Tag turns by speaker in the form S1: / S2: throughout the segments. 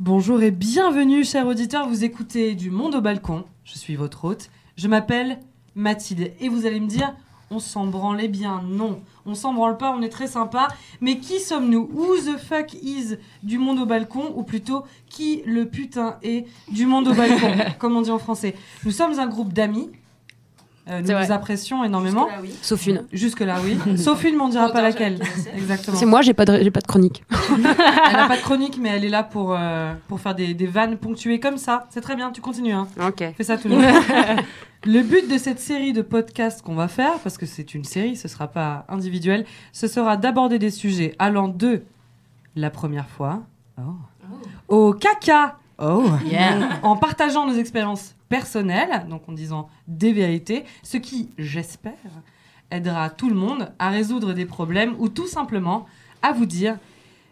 S1: Bonjour et bienvenue, chers auditeurs. Vous écoutez Du Monde au Balcon. Je suis votre hôte. Je m'appelle Mathilde. Et vous allez me dire, on s'en branle eh bien. Non, on s'en branle pas, on est très sympa. Mais qui sommes-nous Who the fuck is Du Monde au Balcon Ou plutôt, qui le putain est Du Monde au Balcon Comme on dit en français. Nous sommes un groupe d'amis. Euh, nous
S2: C'est vrai.
S1: nous apprécions énormément.
S2: Sauf une.
S1: Jusque-là, oui. Sauf une, mais on dira pas laquelle. Exactement.
S2: C'est moi, j'ai pas, de, j'ai pas de chronique.
S1: Elle n'a pas de chronique, mais elle est là pour, euh, pour faire des, des vannes ponctuées comme ça. C'est très bien, tu continues. Hein.
S2: Ok.
S1: Fais ça tout le monde. le but de cette série de podcasts qu'on va faire, parce que c'est une série, ce sera pas individuel, ce sera d'aborder des sujets allant de la première fois oh, au caca oh, en partageant nos expériences personnelles, donc en disant des vérités, ce qui, j'espère, aidera tout le monde à résoudre des problèmes ou tout simplement à vous dire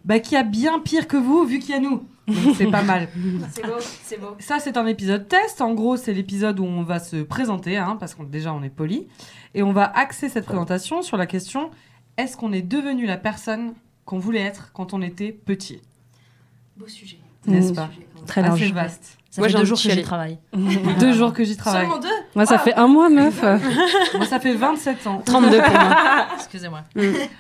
S1: bah, qu'il y a bien pire que vous vu qu'il y a nous. Donc, C'est pas mal.
S3: Mm. C'est beau, c'est beau.
S1: Ça, c'est un épisode test. En gros, c'est l'épisode où on va se présenter, hein, parce qu'on déjà on est poli, et on va axer cette présentation sur la question est-ce qu'on est devenu la personne qu'on voulait être quand on était petit,
S3: Beau sujet.
S1: n'est-ce
S3: Beau
S1: pas
S3: sujet, quand même.
S4: Très
S1: Assez
S4: large.
S1: vaste.
S4: Ça
S2: Moi,
S4: fait
S2: j'ai
S4: deux
S2: un
S4: jours
S2: petit
S4: que j'y
S2: chalet.
S4: travaille.
S1: Deux jours que j'y travaille.
S3: Seulement deux
S4: Moi, ça fait un mois, meuf.
S1: Moi, ça fait 27 ans.
S2: 32 pour moi.
S5: Excusez-moi.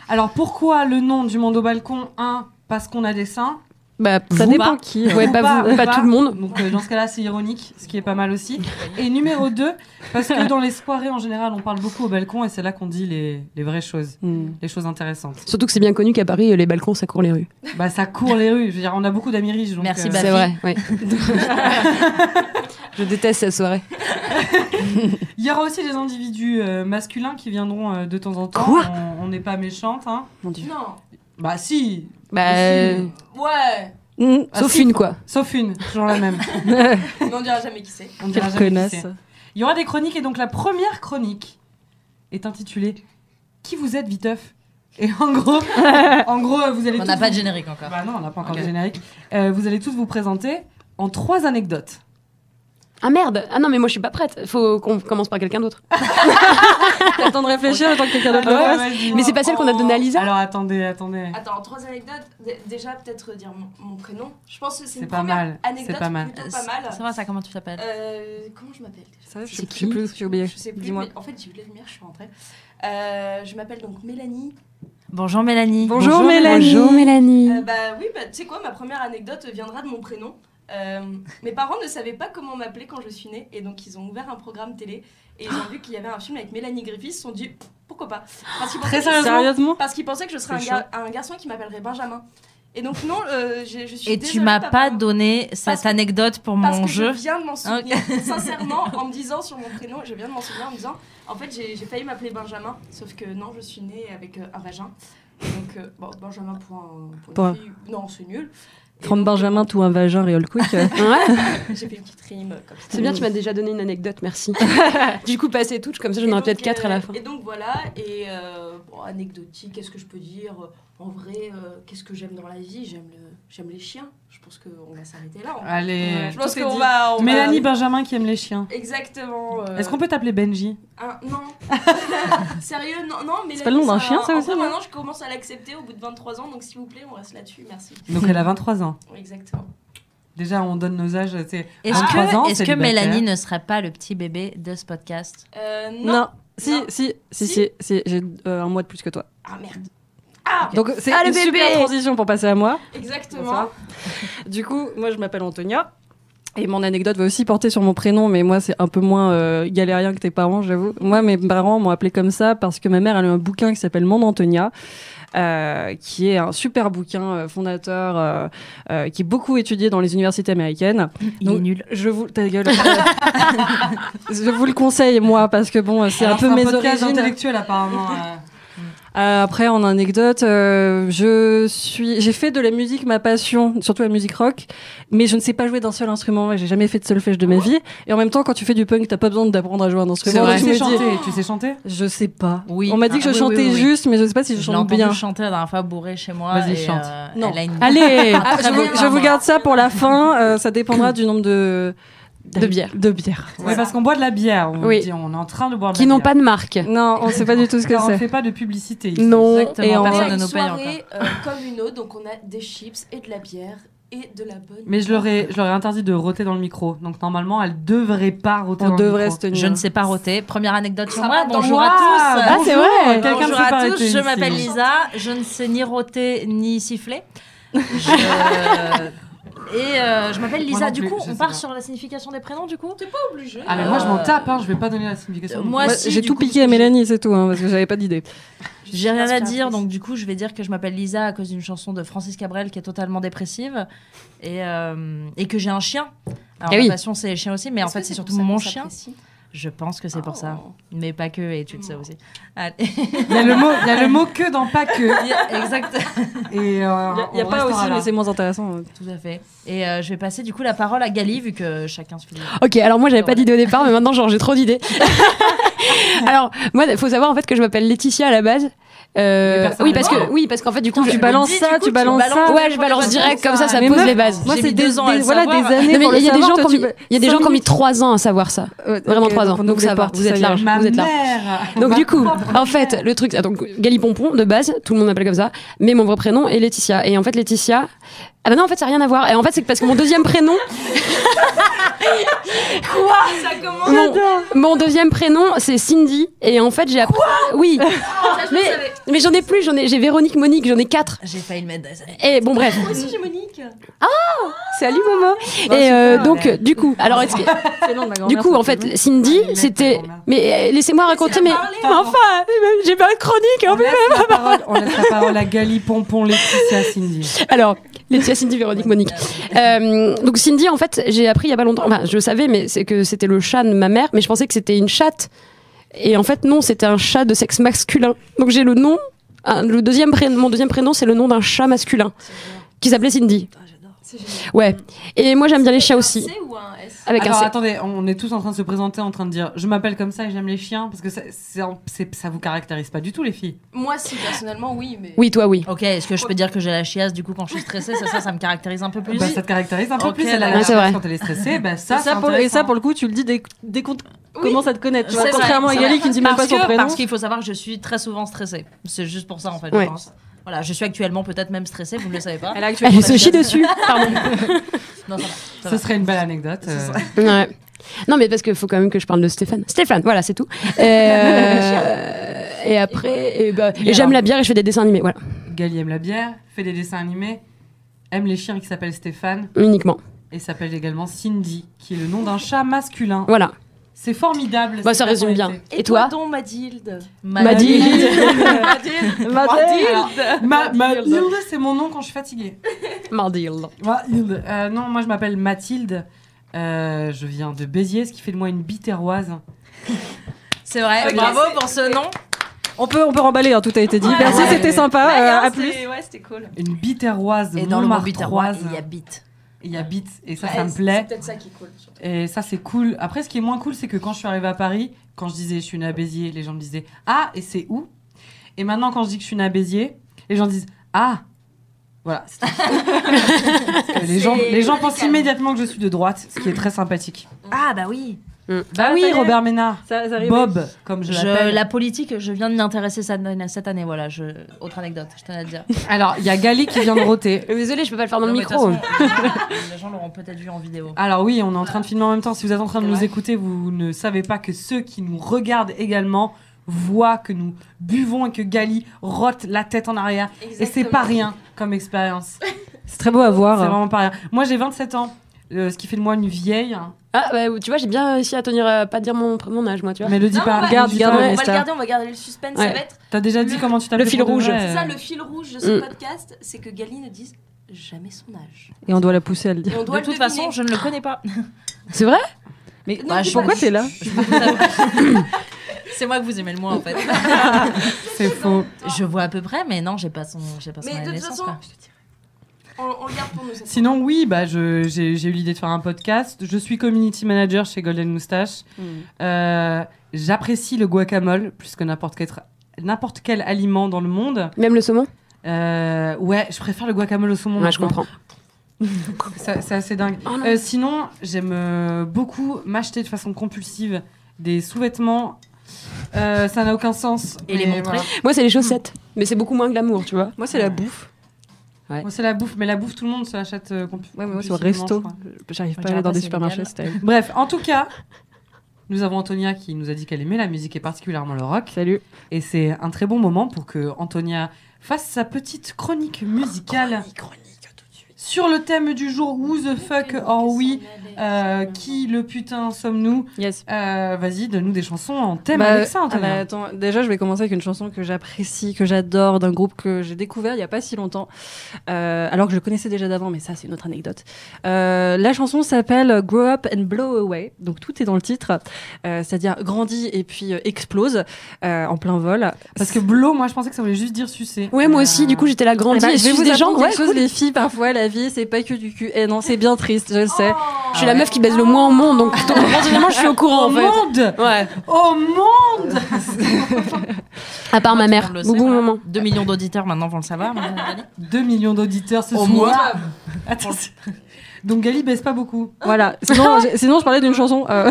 S1: Alors, pourquoi le nom du monde au balcon 1 parce qu'on a des seins.
S2: Bah,
S4: Ça
S2: vous,
S4: dépend
S2: bah.
S4: qui.
S2: Ouais, pas,
S1: Ou
S2: vous-
S1: ou
S2: pas tout le monde.
S1: Donc, euh, dans ce cas-là, c'est ironique, ce qui est pas mal aussi. Et numéro 2, parce que dans les soirées, en général, on parle beaucoup au balcon et c'est là qu'on dit les- les vraies choses,
S4: Hmm.
S1: les choses intéressantes.
S2: Surtout que c'est bien connu qu'à Paris, les balcons, ça court les rues.
S1: Bah ça court les rues. Je veux dire, on a beaucoup d'amis riches. Donc,
S5: Merci,
S1: euh,
S5: Bah,
S2: c'est vrai,
S5: oui.
S2: oui. Je déteste cette soirée.
S1: Il y aura aussi des individus euh, masculins qui viendront euh, de temps en temps.
S2: Quoi
S1: On- on n'est pas méchante, hein.
S4: Mon dieu.
S3: Non.
S1: Bah si,
S2: Bah, euh,
S3: Ouais.
S4: Mmh.
S1: Ah,
S2: sauf
S1: si.
S2: une, quoi.
S1: sauf une, toujours la même.
S3: On n'en dira jamais qui c'est.
S1: On dira jamais
S4: Quelle
S1: qui
S4: connasse.
S1: c'est. Il y aura des chroniques et donc la première chronique est intitulée Qui vous êtes, Viteuf Et en gros, en gros, euh, vous allez.
S5: On
S1: tous
S5: n'a pas
S1: vous-
S5: de générique encore.
S1: Bah non, on n'a pas encore
S5: Ok.
S1: de générique. Euh, vous allez tous vous présenter en trois anecdotes.
S2: Ah merde Ah non, mais moi, je suis pas prête. Faut qu'on commence par quelqu'un d'autre.
S4: T'as le temps de réfléchir autant que
S3: Ah,
S4: quelqu'un d'autre le
S1: Alors,
S4: fasse.
S1: vas-y.
S2: Mais c'est pas celle qu'on a donnée à Lisa
S1: Alors attendez, attendez.
S3: Attends, trois anecdotes. D- déjà, peut-être dire mon, mon prénom. Je pense que c'est
S1: C'est
S3: une
S1: pas
S3: première
S1: mal, c'est
S3: anecdote
S1: pas mal.
S3: plutôt pas mal.
S5: Ça va, ça, comment tu t'appelles
S3: Euh, comment je m'appelle déjà
S4: Ça, je
S2: C'est
S4: sais
S2: qui
S4: je sais plus, j'ai oublié.
S3: Je sais plus.
S4: Dis-moi.
S3: mais en fait, j'ai eu de la lumière, je suis rentrée. Euh, je m'appelle donc Mélanie.
S5: Bonjour Mélanie.
S4: Bonjour, Mélanie.
S2: Bonjour Mélanie.
S3: Euh, bah oui, bah, tu sais quoi, ma première anecdote viendra de mon prénom. Euh, mes parents ne savaient pas comment m'appeler quand je suis née et donc ils ont ouvert un programme télé et ils
S5: Ah.
S3: ont vu qu'il y avait un film avec Mélanie Griffith. Ils se sont dit pourquoi pas. Parce qu'ils pensaient que-
S4: Sérieusement
S3: Parce qu'ils pensaient que je serais un,
S4: C'est
S3: gar- un garçon qui m'appellerait Benjamin. Et donc non, euh, j'ai- je, suis
S5: Et tu
S3: désolée,
S5: m'as
S3: papa,
S5: pas donné
S3: Parce
S5: cette
S3: que-
S5: anecdote pour
S3: Parce
S5: mon
S3: que
S5: jeu.
S3: je viens de m'en souvenir, sincèrement, en me disant sur mon prénom, je viens de m'en souvenir en me disant, en fait, j'ai j'ai failli m'appeler Benjamin, sauf que non, je suis née avec euh, un vagin. Et donc, euh, bon, Benjamin pour, un, pour une
S4: Pour un-
S3: fille, non, c'est nul. Et
S4: From
S3: donc,
S4: Benjamin tout un vagin Real Quick. euh,
S2: Ouais,
S3: J'ai fait une petite rime euh, comme ça.
S2: c'est bien, tu m'as déjà donné une anecdote, merci. du coup, pas assez touche, comme ça j'en
S3: Et
S2: aurai
S3: donc,
S2: peut-être quatre à
S3: euh,
S2: la fin.
S3: Et donc voilà, et euh, bon, anecdotique, qu'est-ce que je peux dire En vrai, euh, qu'est-ce que j'aime dans la vie J'aime le, j'aime les chiens. Je pense qu'on va s'arrêter là. hein. on-
S1: Allez.
S3: Je
S1: tout
S3: pense
S1: est
S3: qu'on
S1: dit.
S3: va, on va-
S1: Mélanie Benjamin qui aime les chiens.
S3: Exactement. euh,
S1: Est-ce qu'on peut t'appeler Benji
S3: Ah, non. Sérieux, non, non, mais
S4: C'est pas le nom d'un chien, ça aussi, non
S3: Maintenant, je commence à l'accepter au bout de 23 ans, donc s'il vous plaît, on reste là-dessus, merci.
S1: Donc elle a 23 ans.
S3: Oui, Exactement.
S1: Déjà, on donne nos âges. C'est
S5: Est-ce
S1: 23 ans,
S5: que, est-ce que
S1: célibataire.
S5: Mélanie ne serait pas le petit bébé de ce podcast
S3: Euh, non.
S4: Non. Si,
S3: Non.
S4: si, si,
S3: Si.
S4: si, si, j'ai euh, un mois de plus que toi.
S3: Ah merde. Ah,
S4: Donc c'est
S2: Ah, le
S4: une super
S2: bébé
S4: transition pour passer à moi.
S3: exactement.
S4: Du coup, moi je m'appelle Antonia. Et mon anecdote va aussi porter sur mon prénom, mais moi c'est un peu moins euh, galérien que tes parents, j'avoue. Moi, mes parents m'ont appelé comme ça parce que ma mère elle a eu un bouquin qui s'appelle Mon Antonia, euh, qui est un super bouquin euh, fondateur euh, euh, qui est beaucoup étudié dans les universités américaines.
S5: Il
S4: Donc,
S5: est nul.
S4: Je vous ta gueule. je vous le conseille moi parce que bon, c'est un
S1: Alors,
S4: peu mes
S1: podcast
S4: origines.
S1: intellectuel apparemment. euh.
S4: Euh, après, en anecdote, euh, je suis, j'ai fait de la musique ma passion, surtout la musique rock, mais je ne sais pas jouer d'un seul instrument. et J'ai jamais fait de solfège de ma vie. Et en même temps, quand tu fais du punk, t'as pas besoin d'apprendre à jouer un
S1: Tu
S4: instrument.
S1: sais-
S4: Donc, je
S1: Tu
S4: me
S1: sais
S4: dis,
S1: chanter. Tu sais chanter
S4: je sais pas.
S5: Oui.
S4: On m'a dit
S5: Ah,
S4: que je
S5: oui,
S4: chantais
S5: oui, oui.
S4: juste, mais je sais pas si je,
S5: Je l'ai
S4: chante
S5: entendu
S4: bien.
S5: chanter la dernière fois bourrée chez moi.
S1: Vas-y,
S5: et,
S1: chante.
S5: euh,
S4: Non.
S5: elle a une-
S4: Allez,
S5: Ah,
S4: je,
S5: très
S4: vous,
S5: bonne
S4: je vous
S5: maman.
S4: garde ça pour la fin. euh, ça dépendra du nombre de
S2: De bières.
S4: De bières.
S1: Oui, parce qu'on boit de la bière. On,
S2: Oui.
S1: dit, on est en train de boire de
S2: Qui
S1: la
S2: n'ont
S1: bière.
S2: pas de marque.
S4: Non, on sait pas du tout ce que
S1: Car on ne
S4: c'est.
S1: fait pas de publicité. ici.
S2: Non.
S5: Exactement,
S4: Et on-
S3: On est
S5: personne
S3: à
S5: ne
S3: une
S5: nous paye encore.
S3: soirée euh, comme une autre, donc on a des chips et de la bière.
S6: et de la bonne.
S1: Mais je leur ai, je leur ai interdit de roter dans le micro. Donc normalement, elle devrait pas roter
S7: On
S1: dans le
S7: devrait
S1: micro.
S7: se tenir.
S5: Je ne sais pas roter. Première anecdote sur
S6: Ça
S5: moi.
S6: va, dans
S5: Bonjour
S1: Waouh, Ah,
S5: à tous. Ah,
S1: bonjour,
S7: c'est vrai.
S1: Quelqu'un
S5: Bonjour
S1: s'est pas
S5: à
S1: arrêté
S5: tous, je
S1: ici.
S5: m'appelle Lisa, je ne sais ni roter ni siffler. Je- Et euh, je m'appelle
S1: Moi
S5: Lisa.
S1: non
S5: Du
S1: plus,
S5: coup,
S1: je
S5: on
S1: sais
S5: part
S1: pas.
S5: sur la signification des prénoms, du coup
S6: obligé.
S1: Ah mais moi je m'en tape, hein, je vais pas donner la signification.
S5: Euh, moi,
S7: Moi,
S5: si,
S7: J'ai
S5: du
S7: tout
S5: coup,
S7: piqué à Mélanie, c'est tout, hein, parce que j'avais pas d'idée.
S5: J'ai rien à dire, donc du coup, je vais dire que je m'appelle Lisa à cause d'une chanson de Francis Cabrel qui est totalement dépressive et, euh, et que j'ai un chien. Alors,
S7: Eh
S5: la
S7: oui.
S5: passion, c'est les chiens aussi, mais en fait, c'est surtout mon chien. Je pense que c'est pour
S1: Oh.
S5: ça, mais pas que, et tu le sais
S6: Oh.
S5: aussi. Ah,
S1: Il y a le mot, il y a le mot que dans pas que.
S5: exact.
S1: Et euh,
S7: Il n'y a
S1: on
S7: pas
S1: restera
S7: aussi,
S1: là.
S7: Ah mais c'est moins intéressant. hein.
S5: Tout à fait. Et euh, je vais passer du coup la parole à Gali, vu que chacun se fait.
S1: Oh.
S4: Ok, alors moi j'avais pas
S5: Ouais.
S4: d'idée au départ, mais maintenant genre j'ai trop d'idées. alors moi, faut savoir en fait que je m'appelle Laetitia à la base. Euh,
S1: Mais personne
S4: oui
S1: ne
S4: parce
S1: le
S4: que oui parce qu'en fait du coup
S7: Tu
S4: je-
S7: balances
S5: dis,
S7: ça,
S5: du coup,
S7: tu balances
S5: tu
S7: ça.
S5: balances.
S4: Ouais, je balance direct comme ça, ça
S7: Mais
S4: pose
S7: meuf,
S4: les bases.
S5: J'ai
S7: Moi, c'est
S5: mis
S7: des,
S5: deux ans à
S7: des-
S5: le
S7: voilà,
S5: savoir.
S7: des années
S4: Non, mais
S7: pour le
S4: il y a des gens
S7: savoir.
S4: qui ont mis-
S7: toi, tu peux-
S4: il y a des
S7: cinq
S4: gens qui ont mis
S7: minutes.
S4: trois ans à savoir ça.
S7: Ouais,
S4: Vraiment
S7: ok,
S4: trois ans.
S7: donc on
S4: Donc
S7: oublie
S4: ça
S7: pas,
S4: va, vous êtes
S7: ça y est.
S4: large,
S1: Ma
S4: vous êtes large.
S1: mère.
S4: Donc du coup, en fait, le truc, ah, donc Gali Pompon de base, tout le monde m'appelle comme ça, mais mon vrai prénom est Laetitia. Et en fait, Laetitia, ah bah non, en fait, ça n'a rien à voir. Et en fait, c'est que parce que mon deuxième prénom,
S6: Ça commence.
S4: mon, mon deuxième prénom, c'est Cindy. Et en fait, j'ai appris, oui,
S6: Ça, je le
S4: Mais-
S6: savais.
S4: mais j'en ai plus, j'en ai, j'ai Véronique, Monique, j'en ai quatre.
S5: J'ai failli le mettre dans les années.
S4: Et bon bref,
S6: Moi aussi, j'ai Monique.
S4: salut maman. Et euh, donc, euh, du coup, alors est-ce que-
S6: Ah,
S7: C'est long, ma grand-mère,
S4: du coup,
S7: ça
S4: en
S7: fait
S4: fait, Cindy,
S1: Allez,
S4: c'était,
S1: merde,
S4: mais euh, laissez-moi raconter,
S6: Mais
S4: mais,
S6: c'est à parler,
S4: mais enfin, j'ai pas de chronique.
S1: on
S4: En plus.
S1: laisse, la parole, on laisse la parole à Gali Pompon, Laetitia, Cindy.
S4: Alors, Laetitia, Cindy, Véronique, Monique. Euh, donc Cindy, en fait, j'ai appris il y a pas longtemps. Enfin, je le savais, mais c'est que c'était le chat de ma mère, mais je pensais que c'était une chatte. Et en fait, non, c'était un chat de sexe masculin. Donc j'ai le nom. un- le deuxième prénom, mon deuxième prénom, c'est le nom d'un chat masculin qui s'appelait Cindy.
S6: C'est génial.
S4: Ouais. Et moi, j'aime bien les chats aussi.
S6: Un C ou un S
S4: Avec
S1: Alors
S4: un C.
S1: attendez, on est tous en train de se présenter, en train de dire je m'appelle comme ça et j'aime les chiens parce que ça, c'est en- c'est- ça vous caractérise pas du tout les filles.
S6: Moi, si, personnellement, oui. Mais...
S4: Oui, toi, oui.
S5: Ok, est-ce que je peux dire que j'ai la chiasse du coup quand je suis stressée Ça, ça, ça me caractérise un peu plus.
S1: Bah, ça te caractérise un peu
S5: Ok,
S1: plus. Elle a
S5: d'accord.
S1: la
S4: Ouais, c'est
S1: face
S4: vrai.
S1: quand elle est stressée. Bah ça,
S7: Ça,
S1: c'est
S7: pour, et ça,
S1: intéressant.
S7: pour le coup, tu le dis dès, dès qu'on te-
S6: Oui.
S7: commence à te connaître. tu
S5: C'est
S7: vois,
S5: vrai,
S7: contrairement à
S5: c'est
S7: Gali
S5: vrai.
S7: qui ne dit même
S5: parce
S7: pas son
S5: que-
S7: prénom.
S5: Parce qu'il faut savoir que je suis très souvent stressée. C'est juste pour ça en fait,
S4: Ouais.
S5: je pense. Voilà, je suis actuellement peut-être même stressée, vous ne le savez pas.
S7: Elle a actuellement
S4: Elle
S7: sa
S4: se chie
S7: chatte.
S4: dessus. Pardon.
S5: Non, ça va,
S1: Ce
S5: ça va.
S1: serait une belle anecdote. euh,
S4: Ouais. Non, mais parce qu'il faut quand même que je parle de Stéphane. Stéphane, voilà, c'est tout. Euh, et après, et, bah, et j'aime la bière et je fais des dessins animés. Voilà,
S1: Gali aime la bière, fait des dessins animés, aime les chiens qui s'appellent Stéphane
S4: uniquement.
S1: et s'appelle également Cindy, qui est le nom d'un chat masculin.
S4: Voilà.
S1: C'est formidable.
S4: Bah,
S1: cette
S4: ça résume bien.
S1: personnalité.
S4: Et toi
S6: donc, Mathilde
S4: Maddy.
S6: Mathilde Mathilde
S1: Ma, ma- Hilde, c'est mon nom quand je suis fatiguée.
S4: Mardi.
S1: Ma- Hilde. Euh, non, moi je m'appelle Mathilde. Euh, je viens de Béziers, ce qui fait de moi une biterroise.
S5: C'est vrai,
S6: Ok,
S5: bravo
S6: c'est-
S5: pour ce nom.
S7: On peut, on peut remballer, hein, tout a été dit.
S6: Ouais,
S7: Merci,
S5: ouais.
S7: c'était sympa.
S4: Bah,
S6: Ouais,
S7: euh,
S6: hein,
S7: à plus.
S6: c'était- Ouais, c'était cool.
S1: Une biterroise,
S5: Et dans le mot butoir,
S1: Montmartroise.
S5: il y a bite.
S1: Il y a bit, et ça,
S6: Ouais,
S1: ça me
S6: Bah, c'est-
S1: plaît.
S6: C'est peut-être ça qui est cool. surtout.
S1: Et ça, c'est cool. Après, ce qui est moins cool, c'est que quand je suis arrivée à Paris, quand je disais je suis née à Béziers, les gens me disaient Ah, et c'est où Et maintenant, quand je dis que je suis née à Béziers, les gens disent Ah Voilà. c'est tout. Parce que les, gens, les gens pensent
S6: radical.
S1: immédiatement que je suis de droite, ce qui est très sympathique.
S5: Ah bah oui.
S1: Bah oui,
S7: ça y est.
S1: Robert Ménard.
S7: Ça- ça arrive.
S1: Bob, comme je
S5: Je,
S1: l'appelle.
S5: la politique, je viens de m'y intéresser cette année, cette année, voilà. Je, autre anecdote, je tenais à le dire.
S1: Alors, il y a Gali qui vient de roter.
S4: Désolée, Euh, je peux pas le faire dans le
S5: Non, mais de toute
S4: micro.
S5: façon, Les gens l'auront peut-être vu en vidéo.
S1: Alors oui, on est en train de filmer en même temps. Si vous êtes en train de
S5: C'est
S1: nous
S5: vrai.
S1: écouter, vous ne savez pas que ceux qui nous regardent également voient que nous buvons et que Gali rote la tête en arrière. Et c'est
S6: Exactement.
S1: pas rien comme expérience. C'est
S7: C'est très beau à voir.
S1: vraiment pas rien. Moi, j'ai 27 ans, euh, ce qui fait de moi une vieille. hein.
S4: Ah, bah, tu vois, j'ai bien réussi à tenir, à pas dire mon, mon âge, moi, tu vois.
S1: Mais le dis
S6: Non,
S1: pas.
S6: mais
S1: Regarde,
S7: regarde,
S1: dis pas.
S7: regarde,
S6: On va
S7: Esther.
S6: le garder, on va garder le suspense. Ça
S4: Ouais.
S6: va être
S1: T'as déjà dit
S6: Le-
S1: comment tu t'appelles.
S4: fil
S1: pour de
S4: rouge.
S1: vrai,
S6: c'est
S1: euh.
S6: ça le fil rouge de ce
S4: Mm.
S6: podcast, c'est que Gali ne dise jamais son âge.
S7: Et on doit la pousser à le
S6: Et
S7: dire.
S6: on
S5: de
S6: doit le
S5: toute
S6: deviner.
S5: façon, je ne le connais pas.
S4: C'est vrai
S7: Mais
S6: Non, je-
S7: pourquoi t'es là
S5: C'est moi que vous aimez le moins en fait.
S1: C'est faux.
S5: Je vois à peu près, mais non, j'ai pas son, j'ai pas son
S6: Mais de toute
S5: naissance,
S6: façon,
S5: quoi.
S6: on, on le garde pour nous. cette
S1: Sinon, oui, bah, je- j'ai j'ai eu l'idée de faire un podcast. Je suis community manager chez Golden Moustache. Euh, J'apprécie le guacamole plus que n'importe quel, n'importe quel aliment dans le monde.
S4: Même le saumon
S1: Euh, ouais, je préfère le guacamole au saumon.
S4: Ouais, je
S1: maintenant.
S4: comprends.
S1: Ça- C'est assez dingue.
S4: Oh non.
S1: Euh, sinon, j'aime euh, beaucoup m'acheter de façon compulsive des sous-vêtements. Euh, ça n'a aucun sens.
S5: Et les
S1: mais
S5: montrer.
S1: voilà.
S4: Moi, c'est les chaussettes. Mais c'est beaucoup moins glamour, tu vois.
S7: Moi, c'est la bouffe.
S4: Ouais.
S1: Bon, c'est la bouffe, mais la bouffe, tout le monde se l'achète. euh, compl-
S7: Ouais, mais moi, c'est au
S1: compulsivement, je
S7: resto.
S1: crois.
S7: J'arrive pas à
S5: Regardez,
S7: aller dans des
S5: c'est
S7: supermarchés,
S5: légal.
S7: c'était.
S1: Bref, en tout cas, nous avons Antonia qui nous a dit qu'elle aimait la musique et particulièrement le rock.
S7: Salut.
S1: Et c'est un très bon moment pour que Antonia fasse sa petite chronique
S4: Ah,
S1: musicale sur le thème du jour Who the fuck or we Euh, Qui le putain sommes-nous
S7: Yes.
S1: Euh, Vas-y, donne-nous des chansons en thème
S7: Bah,
S1: avec ça,
S7: ah bah,
S1: Antonia.
S7: attends, déjà, je vais commencer avec une chanson que j'apprécie, que j'adore, d'un groupe que j'ai découvert il y a pas si longtemps, euh, alors que je le connaissais déjà d'avant, mais ça, c'est une autre anecdote. Euh, la chanson s'appelle Grow Up and Blow Away, donc tout est dans le titre, euh, c'est-à-dire grandit et puis euh, explose euh, en plein vol.
S1: Parce que blow, moi je pensais que ça voulait juste dire sucer. Euh,
S4: Ouais, moi aussi, du coup, j'étais la
S7: Eh
S4: grandie
S7: ben,
S4: et
S7: je vais
S4: suce
S7: vous
S4: des gens.
S7: apprendre
S4: Ouais,
S7: quelque chose,
S4: cool.
S7: les filles, parfois, la vie, c'est pas que du cul. Et non, c'est bien triste, je le sais.
S4: Je suis la meuf qui baise le moins au monde, donc forcément, Oh. je suis au courant
S1: Au
S4: en fait.
S1: monde
S4: Ouais.
S1: Au monde
S4: À part ma mère.
S5: On le sait,
S4: Boubou,
S5: voilà.
S4: maman.
S5: 2 millions d'auditeurs maintenant vont le savoir. madame Dali.
S1: 2 millions d'auditeurs ce
S5: Au
S1: soir. Attends. Donc Gali baisse pas beaucoup.
S7: Voilà. Sinon, je, sinon, je parlais d'une chanson. euh,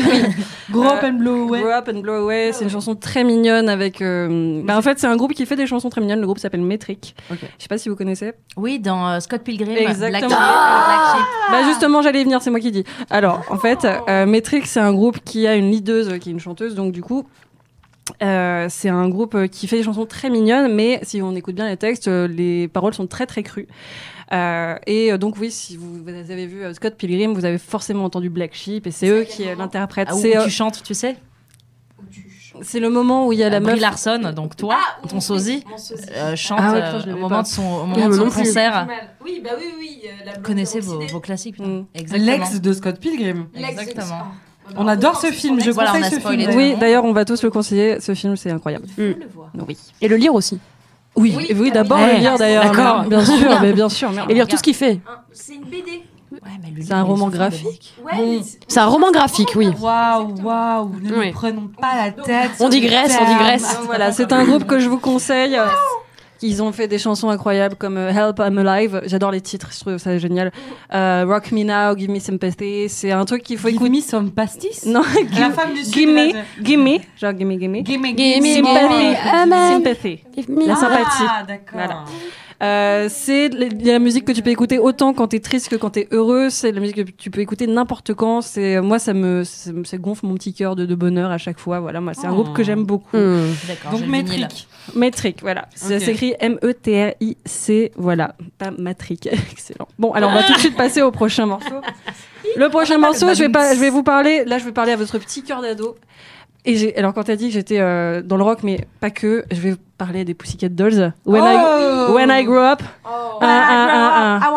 S1: Grow up
S7: Euh,
S1: and blow away.
S7: Grow Up and Blow Away, c'est une chanson très mignonne avec. euh, bah, en fait, c'est un groupe qui fait des chansons très mignonnes. Le groupe s'appelle Metric.
S1: Ok.
S7: Je sais pas si vous connaissez.
S5: Oui, dans euh, Scott Pilgrim.
S7: Exactement.
S5: Black Sheep, Ah Black Sheep.
S7: Bah justement, j'allais y venir, c'est moi qui dis. Alors, en fait, euh, Metric, c'est un groupe qui a une leaduse, euh, qui est une chanteuse, donc du coup. euh, c'est un groupe euh, qui fait des chansons très mignonnes, mais si on écoute bien les textes, euh, les paroles sont très très crues. Euh, et euh, donc oui, si vous, vous avez vu euh, Scott Pilgrim, vous avez forcément entendu Black Sheep, et c'est eux qui euh, l'interprètent.
S5: Ah, où
S7: c'est euh,
S5: tu chantes, tu sais.
S7: c'est le moment
S4: Ah,
S7: où il y a la
S5: La
S7: meuf.
S5: Larson, donc toi,
S6: Ah,
S5: ton sosie,
S6: Mon sosie.
S5: euh, chante
S7: Ah ouais,
S5: euh,
S7: putain, je l'avais
S5: au moment
S7: pas. Ah,
S5: de son, au moment
S4: moi
S5: de son
S4: non plus.
S5: concert. euh,
S6: Oui, bah oui, oui. euh, la blonde
S5: Connaissez
S6: de
S5: vos,
S6: Roxy
S5: vos classiques. putain.
S7: Mm.
S5: Exactement.
S1: L'ex de Scott Pilgrim.
S6: Day. L'ex-
S5: Exactement.
S6: Oh, bah,
S1: On
S6: bah,
S1: adore
S6: bah,
S1: ce
S6: c'est
S1: film,
S6: son
S1: je
S6: ex-
S5: Voilà, on
S1: conseille
S5: a
S1: ce
S5: spoilé.
S1: film.
S5: Ouais.
S7: Oui, d'ailleurs, on va tous le conseiller. Ce film, c'est incroyable.
S6: Je le vois.
S7: Oui.
S4: Et le lire aussi.
S7: Oui,
S6: Oui,
S7: oui,
S6: ah oui,
S7: d'abord
S4: ouais.
S7: le lire d'ailleurs.
S4: D'accord.
S7: mais Bien sûr, mais bien sûr. merde.
S4: Et lire tout ce qu'il fait.
S6: Hein, C'est une BD.
S5: Ouais, mais lui,
S7: C'est un
S5: il est
S7: roman
S5: sous-
S7: graphique.
S6: Ouais,
S1: Bon.
S6: mais
S4: C'est un roman graphique, oui.
S1: Waouh,
S6: Exactement.
S1: waouh, ne
S4: Oui.
S1: nous prenons pas la tête.
S4: On digresse, on digresse.
S7: Donc Euh, Voilà, c'est un groupe que je vous conseille. Ils ont fait des chansons incroyables comme euh, Help I'm Alive. J'adore les titres, je trouve ça génial. Euh, Rock Me Now, Give Me Sympathy. C'est un truc qu'il faut
S1: Give
S7: écouter.
S1: me some pastis.
S7: Non,
S1: La femme du sud.
S7: Give Me,
S1: là,
S7: Give Me, genre Give Me, Give Me.
S1: je- Give me,
S4: Give me
S1: some
S4: sympathy.
S1: more.
S4: Amen.
S7: Sympathy. La sympathie.
S1: Ah, d'accord.
S7: Voilà. Euh, c'est la- la musique que tu peux écouter autant quand t'es triste que quand t'es heureux. C'est la musique que tu peux écouter n'importe quand. C'est moi, ça me, ça me- ça gonfle mon petit cœur de, de bonheur à chaque fois. Voilà, moi, c'est un
S1: Oh.
S7: groupe que j'aime beaucoup.
S4: Hmm.
S5: D'accord.
S1: Donc
S5: j'ai le vinyle.
S1: métrique.
S7: Metric, voilà. Ça
S1: Ok.
S7: s'écrit E M-E-T-R-I-C, voilà. Pas Matric. Excellent. Bon, alors on va tout de suite passer au prochain morceau. Le prochain morceau, je vais pas, je vais vous parler. Là, je vais parler à votre petit cœur d'ado. Et j'ai, alors quand t'as dit que j'étais euh, dans le rock, mais pas que, je vais parler des Pussycat Dolls. When I,
S1: Oh.
S7: when I grow up.
S6: Oh.
S7: Ah, ah, ah, ah.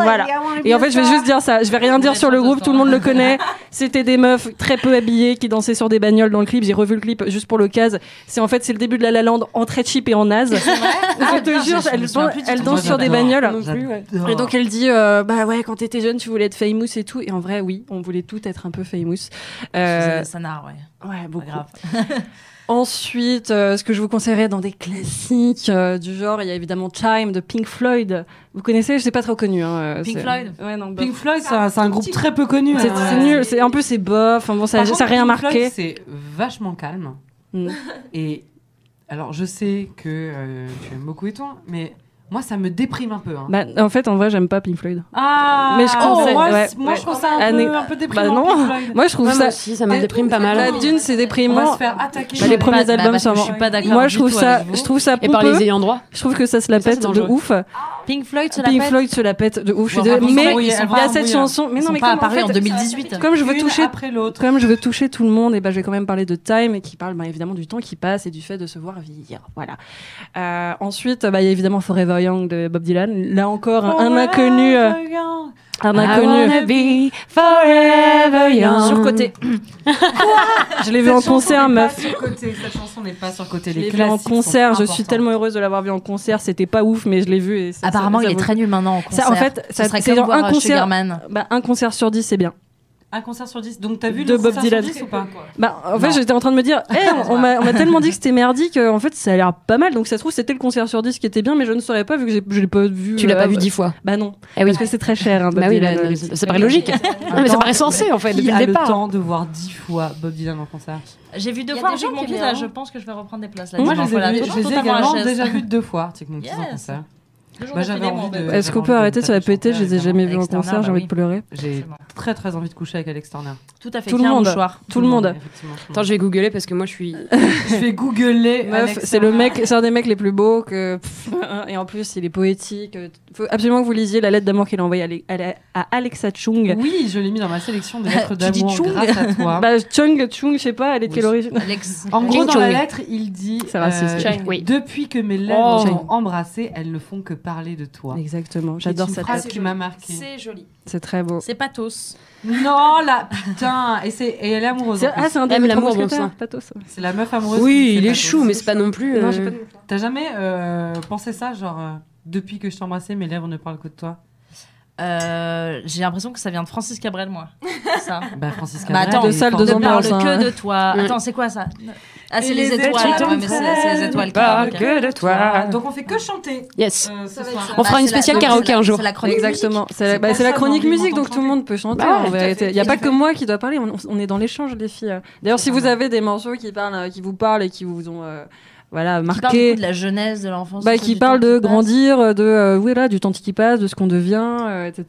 S7: Voilà. Et en fait, je vais juste dire ça. Je vais rien dire sur le groupe. Tout le monde le connaît. C'était des meufs très peu habillées qui dansaient sur des bagnoles dans le clip. J'ai revu le clip juste pour le cas. C'est en fait, c'est le début de La La Land en très cheap et en naze. je te
S5: putain,
S7: jure,
S5: je- je me
S7: elles,
S5: souviens
S7: dan-
S5: plus du
S7: elles
S5: tout.
S7: dansent sur des
S5: J'adore.
S7: bagnoles.
S1: J'adore.
S7: Et donc elle dit euh, bah ouais quand t'étais jeune tu voulais être famous et tout et en vrai oui on voulait tout être un peu famous euh,
S5: Ça, ça narre, ouais.
S7: ouais
S5: Pas
S7: beaucoup
S5: grave.
S7: ensuite euh, ce que je vous conseillerais dans des classiques euh, du genre il y a évidemment Time de Pink Floyd vous connaissez je sais pas trop connu hein, euh,
S5: Pink
S7: c'est-
S5: Floyd
S7: ouais non bah,
S1: Pink Floyd,
S5: Ah,
S1: c'est un, c'est un groupe très peu connu.
S7: C'est
S1: hein.
S7: c'est
S1: Ouais.
S7: nul, c'est- en plus c'est bof, enfin bon, ça,
S1: Par
S7: ça
S1: contre,
S7: a rien
S1: Pink Floyd,
S7: marqué.
S1: C'est vachement calme.
S7: Mm.
S1: Et alors, je sais que euh, tu aimes beaucoup et toi, mais moi, ça me déprime un peu. hein.
S7: Bah, en fait, en vrai, j'aime pas Pink Floyd.
S1: Ah,
S7: Bah, Mais je conseille-
S1: moi,
S7: ouais,
S1: c- moi, je
S7: ouais.
S1: trouve ça un,
S7: Année-
S1: peu, un peu déprimant.
S7: non.
S1: Pink Floyd.
S7: Moi, je trouve
S4: Ouais,
S7: ça.
S4: moi aussi, ça me déprime pas
S7: La
S4: mal.
S7: dune, c'est
S1: On va
S7: déprimant.
S1: se faire attaquer.
S7: Bah, les
S1: par-
S7: premiers
S5: Bah,
S7: albums
S5: parce que
S7: sont-
S5: Je suis pas d'accord.
S7: Moi,
S5: du
S7: je trouve
S5: tout
S7: ça,
S5: avec vous.
S7: je trouve ça
S4: Et par les
S7: pompeux.
S4: ayants droit.
S7: Je trouve que ça se la
S4: Et ça, c'est
S7: pète de
S4: dangereux.
S7: ouf.
S5: Pink Floyd, se la
S7: Pink
S5: pète.
S7: Floyd se la pète de ouf. je suis
S5: Bon,
S7: désolée.
S5: par contre,
S7: Mais
S5: oui,
S7: il y
S5: elles vont
S7: a
S1: embrouiller.
S7: cette chanson. Mais
S5: Ils
S7: non,
S5: sont
S7: mais
S5: pas
S7: comme, en
S5: apparus en
S7: fait,
S5: 2018.
S7: comme je veux
S1: Une
S7: toucher
S1: après l'autre.
S7: Comme je veux toucher tout le monde, et ben, je vais quand même parler de Time, et qui parle ben, évidemment du temps qui passe et du fait de se voir vieillir. Voilà. Euh, ensuite, bah, il y a évidemment Forever Young de Bob Dylan. Là encore, un inconnu, euh, un
S4: Ah
S7: inconnu.
S4: be forever
S5: Surcoté.
S7: Je l'ai vu en concert, meuf.
S1: Cette chanson n'est pas surcotée.
S7: Je
S1: Les
S7: l'ai vu en
S1: classiques sont
S7: concert, je suis
S1: importants.
S7: tellement heureuse de l'avoir vu en concert, c'était pas ouf, mais je l'ai vu. Et ça-
S5: Apparemment,
S7: ça-
S5: il
S7: ça
S5: est
S7: vaut-
S5: très nul maintenant en concert.
S7: Ça, en fait,
S5: ça
S7: ça,
S5: serait
S7: c'est
S5: comme
S7: genre
S5: voir
S7: un
S5: euh,
S7: concert,
S5: Sugarman.
S7: bah, un concert sur dix, c'est bien.
S1: Un concert sur 10. Donc, t'as vu
S7: De
S1: le
S7: Bob
S1: concert
S7: Dylan.
S1: sur 10 ou pas
S7: Bah, en fait,
S1: Non.
S7: j'étais en train de me dire, Eh, on- on m'a on m'a tellement dit que c'était merdique, euh, en fait, ça a l'air pas mal, donc ça se trouve, c'était le concert sur 10 qui était bien, mais je ne saurais pas vu que j'ai- je l'ai pas vu.
S4: Tu l'as
S7: euh,
S4: pas vu dix fois.
S7: Bah non,
S4: Eh oui.
S7: parce que c'est très cher. hein, Bob
S4: Bah oui,
S7: Dylan,
S4: bah,
S7: euh,
S4: ça- ça paraît logique. Non, mais ça paraît sensé en fait
S1: Qui
S4: depuis
S1: a
S4: le
S1: le
S4: départ.
S1: temps de voir 10 fois Bob Dylan en concert
S5: J'ai vu deux
S6: Il y a
S5: fois
S6: des
S5: un
S6: gens
S5: jour mon
S6: qui
S5: fils,
S6: aiment,
S5: là,
S6: hein.
S5: je pense que je vais reprendre des places. Là,
S1: Moi, je
S5: dimanche,
S1: les ai
S5: voilà,
S1: vus-
S5: tout-
S1: je les ai
S5: totalement à la
S1: également
S5: chaise.
S1: déjà vus deux fois, Tick Monkeys en
S5: Yes.
S1: concert.
S5: Deux jours
S1: Bah,
S5: de
S1: j'avais
S5: filet, moi,
S1: envie
S5: en fait.
S1: de-
S7: Est-ce qu'on peut
S1: envie
S7: arrêter de se la
S1: taper
S7: péter Je les ai
S5: Externat,
S7: jamais vus en
S5: externat,
S7: concert, j'ai
S5: bah
S7: envie
S5: oui.
S7: de pleurer.
S1: J'ai
S5: Forcément.
S1: très très envie de coucher avec Alex Turner.
S5: Tout à fait.
S7: Tout
S5: tiens,
S7: le monde.
S5: mouchoir.
S7: Tout le monde.
S1: effectivement, tout le
S4: Attends, je vais googler parce que moi je suis.
S1: monde. je vais googler.
S7: Meuf,
S1: Alex
S7: c'est le
S1: Turner.
S7: mec, c'est un des mecs les plus beaux que. pff, et en plus, il est poétique. Faut absolument que vous lisiez la lettre d'amour qu'il a envoyée à, Ale- à la- à Alexa Chung.
S1: Oui, je l'ai mis dans ma sélection des lettres
S5: Bah, Tu dis
S1: d'amour
S5: Chung
S1: grâce à toi.
S7: Bah, Chung, Chung, je sais pas, elle est de
S1: Oui.
S7: quelle origine
S5: Alex.
S1: en gros,
S4: Chung
S1: dans la
S4: Chung.
S1: lettre, il dit euh,
S7: C'est raciste.
S4: Chung, oui.
S1: Depuis que mes lèvres
S7: Oh.
S1: ont embrassé, elles ne font que parler de toi.
S7: Exactement,
S1: C'est
S7: j'adore
S1: une
S7: cette
S1: phrase
S7: lettre.
S1: qui m'a marqué.
S6: C'est joli.
S7: C'est très beau.
S5: C'est pathos.
S1: Non, là, putain Et, c'est- et elle est amoureuse.
S7: C'est-
S1: en
S7: Ah,
S1: plus.
S7: c'est un des
S4: Aime l'amour,
S7: mousquetaires.
S4: bon
S7: Pathos.
S1: C'est la meuf amoureuse. qui
S4: Oui,
S1: fait
S4: il
S1: pas
S4: est
S1: de-
S4: chou, mais c'est pas non plus.
S7: Non,
S4: euh,
S7: j'ai pas de
S1: T'as jamais euh, pensé ça, genre euh, depuis que je t'embrassais, mes lèvres ne parlent que de toi
S5: Euh, J'ai l'impression que ça vient de Francis Cabrel, moi. Ça.
S1: Bah Francis
S5: Bah,
S1: Cabrel,
S5: attends,
S1: il
S7: de salle
S1: est
S7: de
S5: ne
S1: formidable.
S5: parle
S7: ambiance, hein.
S5: que de toi.
S4: Mm.
S5: Attends, c'est quoi ça Ah,
S1: Et
S5: c'est les,
S1: les
S5: étoiles.
S1: étoiles
S5: ouais, mais c'est c'est les
S1: ne
S5: étoiles. qui
S4: parlent
S5: parlent, ok.
S4: que de toi.
S1: Ah, Donc on fait que chanter.
S4: Yes.
S1: euh, ce
S6: Ça va
S1: soir.
S6: être ça.
S4: On fera une
S5: c'est la-
S4: spéciale
S5: donc,
S4: karaoké
S5: c'est la-
S4: un jour.
S5: C'est la chronique.
S7: Exactement, c'est la,
S1: C'est
S7: bah, c'est la
S1: personne
S7: chronique
S1: en
S7: musique,
S1: entend
S7: donc tout le
S1: chanter.
S7: monde peut chanter
S4: Bah ouais,
S7: en
S4: tout à
S7: vérité.
S6: fait.
S7: Il n'y a
S6: Tout
S7: pas
S6: à
S7: que
S6: fait.
S7: moi qui dois parler, on, on est dans l'échange, les filles. D'ailleurs, si
S1: C'est
S7: vous
S1: vrai.
S7: avez des morceaux qui, parlent, euh, qui vous parlent et qui vous ont euh, voilà,
S5: Qui parle du
S7: marqué,
S5: coup de la jeunesse, de l'enfance.
S7: bah,
S5: du
S7: qui
S5: temps
S7: parlent
S5: qui
S7: de
S5: passe.
S7: grandir, euh, de euh, voilà, du temps qui passe, de ce qu'on devient, euh, etc.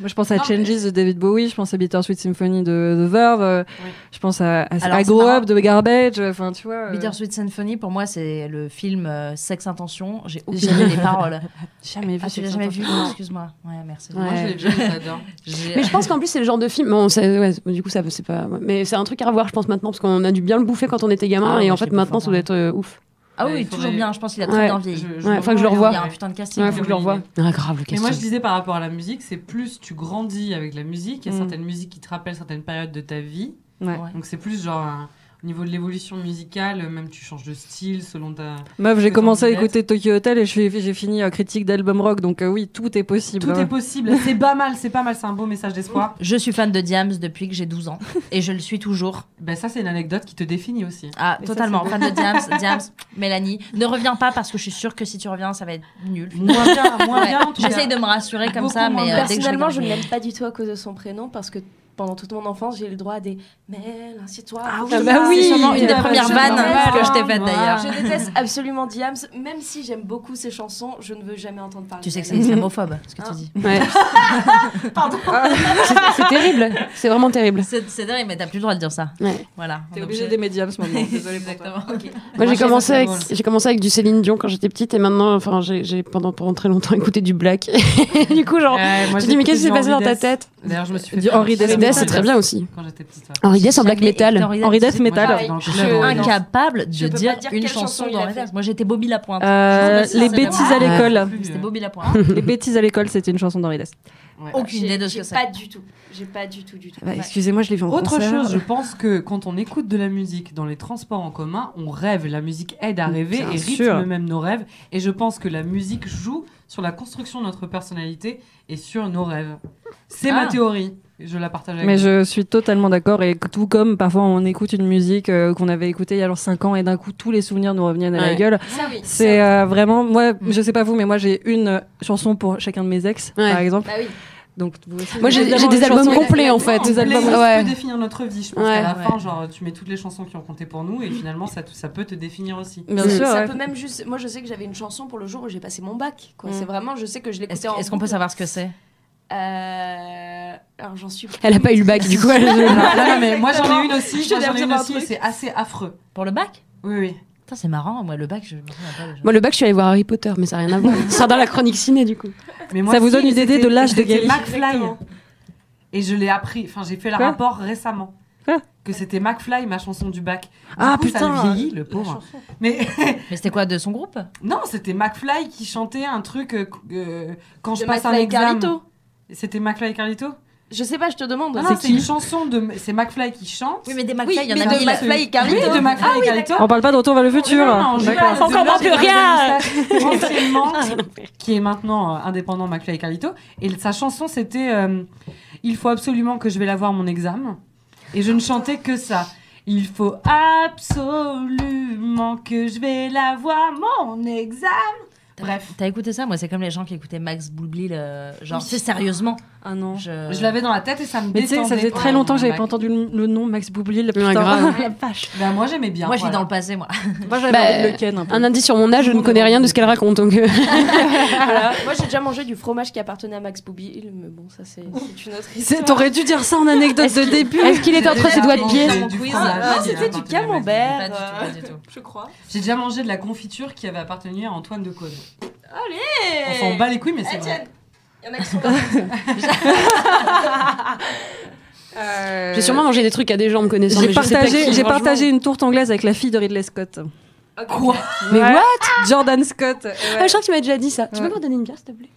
S7: Moi, je pense à
S6: Non,
S7: Changes de David Bowie, je pense à Bittersweet Symphony de, de Verve, euh,
S1: Oui.
S7: je pense à, à-
S5: Alors,
S7: à
S5: c'est
S7: Grow
S5: marrant.
S7: Up de Garbage, euh, enfin, tu vois. euh,
S5: Bittersweet Symphony, pour moi, c'est le film euh, Sexe Intention. J'ai oublié les paroles.
S7: jamais vu.
S5: Ah, tu l'as
S7: cette
S5: jamais vu
S7: chanson.
S5: non, Excuse-moi. Ouais, merci.
S4: Ouais.
S1: Moi je l'ai bien, j'adore.
S5: J'ai-
S4: Mais je pense qu'en plus c'est le genre de film. Bon, c'est- ouais, du coup ça c'est pas. ouais. Mais c'est un truc à revoir, je pense maintenant, parce qu'on a dû bien le bouffer quand on était gamin,
S5: Ah ouais,
S4: et en fait
S5: je l'ai
S4: maintenant
S5: bouffé
S4: ça doit être euh, ouf.
S5: Ah
S1: Ouais,
S5: oui,
S1: il faudrait-
S5: toujours bien. Je pense qu'il a très
S4: Ouais.
S5: bien vieilli.
S4: Ouais, faut que je le
S5: Il
S4: revois.
S5: y a un putain de casting.
S4: Ouais, faut que je le revoie. Ah grave le
S1: Mais moi,
S4: casting.
S1: je disais par rapport à la musique, c'est plus tu grandis avec la musique. Il y a
S7: Mm.
S1: certaines musiques qui te rappellent certaines périodes de ta vie.
S7: Ouais.
S5: Ouais.
S1: Donc, c'est plus genre un- au niveau de l'évolution musicale, euh, même tu changes de style selon ta.
S7: Meuf, j'ai
S1: Que
S7: commencé à
S1: t'en
S7: écouter Tokyo Hotel et je suis- j'ai fini euh, critique d'album rock, donc euh, oui, tout est possible. hein.
S1: Tout
S7: Ouais.
S1: est possible. C'est pas mal, c'est pas mal. C'est un beau message d'espoir.
S5: Je suis fan de Diams depuis que j'ai 12 ans et je le suis toujours.
S1: Ben, ça, c'est une anecdote qui te définit aussi.
S5: Ah,
S7: Et ça,
S5: totalement.
S7: c'est
S5: fan de Diams, Diams, Mélanie. Ne reviens pas parce que je suis sûre que si tu reviens, ça va être nul.
S1: Moins bien, moins
S5: Ouais.
S1: bien. en tout cas.
S5: J'essaye de me rassurer comme
S1: Beaucoup
S5: ça,
S1: moins
S5: mais
S1: bien.
S5: euh, dès que
S6: Personnellement, je
S5: je
S6: ne
S5: regarde-
S6: l'aime pas du tout à cause de son prénom parce que pendant toute mon enfance, j'ai eu le droit à des Mel, ainsi toi.
S1: Ah
S6: Faut
S1: oui,
S7: bah
S6: que-
S5: hein.
S7: oui,
S5: C'est sûrement une des
S7: Ah,
S5: premières
S7: je
S5: vannes
S1: comprends.
S5: que je t'ai faites
S1: Ah.
S5: d'ailleurs.
S6: Je déteste absolument Diams, même si j'aime beaucoup ses chansons, je ne veux jamais entendre parler.
S5: Tu sais que c'est
S6: d'elle.
S5: islamophobe ce que tu
S6: Ah.
S5: dis.
S4: Ouais. Ah. C'est- c'est terrible, c'est vraiment terrible.
S5: C'est c'est dingue, mais t'as plus le droit de dire ça.
S4: Ouais.
S5: Voilà. on
S7: T'es
S5: est
S7: obligé d'aimer Diams maintenant, désolé pour toi.
S5: Exactement. ok.
S4: Moi j'ai
S1: Moi,
S4: commencé
S1: je sais
S4: avec
S1: pas,
S4: j'ai commencé avec du Céline Dion quand j'étais petite et maintenant enfin j'ai j'ai pendant pendant très longtemps écouté du Black. du coup genre
S1: Ouais, moi,
S4: je
S1: j'ai
S4: dis mais qu'est-ce qui s'est
S1: écouté
S4: passé dans
S1: Henri
S4: ta
S1: Dess.
S4: tête
S1: D'ailleurs, je me suis
S7: Du
S1: fait.
S7: Henri Dess.
S4: Henri Dess c'est très bien aussi.
S1: Quand j'étais petite. ouais.
S4: Henri Dess en
S5: Jamais
S4: black metal.
S5: Hector Hidalgo.
S7: Henri Death Metal.
S1: Moi, j'étais dans le club,
S6: Pareil, je-
S5: euh,
S1: dans le-
S5: Incapable de
S6: Je peux
S5: dire,
S6: pas dire
S5: une
S6: quelle
S5: chanson
S6: chanson il
S5: dans
S6: a
S5: la
S6: fait.
S5: verse. Moi j'étais Bobby Lapointe.
S7: Euh,
S5: Ah, Je me
S7: les
S5: souviens,
S7: bêtises
S5: c'est Ah,
S7: à l'école.
S5: C'était
S1: Ouais.
S5: Bobby Lapointe.
S7: les bêtises à l'école, c'était une chanson d'Henri Dess.
S1: Ouais.
S5: Aucune
S6: J'ai-
S5: idée de ce que
S6: J'ai
S5: c'est.
S6: pas du tout. J'ai pas du tout,
S4: Ah
S6: du tout.
S7: Bah,
S6: Ouais.
S7: Excusez-moi, je l'ai vu en
S1: Autre
S7: concert.
S1: chose, je pense que quand on écoute de la musique dans les transports en commun, on rêve. La musique aide à rêver
S7: Bien
S1: et rythme
S7: sûr.
S1: même nos rêves. Et je pense que la musique joue sur la construction de notre personnalité et sur nos rêves. C'est
S5: Ah.
S1: ma théorie. Je la partage avec
S7: Mais
S1: vous.
S7: je suis totalement d'accord, et tout comme parfois on écoute une musique euh, qu'on avait écoutée il y a genre 5 ans, et d'un coup tous les souvenirs nous revenaient à la
S4: Ouais.
S7: gueule.
S6: Ça, oui.
S7: C'est euh, vraiment, moi,
S5: Mm.
S7: je sais pas vous, mais moi j'ai une euh, chanson pour chacun de mes ex,
S4: Ouais.
S7: par exemple.
S6: Bah oui.
S7: Donc, vous aussi,
S4: Moi j'ai
S7: évidemment,
S4: j'ai des
S7: une
S4: albums
S7: chanson-
S4: complets en fait.
S1: Non,
S7: des albums,
S1: playlist
S4: ouais.
S1: peut définir notre vie. Je pense
S4: Ouais.
S1: qu'à la
S5: Ouais.
S1: fin, genre, tu mets toutes les chansons qui ont compté pour nous et finalement, ça, te- ça peut te définir aussi.
S7: Bien
S4: Mm.
S7: sûr,
S6: ça
S7: ouais.
S6: peut même juste. Moi, je sais que j'avais une chanson pour le jour où j'ai passé mon bac. quoi.
S7: Mm.
S6: C'est vraiment, je sais que je
S5: Est-ce
S6: l'écoutais en.
S5: que- est-ce qu'on peut
S6: boucle.
S5: savoir ce que c'est
S6: Euh, Alors, j'en suis.
S4: Elle a pas eu le bac du coup. elle-
S1: Non, non, mais moi j'en ai une aussi,
S6: Je
S1: moi,
S6: vais
S1: j'en ai
S6: dire
S1: une
S6: un
S1: aussi, et
S6: truc.
S1: c'est assez affreux.
S5: Pour le bac
S1: Oui, oui.
S5: Putain, c'est marrant. Moi, le bac, je me souviens pas. déjà.
S4: Moi le bac je suis allée voir Harry Potter mais ça n'a rien à voir. Ça sera dans la chronique ciné du coup.
S1: Mais
S7: Ça vous donne une idée de l'âge de
S1: c'était
S7: Gali.
S1: McFly.
S6: Exactement.
S1: Et je l'ai appris, enfin j'ai fait le
S7: Quoi
S1: rapport récemment.
S7: Quoi
S1: que c'était McFly, ma chanson du bac. Du
S7: Ah,
S1: coup, Ça
S7: putain,
S1: le vieillit, le pauvre. Mais
S5: Mais c'était quoi de son groupe
S1: non, c'était McFly qui chantait un truc euh, euh, quand je
S6: De
S1: passe un
S6: McFly et
S1: examen.
S6: Carlito.
S1: C'était McFly et Carlito
S6: Je sais pas, je te demande.
S1: Non, non, Ah, c'est une chanson de. C'est McFly qui chante.
S5: Oui, mais des
S6: Oui,
S5: McFly, il y
S6: mais
S5: en
S1: de
S5: a mille.
S1: Mac-
S6: McFly et Carlito.
S1: Ah Oui, de McFly et Carlito.
S7: On parle pas de Retour vers le futur.
S1: Non, non, je
S7: D'accord.
S1: parle de
S4: Encore
S1: l'âge
S4: plus
S1: de
S4: rien.
S1: Jean-Jacques Tranquillement, qui est maintenant euh, indépendant McFly et Carlito. Et sa chanson, c'était euh, Il faut absolument que je vais l'avoir mon examen. Et je ne chantais que ça. Il faut absolument que je vais l'avoir mon examen.
S5: T'as-
S1: Bref.
S5: T'as écouté ça Moi, c'est comme les gens qui écoutaient Max Boublil. euh, genre, c'est sérieusement.
S7: Ah non.
S5: Je,
S1: Je l'avais dans la tête et ça me
S7: Mais tu sais,
S1: détendait.
S7: ça faisait très
S1: Ouais,
S7: longtemps que j'avais
S1: Mac.
S7: pas entendu le, le nom Max Boublil. Putain,
S4: grave.
S7: la vache.
S1: Bah, moi, j'aimais bien.
S5: Moi, je
S1: voilà.
S5: suis dans le passé, moi.
S7: Moi, j'avais
S4: Bah,
S7: envie de le ken un peu.
S4: Un indice sur mon âge, je ne connais rien de ce qu'elle raconte. Donc, euh,
S6: Moi, j'ai déjà mangé du fromage qui appartenait à Max Boublil, mais bon, ça, c'est c'est une autre
S7: C'est-
S6: histoire.
S7: T'aurais dû dire ça en anecdote de début.
S4: Est-ce qu'il était entre ses doigts de pied
S1: J'ai
S5: mon
S1: du
S5: quiz.
S1: fromage, il
S5: Ah,
S1: y a
S6: c'était du
S1: appartenu à Max
S6: camembert.
S5: Pas du tout,
S6: Euh,
S5: pas du tout.
S6: Je crois.
S1: J'ai déjà mangé de la confiture qui avait appartenu à Antoine de Caunes. On
S6: Allez
S1: s'en bat les couilles, mais c'est
S6: Eh,
S1: vrai.
S6: tiens, il y en a qui sont là. Euh,
S4: j'ai sûrement mangé des trucs à des gens me connaissant. mais
S7: J'ai
S4: je sais pas
S7: partagé,
S4: qui,
S7: j'ai
S4: franchement.
S7: partagé une tourte anglaise avec la fille de Ridley Scott.
S6: Ok.
S1: Quoi
S4: Mais
S7: Ouais.
S4: what
S7: Jordan Scott. ouais.
S4: Ah, Je crois que tu m'as déjà dit ça. Tu peux
S7: Ouais.
S4: me redonner une bière, s'il te plaît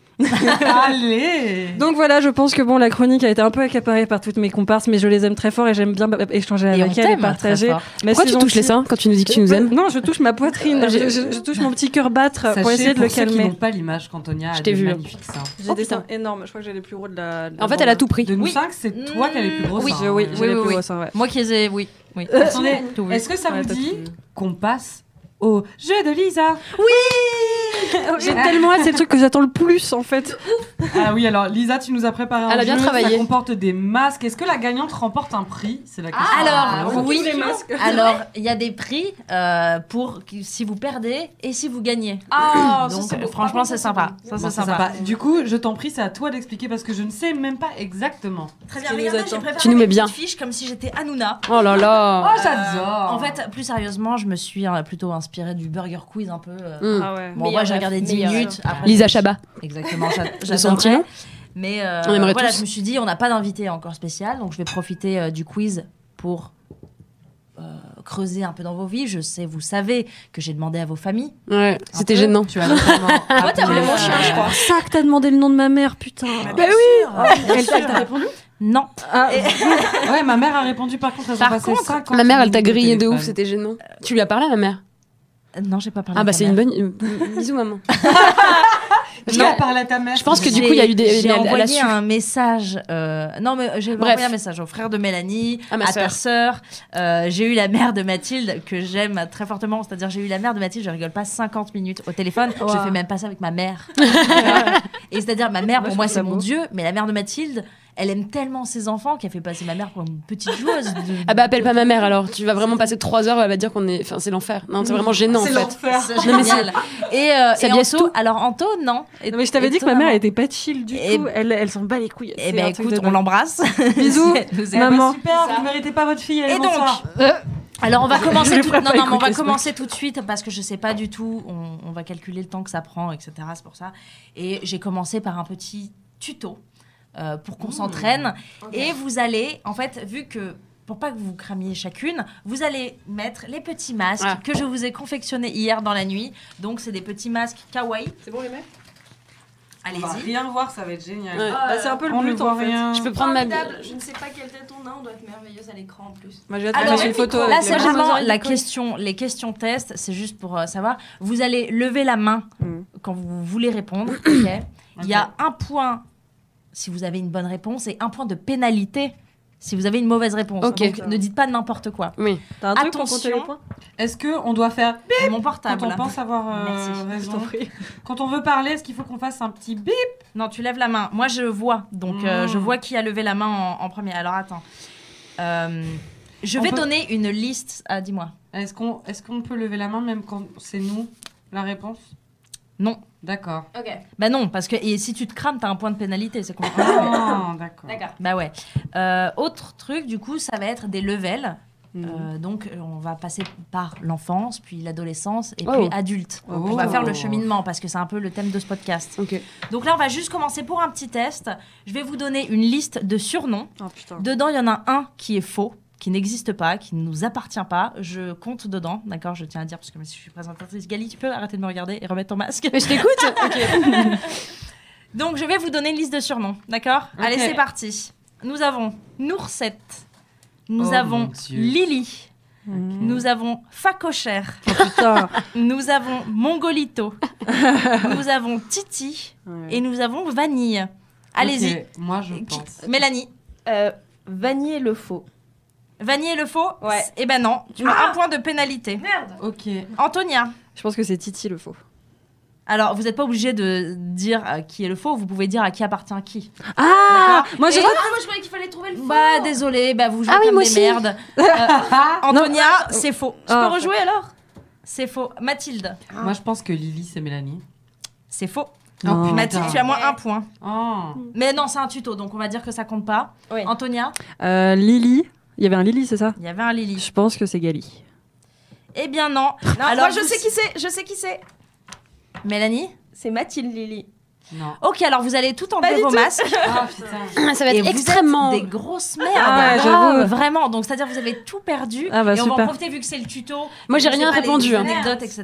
S1: Allez
S7: Donc voilà, je pense que bon, la chronique a été un peu accaparée par toutes mes comparses, mais je les aime très fort et j'aime bien bah, échanger
S5: Et on
S7: avec elles et
S5: t'aime hein, très
S7: partager.
S5: fort.
S7: Mais
S4: Pourquoi tu
S7: c'est
S4: touches
S7: gentil.
S4: les seins quand tu nous dis que tu nous aimes
S7: Euh, Non, je touche ma poitrine,
S4: Euh,
S7: je,
S4: j'ai-
S7: je- je touche mon petit cœur battre
S1: Sachez
S7: euh, pour essayer de le
S1: ceux qui
S7: calmer.
S1: n'ont pas l'image qu'Antonia a
S4: Je t'ai
S1: des
S4: vu.
S1: magnifiques seins.
S7: J'ai
S4: Oh,
S7: des
S4: putain.
S7: seins énormes, je crois que j'ai les plus gros de la. de la
S4: En fait, elle a
S7: bande.
S4: tout pris.
S1: De nous
S5: Oui.
S1: cinq, c'est toi qui as les plus grosses.
S5: Oui,
S1: seins,
S7: Je- oui,
S1: hein.
S7: j'ai les
S5: oui,
S7: plus
S5: oui.
S7: gros seins, ouais.
S5: Moi qui les ai, oui. oui.
S1: Attendez,
S5: Tout oui.
S1: est-ce que ça
S7: Ouais,
S1: vous
S7: t'as
S1: dit qu'on passe au jeu de Lisa
S7: J'ai tellement hâte, c'est le truc que j'attends le plus en fait.
S1: Ah oui, alors Lisa, tu nous as préparé un
S4: Elle a bien
S1: jeu,
S4: travaillé.
S1: ça comporte des masques. Est-ce que la gagnante remporte un prix C'est la question.
S5: Alors,
S1: Ah,
S5: oui.
S7: les masques.
S5: Alors, il y a des prix euh, pour qui- si vous perdez et si vous gagnez.
S6: Ah, ça,
S5: Donc,
S6: c'est beau.
S5: franchement,
S6: Par contre,
S5: c'est sympa.
S1: Bon,
S5: Ça, c'est
S1: c'est
S5: sympa.
S1: sympa. Du coup, je t'en prie, c'est à toi d'expliquer parce que je ne sais même pas exactement.
S5: Très
S7: Ce
S5: bien,
S7: qui nous
S5: regardez,
S7: attend.
S5: j'ai préparé
S4: Tu nous
S5: des
S4: mets bien.
S5: petites fiches comme si j'étais Hanouna. Euh,
S4: Oh là là
S1: Oh, j'adore.
S5: En fait, plus sérieusement, je me suis euh, plutôt inspirée du Burger Quiz un peu. euh,
S4: Mm.
S7: Ah ouais.
S5: Bon, moi, j'ai regardé 10
S6: Meilleur.
S5: minutes. après-
S4: Lisa Chabat,
S5: Exactement, j'a-
S4: de
S5: j'adorerais.
S4: son petit nom.
S5: Mais euh,
S4: On aimerait
S5: voilà,
S4: tous.
S5: je me suis dit, on n'a pas d'invité encore spécial, donc je vais profiter euh, du quiz pour euh, creuser un peu dans vos vies. Je sais, vous savez que j'ai demandé à vos familles.
S4: Ouais,
S5: Un
S4: c'était
S5: peu.
S4: gênant.
S1: tu as notamment. Moi,
S5: t'as voulu mon chien, je crois.
S7: Oh, Ça que t'as demandé le nom de ma mère, putain.
S5: Bien sûr, euh, bien
S7: Elle
S5: sûr.
S7: t'a répondu
S5: Non.
S4: Ah.
S1: Ouais, ma mère a répondu par contre, elles
S5: Par
S1: ont passé
S5: contre,
S1: 5 ans.
S4: Ma mère, elle t'a
S1: sur le
S4: grillé de
S1: téléphone.
S4: ouf, c'était gênant. Tu lui as parlé à ma mère
S5: Euh, Non, j'ai pas parlé.
S4: Ah
S5: de
S4: bah
S5: ta
S4: c'est
S5: mère.
S4: une bonne... euh, Bisous maman.
S1: Tu as parlé à ta mère.
S4: Je pense que du
S5: J'ai-
S4: coup, il y a eu des-
S5: J'ai
S4: elle- elle a
S5: envoyé
S4: su.
S5: un message. euh, non, mais j'ai
S4: Bref.
S5: envoyé un message au frère de Mélanie,
S4: À
S5: à,
S4: ma
S5: ta sœur. Euh, j'ai eu la mère de Mathilde que j'aime très fortement. C'est-à-dire, j'ai eu la mère de Mathilde. Je rigole pas 50 minutes au téléphone.
S4: Oh.
S5: Je fais même pas ça avec ma mère. Et c'est-à-dire, ma mère
S7: Moi,
S5: pour
S7: je
S5: moi
S7: trouve
S5: c'est
S7: ça
S5: mon
S7: beau.
S5: dieu, mais la mère de Mathilde, elle aime tellement ses enfants qu'elle fait passer ma mère pour une petite joueuse. de-
S4: Ah bah appelle pas ma mère alors, tu vas vraiment passer trois heures, elle va dire qu'on est... Enfin c'est l'enfer. Non, c'est vraiment gênant en
S1: C'est
S4: fait.
S1: l'enfer.
S5: C'est génial. Et, euh,
S4: Ça
S5: et
S4: biaise
S5: Anto,
S4: tout.
S5: alors Anto, non. Et-
S7: Non, mais je t'avais
S5: et
S7: dit que
S5: toi,
S7: ma mère, elle
S5: maman
S7: était pas chill du
S5: Et-
S7: tout. Elle, elle s'en bat les couilles.
S5: Eh
S7: C'est
S5: ben
S7: un truc
S5: écoute,
S7: de
S5: on
S7: dingue.
S5: l'embrasse.
S7: Bisous,
S5: Elle nous aime.
S7: maman.
S1: Super, vous ne méritez pas votre fille. elle est
S5: Et donc,
S1: bonsoir.
S5: Euh, Alors on va commencer
S7: les
S5: tout...
S7: ferai
S5: non,
S7: pas
S5: non, mais on va
S7: écouter ce
S5: commencer tout de suite parce que je sais pas du tout. On, on va calculer le temps que ça prend, etc. C'est pour ça. Et j'ai commencé par un petit tuto euh, pour
S7: Mmh.
S5: qu'on s'entraîne. Et vous allez, en fait, vu que pour pas que vous cramiez chacune, vous allez mettre les petits masques
S4: Ah.
S5: que je vous ai confectionnés hier dans la nuit. Donc c'est des petits masques kawaii.
S7: C'est bon, les mecs
S1: On va
S5: Allez-y.
S1: rien voir, ça va être génial.
S4: Ouais.
S7: Bah, C'est un peu le
S1: On ne
S7: but
S1: voit
S7: en fait.
S1: rien.
S4: Je peux prendre ma...
S6: Formidable. Je ne sais pas quelle tête on a, on doit être merveilleuse à l'écran en plus.
S7: Moi,
S4: Ah,
S7: j'ai hâte
S5: Alors,
S7: de faire une photo.
S5: Là,
S7: avec les
S5: c'est
S7: mains.
S5: vraiment la question, les questions tests. C'est juste pour euh, savoir. Vous allez lever la main
S7: Mm.
S5: quand vous voulez répondre. ok Il y a un point si vous avez une bonne réponse et un point de pénalité si vous avez une mauvaise réponse.
S4: Ok.
S5: Donc, ne dites pas n'importe quoi.
S4: Oui.
S7: T'as un truc pour compter
S5: Attention.
S7: les points
S1: Est-ce que on doit faire bip
S5: Mon portable.
S1: quand on
S5: là.
S1: pense avoir euh,
S5: Merci.
S7: Je t'en
S1: raison
S7: prie.
S1: Quand on veut parler, est-ce qu'il faut qu'on fasse un petit bip
S5: Non, tu lèves la main. Moi, je vois. Donc, euh,
S1: Mm.
S5: je vois qui a levé la main en, en premier. Alors, attends. Euh, je
S1: On
S5: vais
S1: peut-
S5: donner une liste. Ah, dis-moi.
S1: Est-ce qu'on est-ce qu'on peut lever la main même quand c'est nous la réponse
S5: Non.
S1: D'accord.
S6: Ok,
S5: Bah non, parce que et si tu te crames, t'as un point de pénalité. C'est compliqué.
S1: Ah, d'accord.
S6: d'accord.
S5: Bah ouais. Euh, autre truc, du coup, ça va être des levels.
S7: Mhm.
S5: Euh, donc, euh, on va passer par l'enfance, puis l'adolescence, et
S4: Oh.
S5: puis adulte.
S1: Oh.
S5: On va faire le cheminement, parce que c'est un peu le thème de ce podcast.
S4: Ok.
S5: Donc là, on va juste commencer pour un petit test. Je vais vous donner une liste de surnoms.
S7: Oh putain.
S5: Dedans, il y en a un qui est faux, qui n'existe pas, qui ne nous appartient pas. Je compte dedans, d'accord Je tiens à dire, parce que même si je suis présentatrice, Gali, tu peux arrêter de me regarder et remettre ton masque.
S4: Mais je t'écoute
S5: Donc, je vais vous donner une liste de surnoms, d'accord
S1: Ok.
S5: Allez, c'est parti. Nous avons Noursette. Nous
S1: Oh mon
S5: avons
S1: Dieu.
S5: Lily.
S7: Mhm.
S5: Nous avons Facochère.
S7: Oh, putain.
S5: nous avons Mongolito. nous avons Titi.
S7: Ouais.
S5: Et nous avons Vanille. Allez-y.
S1: Ok, Moi je
S5: Qui-
S1: pense.
S5: Mélanie.
S6: Euh, Vanier le faux.
S5: Vanille et le faux
S6: Ouais. Ah
S5: Et Eh ben non. Tu as un point de pénalité.
S6: Merde
S1: Ok.
S5: Antonia.
S7: Je pense que c'est Titi le faux.
S5: Alors, vous n'êtes pas obligé de dire euh, qui est le faux, vous pouvez dire à qui appartient qui.
S7: Ah
S5: D'accord.
S7: Moi, je
S5: Et-
S6: Ah, moi je croyais qu'il fallait trouver le faux.
S5: Bah, désolé, bah, vous jouez
S4: Ah oui,
S5: comme
S4: moi
S5: des
S4: aussi. Oh,
S5: merdes. Euh, Antonia,
S7: Non.
S5: c'est faux.
S7: Ah.
S5: Je peux rejouer alors C'est faux. Mathilde,
S1: Moi, je pense que Lily, c'est Mélanie.
S5: c'est faux.
S1: Non.
S7: Non.
S5: Mathilde,
S1: putain.
S5: tu as moins
S6: Ouais.
S5: un point.
S1: Oh.
S5: Oh, Mais non, c'est un tuto, donc on va dire que ça compte pas.
S6: Oui.
S5: Antonia,
S7: Euh, Lily. Il y avait un Lily, c'est ça
S5: il y avait un Lily.
S7: Je pense que c'est Gali.
S5: Eh bien non.
S6: Non,
S5: Alors,
S6: moi je
S5: vous-
S6: sais qui c'est, je sais qui c'est.
S5: Mélanie
S6: C'est Mathilde Lily.
S1: Non.
S5: Ok, alors vous allez tout
S6: Pas
S5: enlever
S6: du
S5: vos
S6: tout.
S5: masques.
S1: Ah, putain.
S4: Ça va
S5: Et
S4: être
S5: vous êtes
S4: extrêmement.
S5: des grosses merdes.
S7: Ah ouais,
S5: Grave,
S7: j'avoue.
S5: Vraiment. Donc, c'est-à-dire, vous avez tout perdu.
S7: Ah bah,
S5: et on va en
S7: super.
S5: profiter vu que c'est le tuto.
S4: Moi, j'ai
S5: Je sais
S4: rien
S5: pas, les-
S4: répondu,
S5: Les
S4: hein.
S5: anecdotes, etc.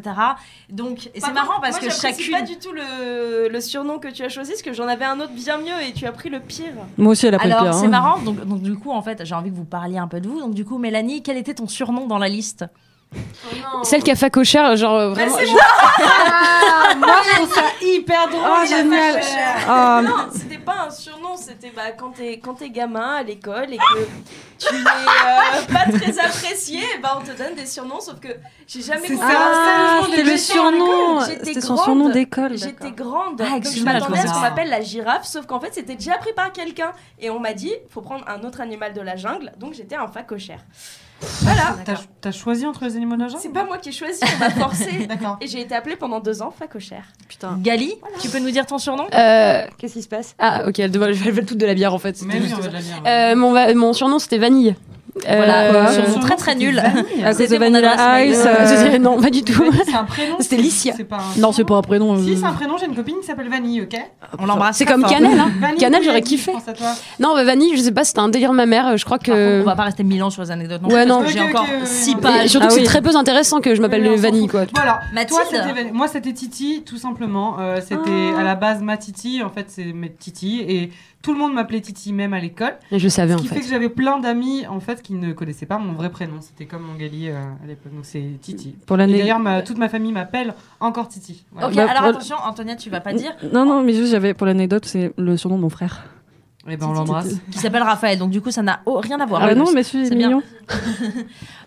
S5: Donc, et c'est
S6: Par
S5: marrant
S6: contre,
S5: parce
S6: moi,
S5: que
S6: j'apprécie
S5: chacune.
S6: pas du tout le, le surnom que tu as choisi parce que j'en avais un autre bien mieux et tu as pris le pire.
S7: Moi aussi, elle a pris
S5: Alors,
S7: le pire.
S5: c'est
S7: hein.
S5: marrant. Donc, donc, du coup, en fait, j'ai envie que vous parliez un peu de vous. Donc, du coup, Mélanie, quel était ton surnom dans la liste
S4: Celle qui a facochère, genre euh, vraiment.
S6: c'est
S4: je-
S1: Moi, je trouve ça hyper drôle.
S7: Oh,
S1: la
S7: génial.
S1: vache.
S7: Ah,
S6: Non, c'était pas un surnom, c'était bah, quand t'es quand t'es gamin à l'école et que tu n'es euh, pas très apprécié, bah on te donne des surnoms sauf que j'ai jamais
S1: C'est
S6: compris.
S7: Ah,
S1: Ah,
S7: c'était le
S6: J'étais en
S7: surnom.
S6: école, j'étais
S7: C'était son
S6: grande.
S7: surnom d'école.
S6: J'étais grande,
S5: Ah,
S6: donc je
S5: excuse-moi,
S6: m'attendais
S1: je
S6: à ce qu'on
S1: comprends.
S6: m'appelle la girafe, sauf qu'en fait c'était déjà pris par quelqu'un et on m'a dit faut prendre un autre animal de la jungle, donc j'étais un facochère. Voilà,
S1: T'as- T'as choisi entre les animaux nageants
S6: c'est pas moi qui ai choisi, on m'a forcé
S1: D'accord.
S6: et j'ai été appelée pendant deux ans facochère.
S1: Ah.
S7: Putain.
S5: Gali, tu peux nous dire ton surnom
S4: Euh,
S7: Qu'est-ce qui se passe
S4: Ah, ok, elle veulent elle veut toute de la bière en fait. c'était
S1: Mais oui,
S4: juste
S1: on veut
S4: ça.
S1: de la bière.
S4: Euh, mon, va- mon surnom c'était Vanille.
S5: Voilà,
S4: Euh,
S5: euh,
S1: Son
S5: surnom
S1: surnom,
S5: très, très
S1: c'était
S5: nul.
S1: Vanille.
S7: À cause de
S5: C'était mon
S7: Vanilla
S5: adresse
S7: Ice.
S1: mail.
S7: euh,
S4: je- Non, pas du tout.
S1: Vanille, C'est un prénom.
S4: C'était Licia.
S1: C'est pas un
S7: Non,
S1: surnom.
S7: c'est pas un prénom.
S1: Si, c'est
S7: euh,
S1: un prénom, j'ai une copine qui s'appelle Vanille, ok
S5: On l'embrasse.
S4: C'est
S5: très
S4: comme
S5: fort.
S4: Canel, hein.
S1: Vanille,
S4: Canal, j'aurais
S1: je
S4: kiffé.
S1: pense à toi.
S4: Non, mais Vanille, je sais pas, c'était un délire de ma mère. euh, Je crois
S5: Par contre,
S4: que.
S5: on va pas rester mille ans sur les anecdotes.
S4: Ouais,
S5: plus,
S4: non.
S5: parce que J'ai
S1: Ok, ok,
S5: encore
S1: ouais, ouais,
S5: six
S1: ouais.
S4: Et
S5: pages.
S4: surtout
S7: Ah
S4: que
S7: oui.
S4: c'est très peu intéressant que je m'appelle
S1: Mais on s'en
S4: Vanille,
S1: fout.
S4: quoi.
S1: Voilà. Toi,
S5: Mathilde.
S1: c'était Van- moi, c'était Titi, tout simplement. Euh, c'était
S7: Ah.
S1: à la base ma Titi. En fait, c'est mes Titi. Et tout le monde m'appelait Titi, même à l'école.
S4: Et Je savais
S1: Ce
S4: en
S1: qui fait.
S4: fait.
S1: que j'avais plein d'amis, en fait, qui ne connaissaient pas mon vrai prénom. C'était comme mon Gali euh, à l'époque. Donc, c'est Titi.
S7: Pour
S1: Et
S7: l'année.
S1: D'ailleurs, ma- toute ma famille m'appelle encore Titi. Voilà.
S5: Ok,
S7: Bah,
S5: alors
S7: pour-
S5: attention, Antonia, tu vas pas dire.
S7: Non, non, mais juste, j'avais pour l'anecdote, c'est le surnom de mon frère.
S1: Eh ben, on l'embrasse.
S5: Qui s'appelle Raphaël. Donc, du coup, ça n'a oh, rien à voir.
S7: Ah, non, mais c'est
S5: c'est bien.
S7: mignon.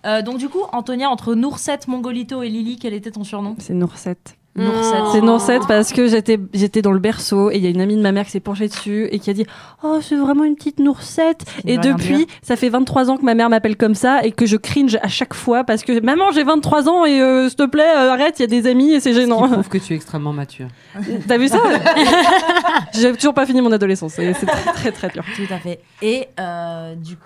S5: Euh, donc du coup, Antonia, entre Noursette, Mongolito et Lily, quel était ton surnom
S7: C'est Noursette.
S5: Noursette.
S7: C'est Noursette parce que j'étais j'étais dans le berceau et il y a une amie de ma mère qui s'est penchée dessus et qui a dit Oh, c'est vraiment une petite Noursette.
S5: qui
S7: Et
S5: ne veut rien
S7: depuis, ça fait 23 ans que ma mère m'appelle comme ça et que je cringe à chaque fois parce que Maman, j'ai 23 ans et euh, s'il te plaît, euh, arrête, il y a des amis et c'est
S1: Ce qui
S7: gênant.
S1: prouve que tu es extrêmement mature.
S7: T'as vu ça J'ai toujours pas fini mon adolescence et c'est très, très très dur.
S5: Tout à fait. Et euh, du coup,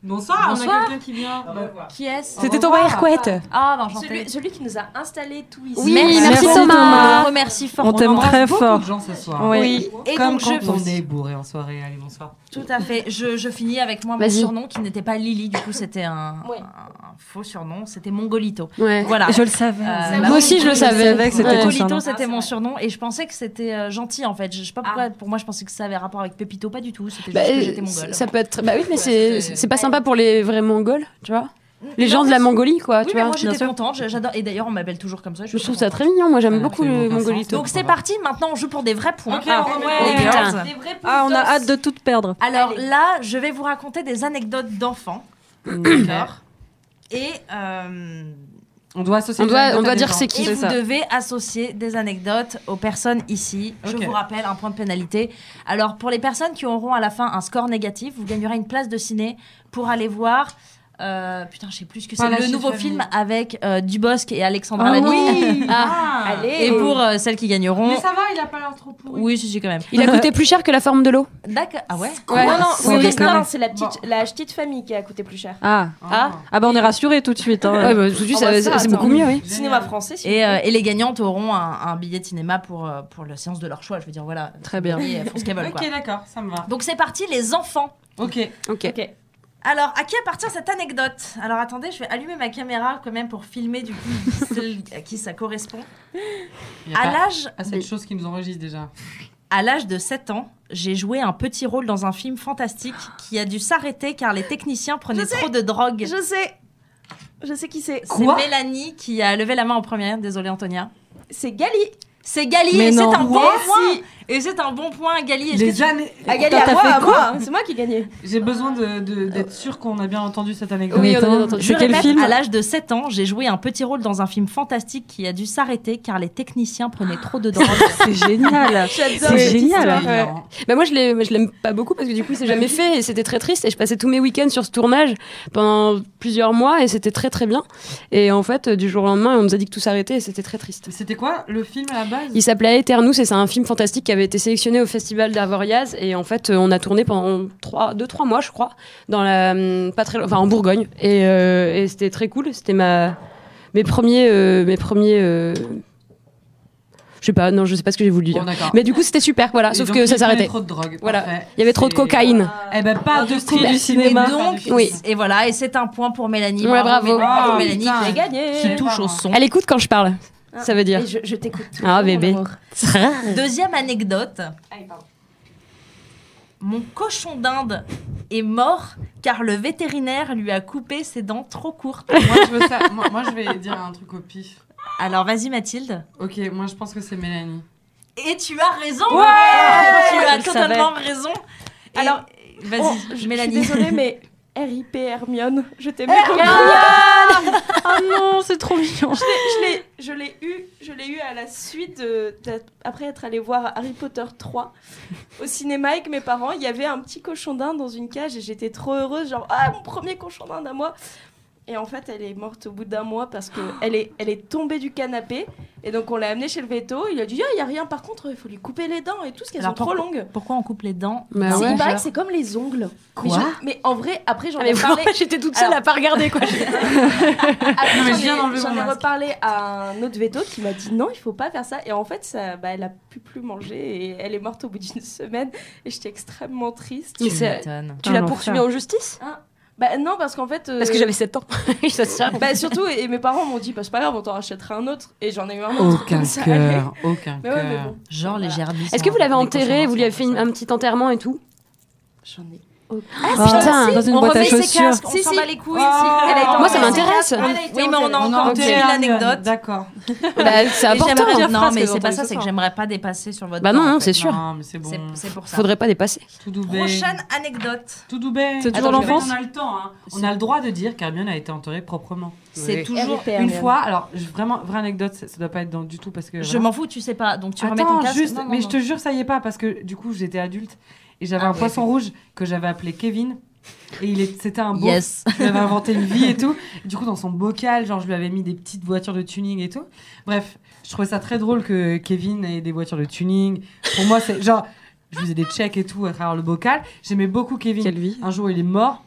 S1: Bonsoir,
S5: on a Bonsoir.
S1: quelqu'un qui vient.
S5: qui est-ce
S1: C'était ton
S7: couette
S5: Ah, bah, enchantée.
S6: Celui, celui qui nous a installé tout ici.
S4: Oui,
S5: merci,
S7: merci
S5: Thomas.
S7: Thomas.
S5: On te remercie fort.
S7: On t'aime
S5: embrasse.
S7: très
S1: beaucoup
S7: fort.
S1: de gens ce soir.
S7: Ouais.
S5: Oui. Et
S1: Comme
S5: donc
S1: quand
S5: je
S1: on est bourré en soirée. Allez, bonsoir.
S5: tout à fait. Je, je finis avec moi mon
S4: Vas-y.
S5: surnom qui n'était pas Lily. Du coup, c'était un,
S6: Ouais.
S5: un faux surnom. C'était Mongolito.
S4: Ouais.
S5: Voilà.
S7: Je le savais.
S5: Euh,
S6: Moi
S5: bah oui,
S4: aussi, je le savais.
S7: que c'était
S4: Ouais.
S7: ton
S5: Mongolito,
S7: surnom.
S5: c'était
S6: Ah,
S5: mon
S6: c'est vrai. Ah.
S5: surnom et je pensais que c'était euh, gentil en fait. Je, je sais pas pourquoi. Pour moi, je pensais que ça avait rapport avec Pépito, pas du tout. C'était juste
S4: Bah,
S5: que
S4: euh,
S5: j'étais mongole.
S4: ça peut être. Bah oui, mais
S5: Ouais,
S4: c'est
S5: c'est-
S4: c'est pas sympa pour les vrais Mongols, tu vois. Les
S5: Mm. Non,
S4: gens de
S5: mais
S4: la
S5: c'est-
S4: Mongolie, quoi,
S5: Oui,
S4: tu
S5: mais
S4: vois.
S5: moi j'étais
S4: Bien sûr.
S5: contente, je- j'adore. Et d'ailleurs, on m'appelle toujours comme ça.
S4: Je
S5: suis
S4: trouve ça
S5: contente.
S4: très mignon. Moi,
S1: Ça
S4: j'aime
S1: n'a
S4: beaucoup
S1: absolument
S4: le
S1: aucun sens.
S4: Mongolito.
S5: Donc c'est
S1: Voilà.
S5: parti, maintenant on joue pour des vrais points.
S1: Ok,
S5: Ah,
S1: on remet
S5: ouais,
S1: les
S5: putain.
S6: Des vrais poutos.
S7: Ah, on a hâte de tout perdre.
S5: Alors
S6: Allez.
S5: là, je vais vous raconter des anecdotes d'enfants. D'accord. Et, euh,
S1: On doit associer.
S4: On
S1: les
S4: doit,
S1: anecdotes
S4: on doit
S1: à des
S4: dire
S1: gens.
S4: c'est
S5: et
S4: qui.
S5: vous
S7: ça.
S5: devez associer des anecdotes aux personnes ici.
S1: Ok.
S5: Je vous rappelle un point de pénalité. Alors pour les personnes qui auront à la fin un score négatif, vous gagnerez une place de ciné pour aller voir. euh, putain, je sais plus ce que c'est.
S1: Pas la
S5: Le
S1: chute
S5: nouveau
S1: familiale.
S5: film avec euh, Dubosc et Alexandre
S7: Ah
S5: Lamy.
S7: oui.
S5: Ah.
S6: Allez.
S5: Et pour euh, celles qui gagneront.
S1: Mais ça va, il a pas l'air trop pourri.
S5: Oui, je suis quand même.
S4: Il a coûté plus cher que la forme de l'eau.
S5: D'accord. Ah ouais
S4: Ouais.
S6: Non, non,
S7: Ouais,
S6: oui,
S7: d'accord.
S6: non, c'est la petite, la petite famille qui a coûté plus cher.
S7: Ah.
S1: Ah.
S7: Ah bah on est rassuré tout de suite. hein.
S4: Ouais, bah, tout de suite,
S6: Ah bah,
S4: ça-
S6: ça,
S4: c'est
S6: attends.
S4: beaucoup mieux, oui.
S1: Génial.
S6: Cinéma français, si
S5: Et, euh, et les gagnantes auront un, un billet de cinéma pour, euh, pour la séance de leur choix. Je veux dire, voilà.
S7: Très bien.
S5: Et elles font ce qu'elles veulent, quoi.
S1: Ok, d'accord, ça me va.
S5: Donc c'est parti, les enfants.
S1: Ok.
S4: Ok.
S5: Alors, à qui appartient cette anecdote Alors attendez, je vais allumer ma caméra quand même pour filmer du coup celle à qui ça correspond.
S1: Il y a
S5: À
S1: pas-
S5: l'âge,
S1: à cette chose qui nous enregistre déjà.
S5: à l'âge de 7 ans, j'ai joué un petit rôle dans un film fantastique qui a dû s'arrêter car les techniciens prenaient
S6: sais.
S5: trop de drogue.
S6: Je sais. Je sais qui c'est.
S5: C'est
S1: Quoi
S5: Mélanie qui a levé la main en première. Désolée, Antonia.
S6: C'est Gali.
S5: C'est Gali
S7: Mais
S5: et c'est
S7: non.
S5: un bon
S6: Merci.
S5: Et c'est un bon point, Gali. Est-ce que
S1: Les
S5: tu-
S1: années.
S6: À gagner
S7: T'as
S6: à moi,
S7: fait
S6: à
S7: quoi
S6: moi. C'est moi qui ai gagné.
S1: J'ai besoin de- de- d'être sûr qu'on a bien entendu cette anecdote.
S4: Oui, on a bien
S1: Attends.
S4: entendu.
S5: Je
S7: C'est quel
S5: répète,
S7: film
S5: à l'âge de 7 ans, j'ai joué un petit rôle dans un film fantastique qui a dû s'arrêter car les techniciens prenaient trop de drogue.
S7: C'est génial.
S6: J'adore.
S7: C'est
S6: cette
S7: génial.
S6: histoire.
S1: Brillant.
S4: Bah moi je l'ai- je l'aime pas beaucoup parce que du coup c'est jamais fait et c'était très triste et je passais tous mes week-ends sur ce tournage pendant plusieurs mois et c'était très très bien et en fait euh, du jour au lendemain on nous a dit que tout s'arrêtait et c'était très triste.
S1: Mais C'était quoi le film à la base
S4: Il s'appelait Eternus et c'est un film fantastique qui avait été sélectionné au festival d'Arvoriaz et en fait euh, on a tourné pendant 3 2 3 mois je crois dans la hum, pas très lo- enfin en Bourgogne et, euh, et c'était très cool, c'était ma mes premiers euh, mes premiers euh, je sais pas non je sais pas ce que j'ai voulu dire.
S1: Bon, d'accord.
S4: Mais du coup c'était super voilà
S1: Et
S4: sauf
S1: donc,
S4: que
S1: il
S4: ça
S1: prenait
S4: s'arrêtait.
S1: trop de drogue.
S4: Voilà.
S1: parfait.
S4: Il y avait trop de
S1: C'est-
S4: cocaïne.
S1: Eh ben, pas de
S7: coup,
S1: style
S7: du cinéma.
S5: Et donc,
S4: Oui.
S5: et voilà, et c'est un point pour Mélanie.
S4: Ouais, bravo.
S5: Mélanie,
S1: Ah,
S5: Mélanie,
S1: putain.
S5: qui-
S6: J'ai gagné.
S5: qui touche au son.
S4: Elle écoute quand je parle. Ça veut dire.
S6: Et Je, je t'écoute. toujours,
S4: Ah,
S6: mon
S4: bébé.
S6: amour.
S5: Deuxième anecdote.
S1: Ah,
S6: Aïe, pardon.
S5: Mon cochon d'Inde est mort car le vétérinaire lui a coupé ses dents trop courtes.
S1: moi, je veux ça- moi- moi, je vais dire un truc au pif.
S5: Alors vas-y Mathilde.
S1: Ok, moi je pense que c'est Mélanie.
S5: Et tu as raison.
S6: Ouais
S5: tu as
S7: Je
S5: totalement raison. Et-
S6: Alors,
S5: vas-y
S6: Oh, je- Je
S5: Mélanie.
S6: suis désolée, mais RIP Hermione, je t'aimais beaucoup.
S7: Ah non, c'est trop mignon.
S6: Je l'ai- Je l'ai eu, je l'ai eu à la suite de- d'a- après être allée voir Harry Potter 3 au cinéma avec mes parents. Il y avait un petit cochon d'Inde dans une cage et j'étais trop heureuse, genre ah mon premier cochon d'Inde à moi. Et en fait, elle est morte au bout d'un mois parce que elle est, elle est tombée du canapé. Et donc on l'a amenée chez le veto. Il a dit ah il y a rien par contre, il faut lui couper les dents et tout parce qu'elles sont
S5: Alors,
S6: trop
S5: pourquoi- Ah
S6: longues.
S5: Pourquoi on coupe les dents
S4: Bah
S6: C'est-
S4: ouais.
S6: il paraît que c'est comme les ongles. mais,
S5: Quoi
S6: je- mais en vrai, après j'en
S4: Ah,
S6: ai
S4: mais
S6: parlé.
S4: vraiment, j'étais toute seule
S6: Alors-
S4: à pas regarder quoi.
S6: Après,
S1: Non, mais
S6: Ah, j'en
S1: je viens
S6: ai-
S1: d'enlever
S6: j'en
S1: mon
S6: ai,
S1: masque.
S6: reparlé à un autre veto qui m'a dit non, il faut pas faire ça. Et en fait, ça, bah, elle a pu plus manger et elle est morte au bout d'une semaine. Et j'étais extrêmement triste.
S4: Mais
S5: Tu
S4: c'est-
S5: m'étonnes.
S4: Tu
S7: Ah,
S4: l'as
S7: l'enfer.
S4: poursuivie en justice
S6: Bah non, parce qu'en fait. euh,
S4: Parce que j'avais 7 ans. Ça se tient.
S6: Bah surtout, et, et mes parents m'ont dit, bah c'est pas grave, on t'en rachètera un autre. Et j'en ai eu un autre.
S1: Aucun
S6: ça allait.
S1: cœur, aucun
S6: Mais ouais, mais
S1: cœur.
S6: bon.
S5: Genre les
S6: Voilà.
S5: gerbils.
S4: Est-ce que vous l'avez
S5: les
S4: enterré
S5: cochons
S4: Vous lui avez
S5: d'Inde
S4: fait
S5: sont
S4: une- un petit enterrement et tout
S6: J'en ai.
S5: Ah,
S4: Oh, putain.
S7: dans une
S5: on
S7: boîte à
S5: remet ses
S7: chaussures.
S5: casques, on
S6: Si,
S5: s'en
S6: si.
S5: bat les couilles.
S1: Oh.
S5: si. Elle a été
S1: Moi,
S5: enterrée,
S1: ça
S5: ses
S4: m'intéresse.
S5: casques.
S6: Ah, elle a été
S5: Oui, mais on
S6: enterrée.
S5: a
S6: On a
S5: encore
S1: enterré
S5: entendu
S1: Hermione,
S5: l'anecdote.
S1: D'accord.
S4: Bah, C'est
S5: Et
S4: important.
S5: j'aimerais-
S7: Genre
S5: Non,
S7: phrase
S5: mais
S7: que
S5: c'est pas
S7: vous entendez
S5: ça,
S7: ce
S5: c'est que
S7: soir.
S5: j'aimerais pas dépasser sur votre.
S4: Bah non,
S5: temps, en
S4: non,
S5: fait.
S4: c'est sûr.
S1: Non, mais c'est bon.
S5: C'est c'est pour ça.
S4: Faudrait pas dépasser.
S1: Tout doubé.
S5: Prochaine anecdote.
S1: Tout doubé.
S7: C'est toujours
S1: Attends, je vais-
S7: l'enfance
S1: On a le temps. hein. On a le droit de dire qu'Hermione a été enterrée proprement.
S5: C'est toujours.
S6: RIP,
S1: Une
S6: Hermione.
S1: fois, alors je- vraiment, vraie anecdote, ça, ça doit pas être dans du tout parce que.
S5: Je
S1: vraiment-
S5: m'en fous, tu sais pas. Donc tu remets ton
S1: Attends,
S5: casque.
S1: juste,
S5: Non, non,
S1: mais
S5: non.
S1: je te jure, ça y est pas, parce que du coup, j'étais adulte et j'avais
S5: Ah
S1: un
S5: oui,
S1: poisson rouge que j'avais appelé Kevin. Et il est- c'était un beau.
S5: Yes.
S1: Il avait inventé une vie et tout. Du coup, dans son bocal, genre, je lui avais mis des petites voitures de tuning et tout. Bref, je trouvais ça très drôle que Kevin ait des voitures de tuning. Pour moi, c'est genre, je faisais des checks et tout à travers le bocal. J'aimais beaucoup Kevin.
S7: Quelle vie.
S1: Un jour, il est mort.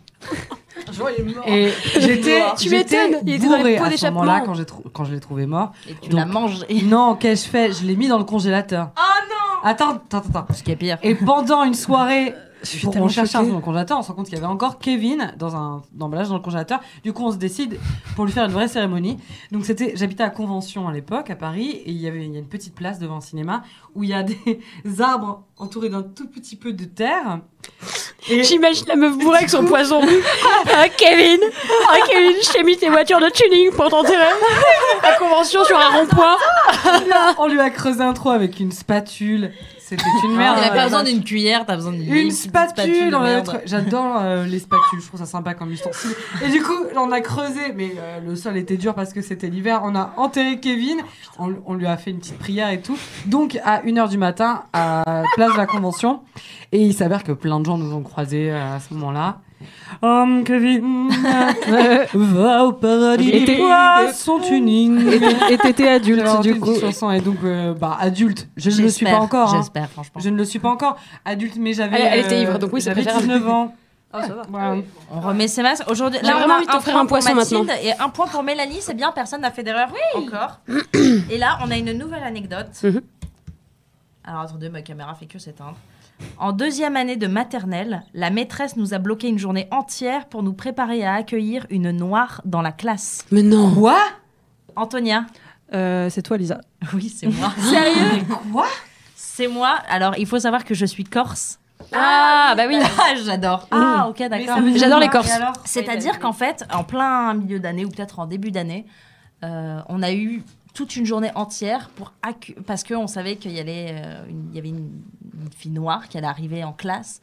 S1: Et j'étais,
S4: Tu
S1: j'étais
S4: m'étonnes, il était dans les
S1: bourré
S4: pots
S1: à ce
S4: d'échappement.
S1: moment-là quand j'ai trou- quand je l'ai trouvé mort.
S5: Et tu
S1: Donc-
S5: la manges. Et...
S1: Non, qu'ai-je fait Je l'ai mis dans le congélateur.
S6: Ah non
S1: Attends, attends, attends.
S5: Ce qui est pire.
S1: Et pendant une soirée,
S7: suis
S1: pour- on
S7: tellement
S1: cherche
S7: choquée.
S1: dans le congélateur, on se rend compte qu'il y avait encore Kevin dans un emballage dans le congélateur. Du coup, on se décide pour lui faire une vraie cérémonie. Donc, c'était, j'habitais à Convention à l'époque, à Paris, et il y avait il y a une petite place devant un cinéma où il y a des arbres entourés d'un tout petit peu de terre. Et
S4: J'imagine la meuf bourrée avec son poison rouge. Ah, Kevin Ah, Kevin, je t'ai mis tes voitures de tuning pour t'enterrer. À convention sur un rond-point.
S1: on lui a creusé un trou avec une spatule. C'était une merde.
S5: T'avais pas besoin d'une cuillère, t'as besoin d'une
S1: Une
S5: petite
S1: spatule,
S5: de
S1: on avait
S5: merde.
S1: tr- j'adore euh, les spatules, je trouve ça sympa comme ustensile. Et du coup, on a creusé, mais euh, le sol était dur parce que c'était l'hiver. On a enterré Kevin, on, on lui a fait une petite prière et tout. Donc à 1h du matin, à place de la Convention. Et il s'avère que plein de gens nous ont croisés euh, à ce moment-là. Homme Kevin euh, va au paradis.
S7: Et t'es-
S1: Bois son tuning.
S7: Et t'étais adulte,
S1: J'avais inventé
S7: du
S1: une
S7: coup.
S1: petite chanson, et donc euh, bah adulte, je ne le suis pas
S5: J'espère,
S1: encore. hein.
S5: J'espère, franchement.
S1: Je ne le suis pas encore adulte, mais j'avais.
S4: Elle- elle était
S1: euh,
S4: ivre, donc oui, c'est
S1: J'avais
S4: préférable.
S1: 19 ans.
S7: Ah, ça va.
S1: Voilà.
S5: On remet ses masques. Aujourd'hui,
S4: J'ai vraiment
S5: on a
S4: envie de t'offrir
S5: point
S4: un
S5: pour
S4: poisson
S5: Mathilde Et un point pour Mélanie, c'est bien, personne n'a fait d'erreur encore. et là, on a une nouvelle anecdote.
S4: Mhm.
S5: Alors attendez, ma caméra fait que s'éteindre. En deuxième année de maternelle, la maîtresse nous a bloqué une journée entière pour nous préparer à accueillir une noire dans la classe.
S4: Mais non.
S1: Quoi
S5: Antonia
S7: Euh, c'est toi, Lisa.
S5: Oui, c'est moi.
S1: Sérieux Quoi
S5: c'est moi. Alors, il faut savoir que je suis corse.
S4: Ah, bah oui.
S5: Ah, j'adore. Ah, ok, d'accord.
S4: J'adore les Corses.
S5: C'est-à-dire qu'en fait, en plein milieu d'année, ou peut-être en début d'année, euh, on a eu toute une journée entière pour accu- parce qu'on savait qu'il y, allait, euh, une- il y avait une, une fille noire qui allait arriver en classe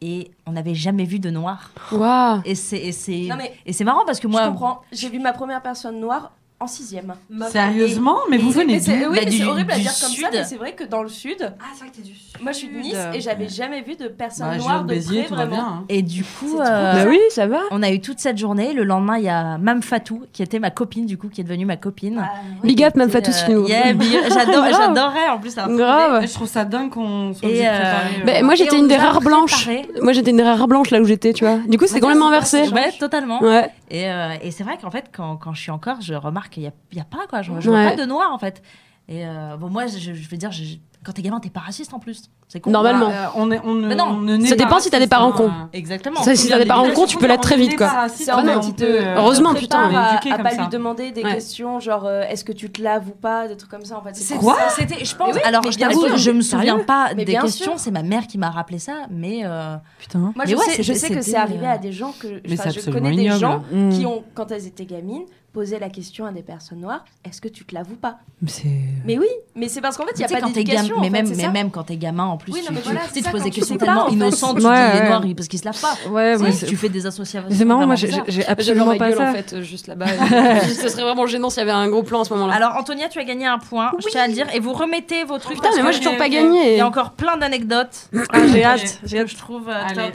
S5: et on n'avait jamais vu de noir.
S4: Waouh.
S5: Et c'est et c'est
S6: Non, mais-
S5: et c'est marrant parce que
S6: Moi,
S5: moi
S6: je comprends. J'ai vu ma première personne noire en sixième.
S1: Sérieusement Mais vous
S6: Et-
S1: venez
S6: mais
S1: d'où
S6: c'est- Oui,
S5: Bah,
S6: mais
S5: du-
S6: c'est horrible à
S5: du
S6: dire comme ça,
S5: sud.
S6: mais c'est vrai que dans le sud,
S3: Ah, c'est vrai que t'es du sud.
S6: moi je suis de Nice et j'avais jamais vu de personne
S1: Bah, je viens
S6: noire
S1: de
S6: de
S1: Béziers,
S6: près
S1: tout va bien.
S6: vraiment.
S1: hein.
S5: et du coup
S6: trop
S5: euh,
S4: Bah oui, ça va.
S5: on a eu toute cette journée. Le lendemain, il y a Mam Fatou qui était ma copine du coup qui est devenue ma copine.
S3: Ah, ouais.
S4: Big up, même pas
S5: Euh,
S4: tous nous.
S5: yeah, big up. J'adore-
S4: Grave.
S5: j'adorais en plus. la retrouver.
S4: Grave.
S1: Ouais, Je trouve ça dingue qu'on soit
S5: Et,
S1: obligé de préparer,
S5: euh,
S1: euh,
S4: Bah, moi,
S5: Et
S4: j'étais
S5: on
S4: une des
S5: nous a
S4: rares blanches.
S5: préparé.
S4: Moi, j'étais une des rares blanches là où j'étais, tu vois. Du coup, Ah, c'est complètement inversé.
S5: Ouais, totalement.
S4: Ouais.
S5: Et, euh, et c'est vrai qu'en fait, quand, quand je suis encore, je remarque qu'il n'y a, il y a pas, quoi. Je, je vois
S4: Ouais.
S5: pas de noir, en fait. Et euh, bon, moi, je, je veux dire, je- je- quand t'es gamin, t'es pas raciste en plus. C'est con.
S4: Normalement.
S1: euh, on est, on ne-
S5: Mais non,
S1: on ne naît
S4: ça
S1: pas
S4: dépend si t'as des
S1: raciste,
S4: parents
S1: hein.
S4: cons.
S5: Exactement.
S4: Ça, si t'as des parents cons, tu peux l'être très vite,
S1: On est
S4: quoi. Ah
S1: pas raciste,
S6: C'est en
S1: mais
S6: mode
S1: on
S6: un
S1: peut, euh,
S4: Heureusement,
S6: On
S1: se
S4: putain,
S1: prépare
S4: on
S1: à-
S6: prépare
S1: éduqué
S6: à,
S1: comme
S6: pas
S1: ça.
S6: lui demander des
S4: Ouais.
S6: questions genre euh, est-ce que tu te laves ou pas, des trucs comme ça en fait. C'est-
S5: C'est-
S1: Quoi
S5: C'était, je pense.
S6: Mais oui,
S5: alors,
S6: mais
S5: je
S6: bien
S5: t'avoue,
S6: sûr.
S5: je me souviens
S4: Sérieux
S5: pas
S6: Mais
S5: des
S6: bien
S5: questions.
S6: sûr.
S5: C'est ma mère qui m'a rappelé ça, mais euh,
S7: Putain.
S6: Moi
S5: Mais
S6: je
S5: ouais,
S6: sais, je
S5: c'était-
S6: sais que c'est
S5: c'était,
S6: arrivé
S5: euh,
S6: à des gens que
S1: Mais
S6: enfin,
S1: c'est
S6: je
S1: absolument
S6: connais des
S1: ignoble. hein.
S6: gens
S7: Mm.
S6: qui ont quand elles étaient gamines posé la question à des personnes noires est-ce que tu te laves ou pas
S7: Mais c'est.
S3: Mm.
S6: Mais oui, mais c'est parce qu'en fait
S5: tu
S6: il y a
S5: sais,
S6: pas
S5: quand t'es gamin,
S6: d'éducation. en
S5: mais
S6: fait,
S5: même,
S6: c'est
S5: mais
S6: ça.
S5: même quand t'es gamin, en plus,
S6: Oui, non,
S5: tu,
S6: mais
S5: tu-
S6: voilà,
S5: tu sais,
S6: c'est
S5: tu
S6: ça,
S5: poses
S6: quand
S5: des
S6: tu
S5: questions
S6: sais pas,
S5: tellement
S6: en fait.
S5: innocentes, tu
S7: Ouais,
S5: dis les
S7: ouais.
S5: noirs, ils- parce qu'ils se lavent pas.
S7: Ouais,
S5: Tu
S7: mais
S5: sais,
S7: c'est-
S5: tu fais des associations.
S7: c'est marrant,
S5: vraiment
S7: moi j'ai
S5: bizarres.
S7: j'ai
S4: Ah, J'avais
S7: absolument
S4: ma
S7: pas
S4: gueule,
S7: ça.
S4: en fait, euh, juste là-bas. Ce serait vraiment gênant s'il y avait un gros plan à ce moment-là.
S5: Alors Antonia, tu as gagné un point, je tiens à le dire, et vous remettez vos trucs.
S4: Putain,
S5: parce
S4: mais moi
S5: que
S4: j'ai toujours pas
S5: Il y
S4: gagné.
S5: a encore plein d'anecdotes. Ah,
S7: j'ai hâte, j'ai hâte.
S5: Je trouve euh,
S1: Allez.
S5: top.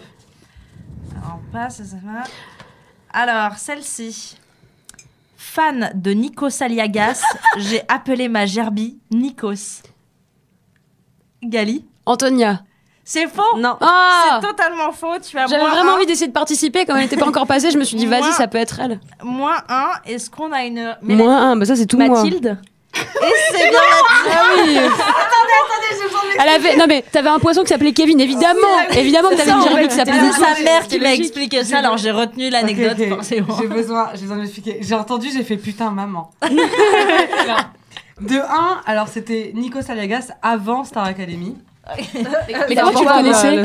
S5: Alors, on passe à ça. Alors, celle-ci. Fan de Nikos Aliagas, j'ai appelé ma gerbie Nikos. Gali.
S4: Antonia.
S5: C'est faux
S7: Non.
S4: Ah
S5: C'est totalement faux, tu as
S4: J'avais
S5: moins
S4: vraiment
S5: un,
S4: envie d'essayer de participer, comme elle n'était pas encore passée, je me suis dit vas-y,
S5: Moi-
S4: ça peut être elle.
S5: moins un. Est-ce qu'on a une... Mais-
S4: Moins un, bah ça c'est tout moi.
S5: Mathilde Et c'est bien
S4: Ah oui Elle avait non mais t'avais un poisson qui s'appelait Kevin évidemment évidemment que t'avais une gerbille qui s'appelait
S5: C'est
S1: logique,
S5: sa mère
S1: c'était
S5: qui m'a
S1: logique.
S5: expliqué ça, alors j'ai retenu l'anecdote
S1: Ok, ok.
S5: forcément.
S1: J'ai besoin, j'ai besoin de m'expliquer. J'ai entendu, j'ai fait putain maman. de 1, alors c'était Nikos Aliagas avant Star Academy.
S4: Mais comment tu connaissais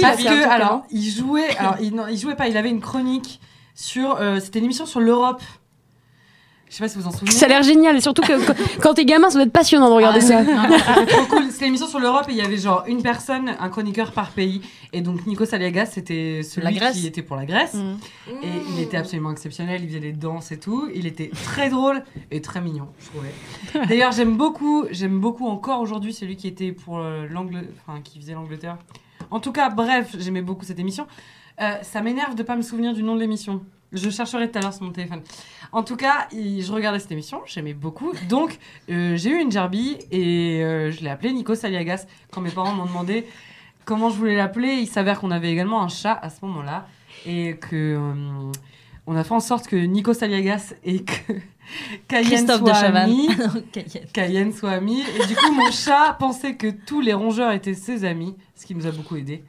S1: Parce que, alors, il jouait, alors, il, non, il jouait pas, il avait une chronique sur, euh, c'était une émission sur l'Europe. Je sais pas si vous en souvenez.
S4: Ça a l'air génial, surtout que quand- quand t'es gamin, ça doit être passionnant de regarder ça.
S1: C'était trop cool. C'était l'émission sur l'Europe et il y avait genre une personne, un chroniqueur par pays. Et donc Nikos Aliagas, c'était
S5: La
S1: celui
S5: Grèce.
S1: qui était pour la Grèce.
S7: Mhm.
S1: Et il était absolument exceptionnel. Il faisait les danses et tout. Il était très drôle et très mignon, je trouvais. D'ailleurs, j'aime beaucoup, j'aime beaucoup encore aujourd'hui celui qui était pour euh, l'Angleterre, enfin qui faisait l'Angleterre. En tout cas, bref, j'aimais beaucoup cette émission. Euh, ça m'énerve de pas me souvenir du nom de l'émission. Je chercherai tout à l'heure sur mon téléphone. En tout cas, il- je regardais cette émission, j'aimais beaucoup. Donc, euh, j'ai eu une gerbille et euh, je l'ai appelée Nikos Aliagas. Quand mes parents m'ont demandé comment je voulais l'appeler, il s'avère qu'on avait également un chat à ce moment-là et que euh, on a fait en sorte que Nikos Aliagas et que Cayenne
S5: Christophe de
S1: soient
S5: Chavannes.
S1: amis.
S5: Ok.
S1: Cayenne soit ami. Et du coup, mon chat pensait que tous les rongeurs étaient ses amis, ce qui nous a beaucoup aidé.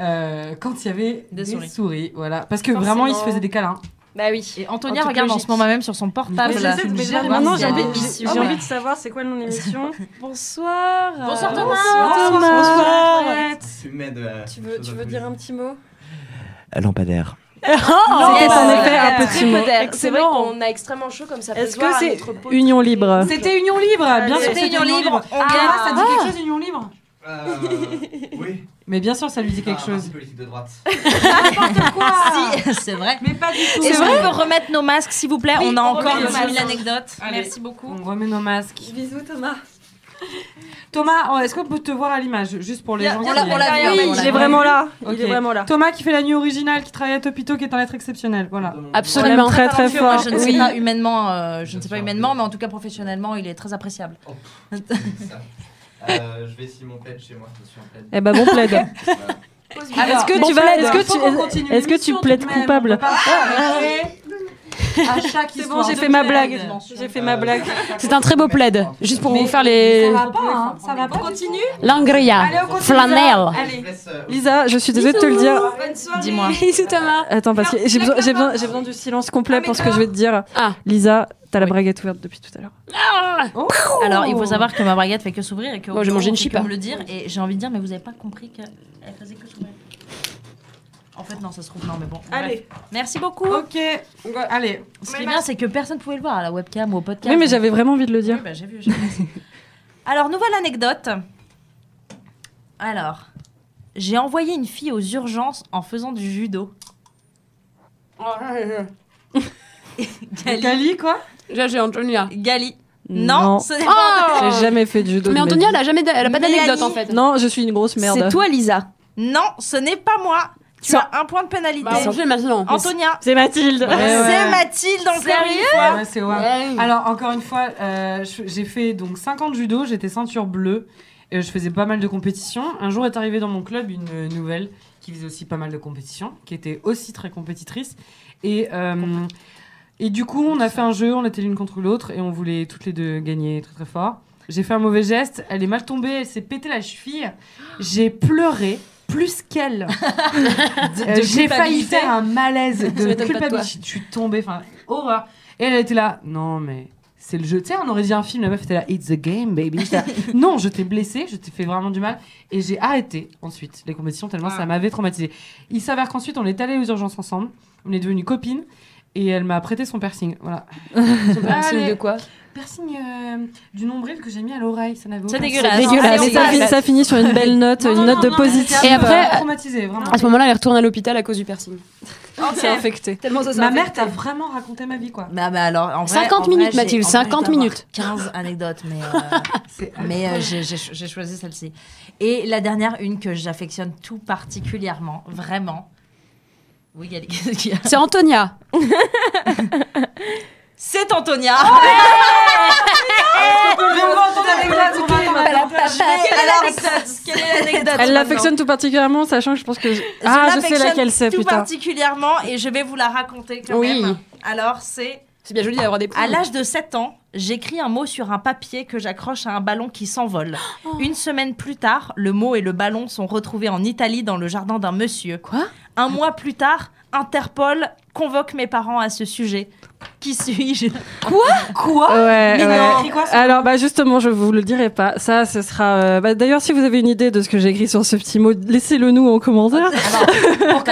S1: Euh, quand il y avait
S5: Des
S1: des,
S5: souris.
S1: souris. voilà, parce que vraiment ils se
S6: Forcément.
S1: faisaient des câlins.
S6: Bah oui.
S5: Et Antonia
S1: Un truc
S5: regarde en
S1: logique.
S5: ce moment même sur son portable. hein.
S1: Oui, je sais, mais j'ai
S5: Vraiment
S1: remarqué.
S7: Maintenant, j'ai
S5: bien.
S7: envie, j'ai- j'ai
S5: Ouais.
S7: envie de savoir c'est quoi le nom de l'émission. Bonsoir.
S5: Bonsoir,
S7: Euh,
S5: Thomas.
S7: Bonsoir Thomas.
S8: Tu m'aides. euh,
S7: Tu veux,
S8: chose
S7: tu
S8: à
S7: veux
S8: plus.
S7: dire un petit mot
S8: Lampadaire.
S7: Oh, C'était
S5: yes.
S7: en effet un
S6: Très
S7: petit
S6: peu
S7: mot.
S6: d'air. C'est vrai
S7: Excellent.
S6: qu'on a extrêmement chaud comme ça. peut se
S7: Est-ce que
S6: voir à
S7: c'est
S6: notre peau.
S7: Union Libre
S1: C'était Union Libre, bien sûr.
S5: C'était Union Libre. On
S1: Ah,
S5: gagne.
S1: ça dit quelque chose Union Libre
S8: Euh, oui.
S1: Mais bien sûr, ça lui dit
S8: C'est un
S1: quelque chose. Ah,
S8: parti politique de droite.
S5: Ah, Si, c'est vrai.
S1: Mais pas du tout.
S5: Est-ce qu'on peut remettre nos masques, s'il vous plaît
S6: Oui,
S5: On a
S6: on
S5: encore
S6: remet nos
S5: une
S6: masques.
S5: anecdote.
S1: Allez.
S5: Merci beaucoup.
S1: On remet nos masques.
S7: Bisous Thomas.
S1: Thomas, oh, est-ce qu'on peut te voir à l'image Juste pour les gens.
S5: on
S1: qui-
S5: l'a- on l'a vu,
S7: Oui,
S5: on l'a
S7: il
S5: vu.
S7: est vraiment là. Il est
S1: Ok.
S7: vraiment là.
S1: Thomas qui fait la nuit originale, qui travaille à Topito, qui est un être exceptionnel. Voilà.
S8: Absolument.
S4: Absolument.
S7: très très
S5: Talentueux, moi,
S7: fort.
S5: je ne sais
S7: Oui.
S5: pas humainement, euh, je ne sais pas
S8: Bien sûr.
S5: humainement, mais en tout cas professionnellement, il est très appréciable.
S8: Euh, je vais essayer mon plaid chez moi. Je suis en plaid.
S7: Eh ben bon plaid.
S8: Voilà.
S7: Est-ce que
S1: Bon,
S7: tu vas
S1: Fred,
S7: est-ce que
S1: faut qu'on
S7: tu
S1: continue
S7: est-ce que tu
S1: l'émission
S7: plaides
S1: tout de même, on
S7: coupable
S1: peut pas s'arrêter. À chaque
S7: C'est bon,
S1: histoire
S7: j'ai
S1: de
S7: fait ma
S1: plaid.
S7: blague.
S5: Mention.
S7: J'ai fait
S8: Euh,
S7: ma blague.
S4: C'est un très beau plaid, juste pour
S1: Mais-
S4: vous faire
S1: Ça
S4: les
S1: va pas, hein, ça va pas.
S6: Continue.
S4: l'angria,
S1: on continue.
S4: flanelle.
S8: Je vous
S6: Allez.
S8: laisse, euh,
S7: Lisa, je suis désolée de te le dire.
S6: Bonne soirée.
S5: Dis-moi.
S4: Bisous Thomas.
S7: Attends parce que j'ai
S6: Non,
S7: besoin
S6: claque
S7: j'ai
S6: pas.
S7: besoin j'ai besoin du silence complet
S6: Ah, mais
S7: pour ce que je vais te dire.
S4: Ah.
S7: Lisa, t'as la braguette ouverte depuis tout à l'heure.
S5: Alors, il faut savoir que ma braguette fait que s'ouvrir et que
S4: Moi, j'ai mangé une
S5: on fait
S4: chipa.
S5: que me le dire et j'ai envie de dire mais vous avez pas compris qu'elle faisait que s'ouvrir. En fait, non, ça se trouve, non, mais bon.
S1: Allez.
S5: Bref. Merci beaucoup.
S1: Ok, allez.
S5: Ce qui est bien, c'est que personne pouvait le voir à la webcam ou au podcast.
S7: Oui, mais j'avais vraiment envie de le dire.
S5: Oui, bah, j'ai vu, j'ai vu. Alors, nouvelle anecdote. Alors, j'ai envoyé une fille aux urgences en faisant du judo. Gali.
S1: Cali, quoi
S4: Là, j'ai Antonia.
S5: Gali. Non, ce n'est pas.
S4: Oh
S7: J'ai jamais fait de judo. de
S4: mais
S7: ma
S4: Antonia,
S7: vie.
S4: elle a, jamais, elle a pas
S5: Mélanie.
S4: d'anecdote en fait.
S7: Non, je suis une grosse merde.
S5: C'est toi, Lisa. Non, ce n'est pas moi. Tu
S7: Ça-
S5: as un point de pénalité.
S4: Bah, Angèle, maintenant.
S5: Antonia.
S7: C'est Mathilde.
S1: Ouais, ouais.
S5: C'est Mathilde encore une fois.
S1: Ouais, c'est ouais. Alors, encore une fois, euh, je- j'ai fait donc 5 ans de judo, j'étais ceinture bleue, et je faisais pas mal de compétitions. Un jour est arrivée dans mon club une euh, nouvelle qui faisait aussi pas mal de compétitions, qui était aussi très compétitrice. Et, euh, et du coup, on a fait un jeu, on était l'une contre l'autre, et on voulait toutes les deux gagner très très fort. J'ai fait un mauvais geste, elle est mal tombée, elle s'est pété la cheville. J'ai pleuré plus qu'elle. Euh, J'ai failli
S5: culpabilité.
S1: faire un malaise de
S4: m'étonne pas de
S1: culpabilité.
S4: toi.
S1: Je suis tombée, enfin, horreur. Et elle était là, non mais c'est le jeu. Tu sais, on aurait dit un film, la meuf était là, it's the game, baby. J'étais là, non, je t'ai blessée, je t'ai fait vraiment du mal. Et j'ai arrêté ensuite les compétitions tellement ça m'avait traumatisée. Il s'avère qu'ensuite, on est allé aux urgences ensemble, on est devenues copines. Et elle m'a prêté son piercing, voilà. Son
S4: Signe
S1: Allez,
S4: de quoi
S1: piercing euh, du nombril que j'ai mis à l'oreille, ça n'avait
S5: C'est
S1: aucun sens.
S5: dégueulasse.
S7: Dégueulasse.
S5: Allez,
S7: Mais
S5: on
S7: ça,
S5: passe.
S7: finit- ça finit sur une belle note,
S1: Non,
S7: une
S1: non,
S7: note
S1: non,
S7: de
S1: non,
S7: positive.
S1: j'étais
S4: Et après- Ah,
S1: vraiment traumatisée, vraiment.
S4: À ce moment-là, elle retourne à l'hôpital à cause du piercing. Oh,
S7: c'est infecté.
S4: Tellement ça
S1: Ma mère t'a vraiment raconté ma vie, quoi.
S5: Bah, bah, alors, en vrai-
S4: 50
S5: en vrai,
S4: minutes,
S5: j'ai-
S4: Mathilde,
S5: en vrai,
S4: 50
S5: je dois avoir
S4: minutes.
S5: 15 anecdotes, mais, euh,
S1: C'est
S5: mais euh, j'ai- j'ai j'ai choisi celle-ci. Et la dernière, une que j'affectionne tout particulièrement, vraiment. Oui, Gali, qu'est-ce qu'il y a
S4: C'est Antonia.
S5: C'est Antonia Quelle est l'anecdote
S7: Elle l'affectionne tout particulièrement, sachant que je pense que.
S5: Je
S7: Ah, je sais
S5: l'affectionne
S7: laquelle c'est,
S5: tout
S7: putain.
S5: particulièrement et je vais vous la raconter quand
S4: Oui.
S5: même. Alors, c'est
S4: C'est bien joli d'avoir des
S5: À l'âge de 7 ans, j'écris un mot sur un papier que j'accroche à un ballon qui s'envole.
S7: Oh.
S5: Une semaine plus tard, le mot et le ballon sont retrouvés en Italie dans le jardin d'un monsieur.
S4: Quoi
S5: Un mois plus tard, Interpol convoque mes parents à ce sujet. Qui suis-je
S1: Quoi
S7: Ouais,
S1: Mais
S7: ouais.
S1: non. Écris quoi, ça
S7: Alors, bah, justement, je vous le dirai pas. Ça, ce sera. euh, bah, D'ailleurs, si vous avez une idée de ce que j'ai écrit sur ce petit mot, laissez-le nous en
S5: Ah,
S7: commentaire.
S5: Pour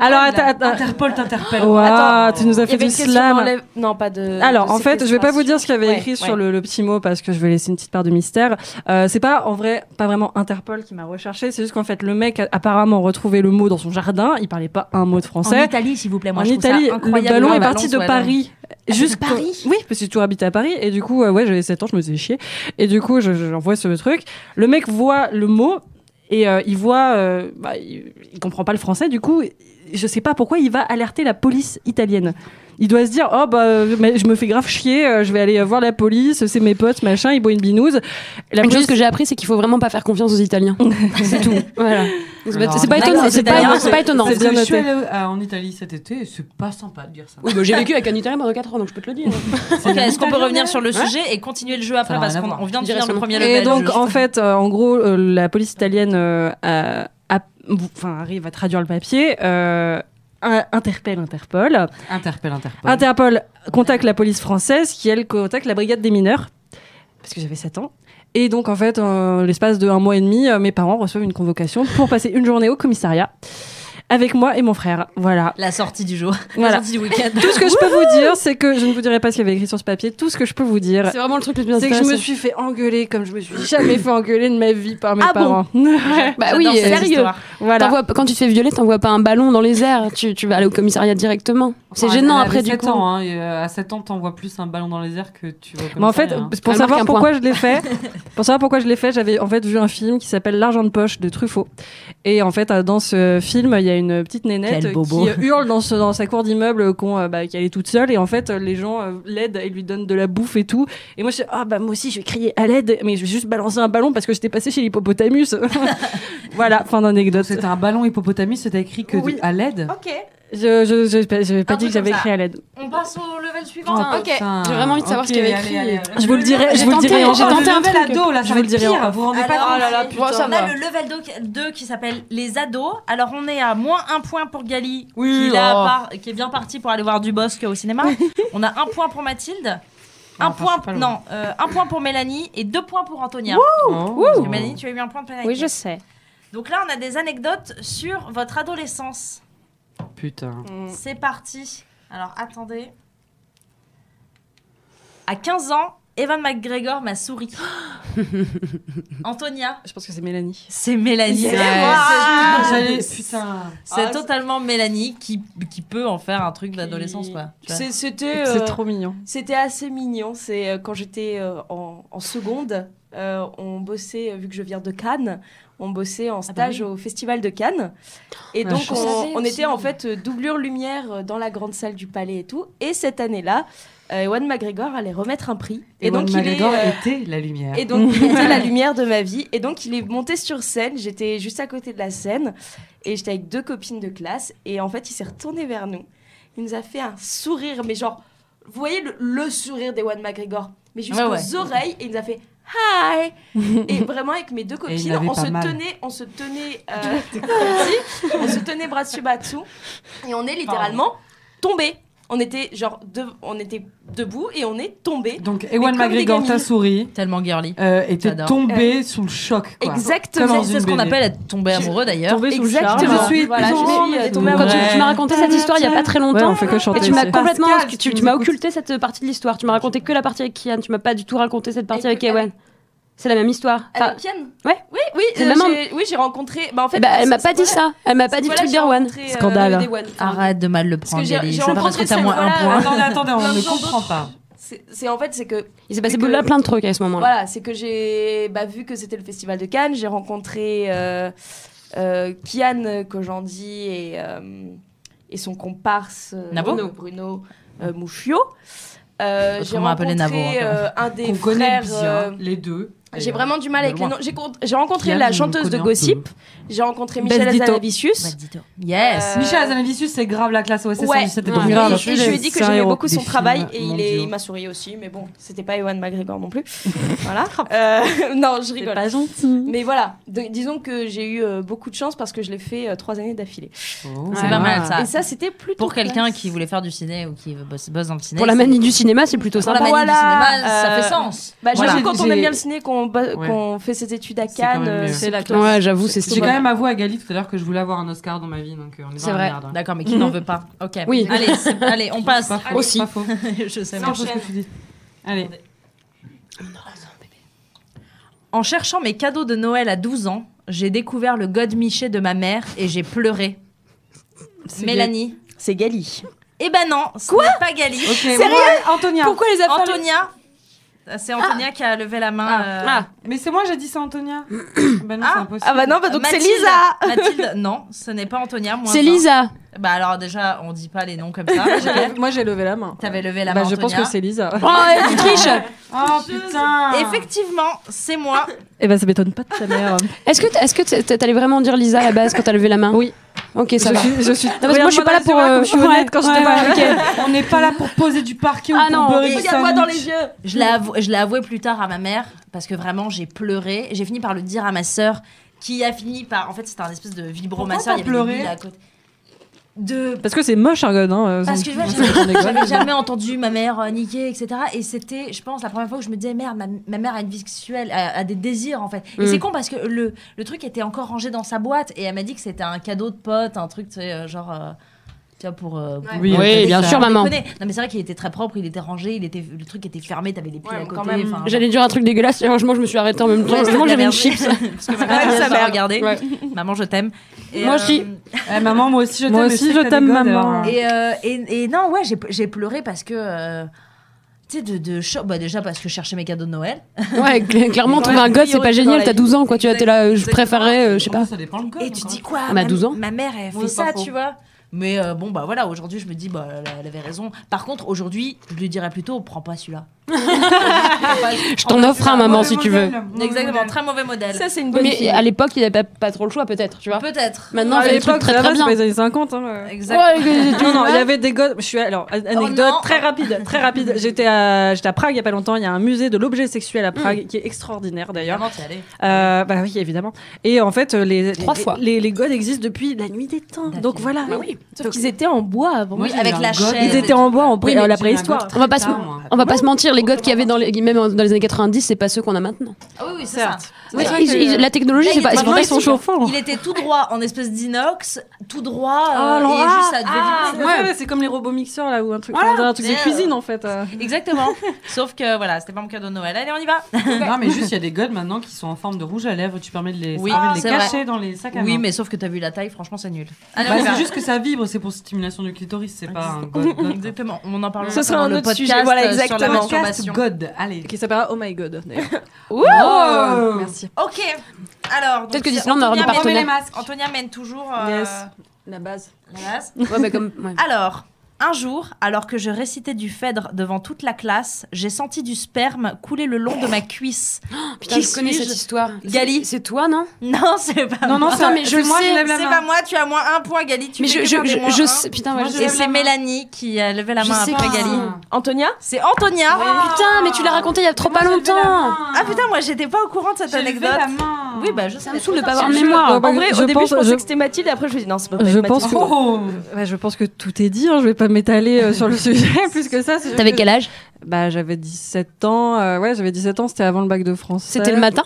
S7: Alors, attends, attends.
S1: Interpol t'interpelle.
S7: Waouh, tu nous as
S3: Il y
S7: fait
S3: avait
S7: du
S3: une question
S7: slam.
S3: d'enlève- Non, pas de.
S7: Alors,
S3: de
S7: en fait, je vais pas vous dire ce qu'il y avait
S3: Ouais,
S7: écrit
S3: ouais.
S7: sur le, le petit mot parce que je vais laisser une petite part de mystère. Euh, c'est pas en vrai, pas vraiment Interpol qui m'a recherché. C'est juste qu'en fait, le mec a apparemment retrouvé le mot dans son jardin. Il parlait pas un mot de
S5: En
S7: français.
S5: Italie, s'il vous plaît, moi
S7: En
S5: je trouve ça
S7: Italie, le
S5: incroyable.
S7: ballon
S5: Ouais,
S7: est parti de
S5: soit
S7: Paris. Jusqu'au-
S5: Paris
S7: Oui, parce que j'ai toujours habité à Paris. Et du coup, euh, ouais, j'avais 7 ans, je me faisais chier. Et du coup, je- je- j'envoie ce truc. Le mec voit le mot et euh, il voit. euh, bah, il, il comprend pas le français, du coup, je sais pas pourquoi il va alerter la police italienne. Il doit se dire Oh, bah, euh, mais je me fais grave chier, euh, je vais aller euh, voir la police, c'est mes potes, machin, ils boivent une binouse. La
S4: Une chose
S7: police-
S4: que j'ai appris, c'est qu'il faut vraiment pas faire confiance aux Italiens. c'est tout. Voilà. C'est
S1: Ah,
S4: pas- c'est pas
S5: D'accord,
S4: étonnant. C'est pas,
S5: c'est-
S4: c'est pas étonnant.
S1: Parce
S7: bien
S1: que je suis
S7: noté.
S1: allée euh, en Italie cet été et c'est pas sympa de dire ça.
S4: Oui, bah, j'ai vécu avec un Italien pendant 4 ans, donc je peux te le dire.
S5: Ok, Est-ce qu'on peut revenir sur le
S1: Ouais.
S5: sujet et continuer le jeu après
S1: n'a
S5: parce
S1: rien à
S5: qu'on
S1: voir.
S5: on vient de
S4: Je dirais
S5: finir
S4: son-
S5: le premier
S7: Et
S5: level
S7: donc,
S5: juste.
S7: en fait, euh, en gros, euh, la police italienne euh, a- a- enfin, arrive à traduire le papier, euh, un- interpelle Interpol.
S1: Interpelle, interpelle.
S7: Interpol contacte la police française qui, elle, contacte la brigade des mineurs, parce que j'avais 7 ans. Et donc, en fait, euh, l'espace de un mois et demi, euh, mes parents reçoivent une convocation pour passer une journée au commissariat avec moi et mon frère. Voilà.
S5: La sortie du jour, la
S7: voilà.
S5: sortie du week-end.
S7: Tout ce que je peux vous dire, c'est que je ne vous dirai pas ce qu'il y avait écrit sur ce papier. Tout ce que je peux vous dire,
S4: C'est vraiment le truc le plus intéressant.
S7: c'est que je me suis fait engueuler comme je me suis jamais fait engueuler de ma vie par mes
S4: Ah bon
S7: parents.
S4: Bah
S7: Ah
S5: J'adore
S4: oui,
S5: ces
S4: euh,
S5: histoires.
S7: voilà.
S4: T'envoies- quand tu te fais violer, t'envoies pas un ballon dans les airs. Tu, tu vas aller au commissariat directement. C'est gênant après du coup.
S1: Ans, hein, et, euh, à 7 ans, t'envoies plus un ballon dans les airs que tu vois comme
S7: Mais en
S1: ça,
S7: fait,
S1: hein.
S7: pour
S4: Elle
S7: savoir
S4: marque un
S7: pourquoi je l'ai fait, pour savoir pourquoi je l'ai fait, j'avais en fait vu un film qui s'appelle L'argent de poche de Truffaut. Et en fait, euh, dans ce film, il y a une petite nénette
S5: Quel
S7: euh,
S5: bobo.
S7: qui euh, hurle dans, ce- dans sa cour d'immeuble qu'on, euh, bah, qu'elle est toute seule. Et en fait, euh, les gens euh, l'aident et lui donnent de la bouffe et tout. Et moi, je suis, ah bah moi aussi, je vais crier à l'aide, mais je vais juste balancer un ballon parce que j'étais passé chez l'hippopotamus. voilà, fin d'anecdote.
S1: C'était un ballon hippopotamus, c'était écrit que
S7: Oui.
S1: de- à l'aide.
S5: Ok,
S7: Je je- je- j'avais pas
S5: Un
S7: dit
S5: truc
S7: que j'avais
S5: comme ça.
S7: crié à l'aide.
S5: on passe au level suivant.
S4: Putain,
S5: ok.
S4: J'ai vraiment envie de savoir ce qu'il y avait écrit.
S7: Je vous le dirai, je
S4: J'ai
S7: vous le
S4: tenté,
S7: dirai. en-
S4: j'ai tenté un truc.
S1: ado, là,
S7: Je
S1: je
S7: vous
S1: vais
S7: le dirai en-
S1: pire. Vous vous rendez pas Ah
S5: Alors,
S1: compte
S5: on
S4: putain, ça
S5: a
S4: va.
S5: le level 2 qui s'appelle les ados. Alors on est à moins un point pour Gali,
S4: Oui,
S5: qui, est là,
S4: oh.
S5: par- qui est bien parti pour aller voir du Bosque au cinéma. on a un point pour Mathilde. Un,
S1: Ah, enfin,
S5: point,
S1: c'est pas loin.
S5: non, euh, un point pour Mélanie et deux points pour Antonia.
S1: Oh.
S5: Parce que Mélanie, tu as eu un point de pénalité.
S3: Oui, je sais.
S5: Donc là, on a des anecdotes sur votre adolescence.
S1: Putain.
S5: C'est parti. Alors attendez. À 15 ans, Evan McGregor m'a souri. Antonia,
S7: Je pense que c'est Mélanie.
S5: c'est Mélanie.
S1: Yes.
S5: Waouh.
S1: J'allais- Putain.
S5: C'est
S1: Ah,
S5: totalement Mélanie qui, qui peut en faire un truc d'adolescence, quoi. Tu vois.
S3: C'est- C'était
S7: C'est
S3: euh,
S7: trop mignon.
S3: c'était assez mignon. C'est euh, quand j'étais euh, en, en seconde, euh, on bossait, euh, vu que je viens de Cannes, on bossait en
S5: bah
S3: stage au Festival de Cannes. Et
S1: Ah,
S3: donc,
S1: je
S3: on,
S5: savais
S3: on
S5: aussi.
S3: était en fait euh, doublure lumière euh, dans la grande salle du palais et tout. Et cette année-là, euh, Ewan McGregor allait remettre un prix.
S1: Et, donc,
S3: il est,
S1: McGregor
S3: euh,
S1: était la lumière.
S3: Et donc, il était la lumière de ma vie. Et donc, il est monté sur scène. J'étais juste à côté de la scène. Et j'étais avec deux copines de classe. Et en fait, il s'est retourné vers nous. Il nous a fait un sourire, mais genre, vous voyez le, le sourire d'Ewan McGregor Mais jusqu'aux
S5: Ouais, ouais.
S3: oreilles. Et il nous a fait Hi Et vraiment, avec mes deux
S1: il
S3: copines,
S1: n'avait
S3: on
S1: pas
S3: se,
S1: mal.
S3: tenait, on se tenait. euh, comme si, on se tenait bras dessus, bas dessous. Et on est littéralement tombés. On était genre, de- on était debout et on est tombés.
S1: Donc, Ewan
S3: comme des
S1: McGregor,
S3: gamines.
S1: ta souris,
S5: Tellement girly.
S1: euh, était
S5: J'adore.
S1: tombée sous le choc. Quoi.
S3: Exactement.
S1: Comme dans
S5: C'est ce
S1: une
S5: qu'on
S1: BD. Ah,
S5: appelle être tombé amoureux d'ailleurs.
S7: Tombé sous le
S3: Exactement.
S7: charme.
S1: Je suis
S3: Voilà, je
S1: tombée
S3: suis, euh, tombée
S1: Ouais.
S4: Quand tu,
S3: amoureuse.
S4: tu m'as raconté cette histoire il y a pas très
S7: Ouais,
S4: longtemps.
S7: on fait que chanter.
S4: Et tu m'as
S7: ici.
S4: complètement,
S1: Pascal,
S4: tu,
S1: tu
S4: tu
S1: nous
S4: m'as
S1: écoutes.
S4: occulté cette partie de l'histoire. Tu m'as raconté que la partie avec Kian. Tu m'as pas du tout raconté cette partie avec Ewan. C'est la même histoire. Enfin,
S3: Avec Yann
S4: ouais.
S3: Oui, oui,
S4: C'est
S3: euh,
S4: le même
S3: j'ai- oui, j'ai rencontré. Bah, en fait,
S4: eh ben, elle m'a
S3: c'est-
S4: pas dit
S3: voilà-
S4: ça. Elle m'a pas dit le
S3: voilà,
S4: truc
S3: j'ai
S4: d'Erwan.
S3: rencontré, euh,
S4: Scandale. Ah.
S3: Ewan. Enfin,
S5: Arrête de mal le prendre,
S3: j'ai-
S5: Yanny.
S3: j'ai
S5: Je sais pas parce que
S3: rencontré
S5: t'as moins
S3: cette-
S5: un point.
S3: voilà.
S1: Attendez, attendez, on
S3: Plein de
S1: ne
S3: gens
S1: comprend
S3: d'autres.
S1: pas.
S3: C'est c'est- en fait, c'est que
S4: Il s'est passé
S3: Vu que-
S4: plein de trucs à ce moment-là.
S3: voilà, c'est que j'ai bah, vu que c'était le festival de Cannes, j'ai rencontré euh, euh, Kian Kojandi et euh, et son comparse euh,
S5: Navo
S3: Bruno, Bruno euh, Mouffio. Euh, j'ai
S5: Autrement appelé
S3: rencontré
S5: Navo, hein, quand même.
S3: euh, un des
S1: On connaît
S3: frères.
S1: bien
S3: euh,
S1: les deux.
S3: j'ai
S1: Et,
S3: vraiment du mal
S1: de
S3: avec les
S1: loin.
S3: noms. J'ai con- J'ai rencontré
S1: Kian, on
S3: la
S1: le
S3: chanteuse de
S1: connaît un
S3: Gossip. J'ai rencontré
S7: Beth
S3: Michel
S7: Ditto.
S3: Azanavicius.
S5: Yes.
S1: peu.
S3: Euh,
S1: Michel Azanavicius, c'est grave la classe OSS
S3: Ouais.
S1: 117 de
S4: Ouais.
S1: Bourgogne.
S7: Grave.
S3: Et Ah, je lui ai dit que
S7: C'est un
S3: j'aimais
S7: héros
S3: beaucoup son
S1: des
S3: travail
S1: films,
S3: et
S1: mon
S3: il, est-
S1: Dieu.
S3: il m'a souri aussi, mais bon, c'était pas Ewan McGregor non plus. voilà. Euh, non, je rigole.
S7: pas gentil.
S3: Mais voilà, Donc, disons que j'ai eu euh, beaucoup de chance parce que je l'ai fait euh, trois années d'affilée.
S1: Oh.
S5: C'est pas mal ça.
S3: Et ça, c'était plutôt.
S5: Ah. Pour quelqu'un
S3: classe.
S5: qui voulait faire du ciné ou qui bosse, bosse dans le ciné.
S4: Pour la
S5: c'est-
S4: manie du cinéma, c'est plutôt
S5: pour
S4: sympa.
S5: la manie
S3: Voilà,
S5: du cinéma, ça
S3: euh,
S5: fait sens.
S3: Bah, j'avoue,
S1: Voilà.
S3: quand on
S1: J'ai-
S3: aime bien le ciné, qu'on bo-
S1: Ouais.
S3: qu'on fait ses études à
S1: C'est quand même
S3: Cannes, euh,
S1: mieux.
S3: c'est la classe.
S4: Ouais, j'avoue, c'est
S1: J'ai quand même avoué à Gali tout à l'heure que je voulais avoir un Oscar dans ma vie, donc euh, on est, dans
S4: C'est
S1: la
S4: vrai.
S1: merde. hein.
S5: D'accord, mais qui n'en veut pas Ok.
S4: Oui.
S5: Allez, c'est- allez, Bah, on passe.
S1: Pas faux,
S4: Aussi.
S1: Pas faux.
S5: Je sais.
S1: C'est
S5: moi.
S1: un peu ce que tu dis. Allez,
S5: En cherchant mes cadeaux de Noël à 12 ans, j'ai découvert le God Miché de ma mère et j'ai pleuré. Mélanie.
S3: C'est Gali.
S5: Eh ben non, ce n'est pas Gali.
S1: ok. Sérieux Antonia.
S3: Pourquoi les affaires
S5: Antonia.
S3: Ah.
S5: C'est Antonia qui a levé la main. euh,
S1: Ah. Mais c'est moi, j'ai dit ça, Antonia. ben non,
S5: Ah.
S1: c'est impossible.
S3: Ah bah non, bah donc c'est
S5: Mathilde.
S3: Lisa
S5: Mathilde, non, ce n'est pas Antonia. moins
S4: C'est
S5: un.
S4: Lisa.
S5: Bah alors déjà, on dit pas les noms comme ça.
S7: Moi j'ai levé la main.
S5: T'avais levé la main.
S7: Bah, je pense
S5: Antonia.
S7: que c'est Lisa.
S4: Oh, elle triche.
S1: Oh putain.
S5: Effectivement, c'est moi.
S7: Eh ben ça m'étonne pas de ta mère.
S4: Est-ce que t- est-ce que t- t- t'allais vraiment dire Lisa à la base quand t'as levé la main
S7: Oui.
S4: Ok, ça
S7: je
S4: va.
S7: suis, je suis.
S4: parce que moi, je suis pas là pour,
S7: Regarde-moi dans
S4: euh,
S7: les yeux, comme je suis honnête quand je te
S1: Ouais,
S7: parle.
S1: ouais, ok. On n'est pas là pour poser du parquet
S4: Ah
S1: ou
S4: non,
S1: pour beurrer du
S3: Regarde-moi dans les
S1: sandwich.
S3: yeux
S5: Je l'ai avou- je l'ai avoué plus tard à ma mère parce que vraiment j'ai pleuré. J'ai fini par le dire à ma sœur qui a fini par. En fait, c'était un espèce de
S1: Pourquoi t'as
S5: vibromasseur. Il y avait des
S1: pleuré
S5: bulles à côté. De.
S7: Parce que c'est moche Argon. Hein,
S5: Parce
S7: son-
S5: que ouais,
S7: son-
S5: j'avais-
S7: son école.
S5: j'avais jamais entendu ma mère euh, niquer, etc. Et c'était, je pense, la première fois que je me disais, merde, ma, ma mère a une vie sexuelle, a, a des désirs en fait. Et
S4: Mm.
S5: c'est con parce que le, le truc était encore rangé dans sa boîte et elle m'a dit que c'était un cadeau de pote, un truc, tu sais, euh, genre. euh, tu vois, pour. euh, pour-
S1: Oui,
S4: Oui,
S1: on
S4: bien
S1: fait
S4: sûr,
S1: ça.
S4: maman.
S5: déconner. Non, mais c'est vrai qu'il était très propre, il était rangé, il était, le truc était fermé, t'avais les pieds
S3: Ouais,
S5: à
S3: mais
S5: côté.
S3: quand même.
S5: enfin,
S4: J'allais dire un truc dégueulasse. et Franchement, je me suis arrêtée en même temps. Heureusement que j'avais une chips.
S5: Parce que ma mère,
S3: Ouais,
S5: elle
S3: sa
S5: s'en
S3: mère.
S5: regardait.
S4: Ouais.
S5: Maman, je t'aime. Et,
S4: Moi
S5: euh,
S4: aussi.
S1: Eh, maman, moi aussi je t'aime.
S7: Moi
S1: et
S7: aussi,
S1: sais que
S7: je
S1: t'as
S7: t'aime,
S1: des godes,
S7: maman.
S1: alors.
S5: Et, euh, et, et non, ouais, j'ai, j'ai pleuré parce que. euh, tu sais, de, de cho- bah, déjà parce que je cherchais mes cadeaux de Noël.
S4: Ouais, cl- clairement,
S3: Ouais,
S4: trouver un god, c'est pas
S3: priorité dans
S4: génial.
S3: la
S4: T'as
S3: vie.
S4: 12 ans, quoi. Tu vois, t'es là, euh, je
S5: Exactement.
S4: préférais, euh, je sais
S1: Comment
S4: pas.
S1: ça dépend le code,
S5: Et tu te
S1: encore
S5: dis quoi
S4: Ah,
S5: ma,
S4: bah, 12 ans.
S5: ma mère, elle fait
S1: Ouais,
S5: ça,
S1: pas faux.
S5: tu vois. Mais euh, bon, bah voilà, aujourd'hui, je me dis, bah, elle, elle avait raison. Par contre, aujourd'hui, je lui dirais plutôt, prends pas celui-là.
S4: Je t'en offre un, maman,
S1: Mauvais
S4: si tu veux.
S1: modèle, mauvais
S5: Exactement,
S1: modèle.
S5: très mauvais modèle.
S3: Ça, c'est une bonne
S4: Mais
S3: fille.
S4: à l'époque, il avait pas, pas trop le choix, peut-être, tu vois.
S5: Peut-être.
S4: Maintenant,
S7: à
S4: il y a des trucs
S7: l'époque,
S4: très
S7: ça va,
S4: très
S7: c'est
S4: bien.
S7: pas les années 50. Hein, euh.
S5: Exactement.
S4: Ouais,
S7: Non, non, il y avait des godes. Je suis alors an- anecdote
S5: Oh, non.
S7: très rapide, très rapide. J'étais à, j'étais à Prague il y a pas longtemps. Il y a un musée de l'objet sexuel à Prague
S5: Mm.
S7: qui est extraordinaire d'ailleurs.
S5: Vraiment, t'y allais.
S7: Euh, bah oui, évidemment. Et en fait, euh, les
S4: Trois
S7: les,
S4: fois.
S7: les, les godes existent depuis la nuit des temps.
S5: D'accord.
S7: Donc voilà.
S5: Bah
S3: Sauf qu'ils étaient en bois avant.
S1: Moi,
S5: Oui,
S1: j'ai
S5: avec
S1: eu un
S5: la
S1: god.
S5: chaîne.
S7: Ils étaient en bois en pré-
S4: Oui, mais
S7: à la
S1: J'ai eu un god
S7: préhistoire.
S1: très
S4: Ah, On va pas
S1: tard,
S4: se-
S1: moi.
S4: On va pas se mentir, les godes qu'il y avait dans les même dans les années 90, c'est pas ceux qu'on a maintenant.
S5: Ah oui, oui, c'est ça.
S7: Oui,
S4: Ouais,
S7: c'est vrai
S4: ils-
S7: que-
S4: ils- la technologie,
S5: Là,
S4: c'est
S5: il
S4: pas.
S5: était
S4: c'est
S5: vraiment
S4: pas- ils sont
S5: étudiant.
S4: chauffants.
S5: Il était tout droit en espèce d'inox, tout droit,
S7: Ah,
S5: euh,
S7: alors,
S5: et
S7: ah,
S5: juste ça devait
S7: Ah,
S5: vibrer.
S7: ouais, ouais, c'est comme les robots mixeurs là ou un truc, enfin, on dirait un truc de
S5: Yeah.
S7: cuisine en fait. euh.
S5: Exactement. Sauf que voilà, c'était pas mon cadeau de Noël. Allez, on y va.
S1: Non, mais juste, il y a des godes maintenant qui sont en forme de rouge à lèvres. Tu permets de les,
S5: Oui,
S1: ça permet de les
S5: c'est vrai.
S1: cacher dans les sacs à main.
S5: Oui, mais sauf que t'as vu la taille, franchement, Ah c'est nul. Allez,
S1: Bah,
S5: on y va.
S1: c'est juste que ça vibre, c'est pour stimulation du clitoris, c'est pas un god. god.
S5: Exactement. On en parle.
S7: Ce sera un
S5: dans le
S7: autre sujet,
S5: podcast,
S7: voilà,
S5: euh, sur la
S7: exactement.
S1: Podcast
S5: masturbation.
S1: god, allez.
S7: Qui s'appellera Oh My God d'ailleurs.
S1: Oh
S7: Merci.
S5: Ok. Alors. donc,
S4: Peut-être que
S5: c'est
S4: d'ici là, on aura des
S5: Antonia
S4: partenaires.
S5: mène- Antonia mène toujours. euh,
S7: Yes. La base.
S5: la base.
S4: Ouais, mais comme- ouais.
S5: Alors, un jour, alors que je récitais du Phèdre devant toute la classe, j'ai senti du sperme couler le long de ma cuisse.
S4: Ah, Putain,
S5: Qui
S4: je connais
S5: suis-je
S4: cette histoire.
S5: Gali.
S4: C'est- C'est toi, non
S5: Ah, Non, c'est pas
S1: Non,
S5: moi.
S1: non,
S4: Attends,
S1: ça-
S4: mais je
S1: c'est
S4: le
S1: moi qui
S4: sais,
S1: lève la
S5: C'est
S1: main.
S5: pas moi, tu as moins un point, Gali. Tu
S4: Mais
S5: fais
S4: je,
S5: que
S4: je,
S5: faire des
S4: je,
S5: moins
S4: je
S5: un.
S4: sais. Putain, ouais,
S1: Moi,
S4: je
S1: je
S4: sais.
S5: Et
S1: lève
S5: c'est
S1: la main.
S5: Mélanie qui a levé la
S4: Je
S5: main
S4: sais
S5: après
S4: qui
S5: Gali.
S6: Ah.
S4: c'est.
S7: Antonia
S5: C'est Antonia.
S4: Putain, mais tu l'as raconté il y a trop pas longtemps.
S5: Ah putain, moi j'étais pas au courant de cette anecdote. Oui, bah je sais.
S4: Ça me saoule de pas avoir
S3: Je-
S4: de
S3: je-
S4: mémoire.
S3: En vrai,
S7: Ah, bah, Je
S3: au début,
S7: pense-
S3: je pensais
S7: je-
S3: que c'était Mathilde, et après, je me suis dit, non, c'est pas
S7: Je
S3: Mathilde.
S7: pense que
S1: Oh
S7: Ouais, je pense que tout est dit, hein, je vais pas m'étaler euh, sur le sujet plus que ça. c'est juste
S4: T'avais
S7: que-
S4: quel âge
S7: Bah j'avais 17 ans, euh, ouais j'avais 17 ans, c'était avant le bac de français.
S4: C'était le matin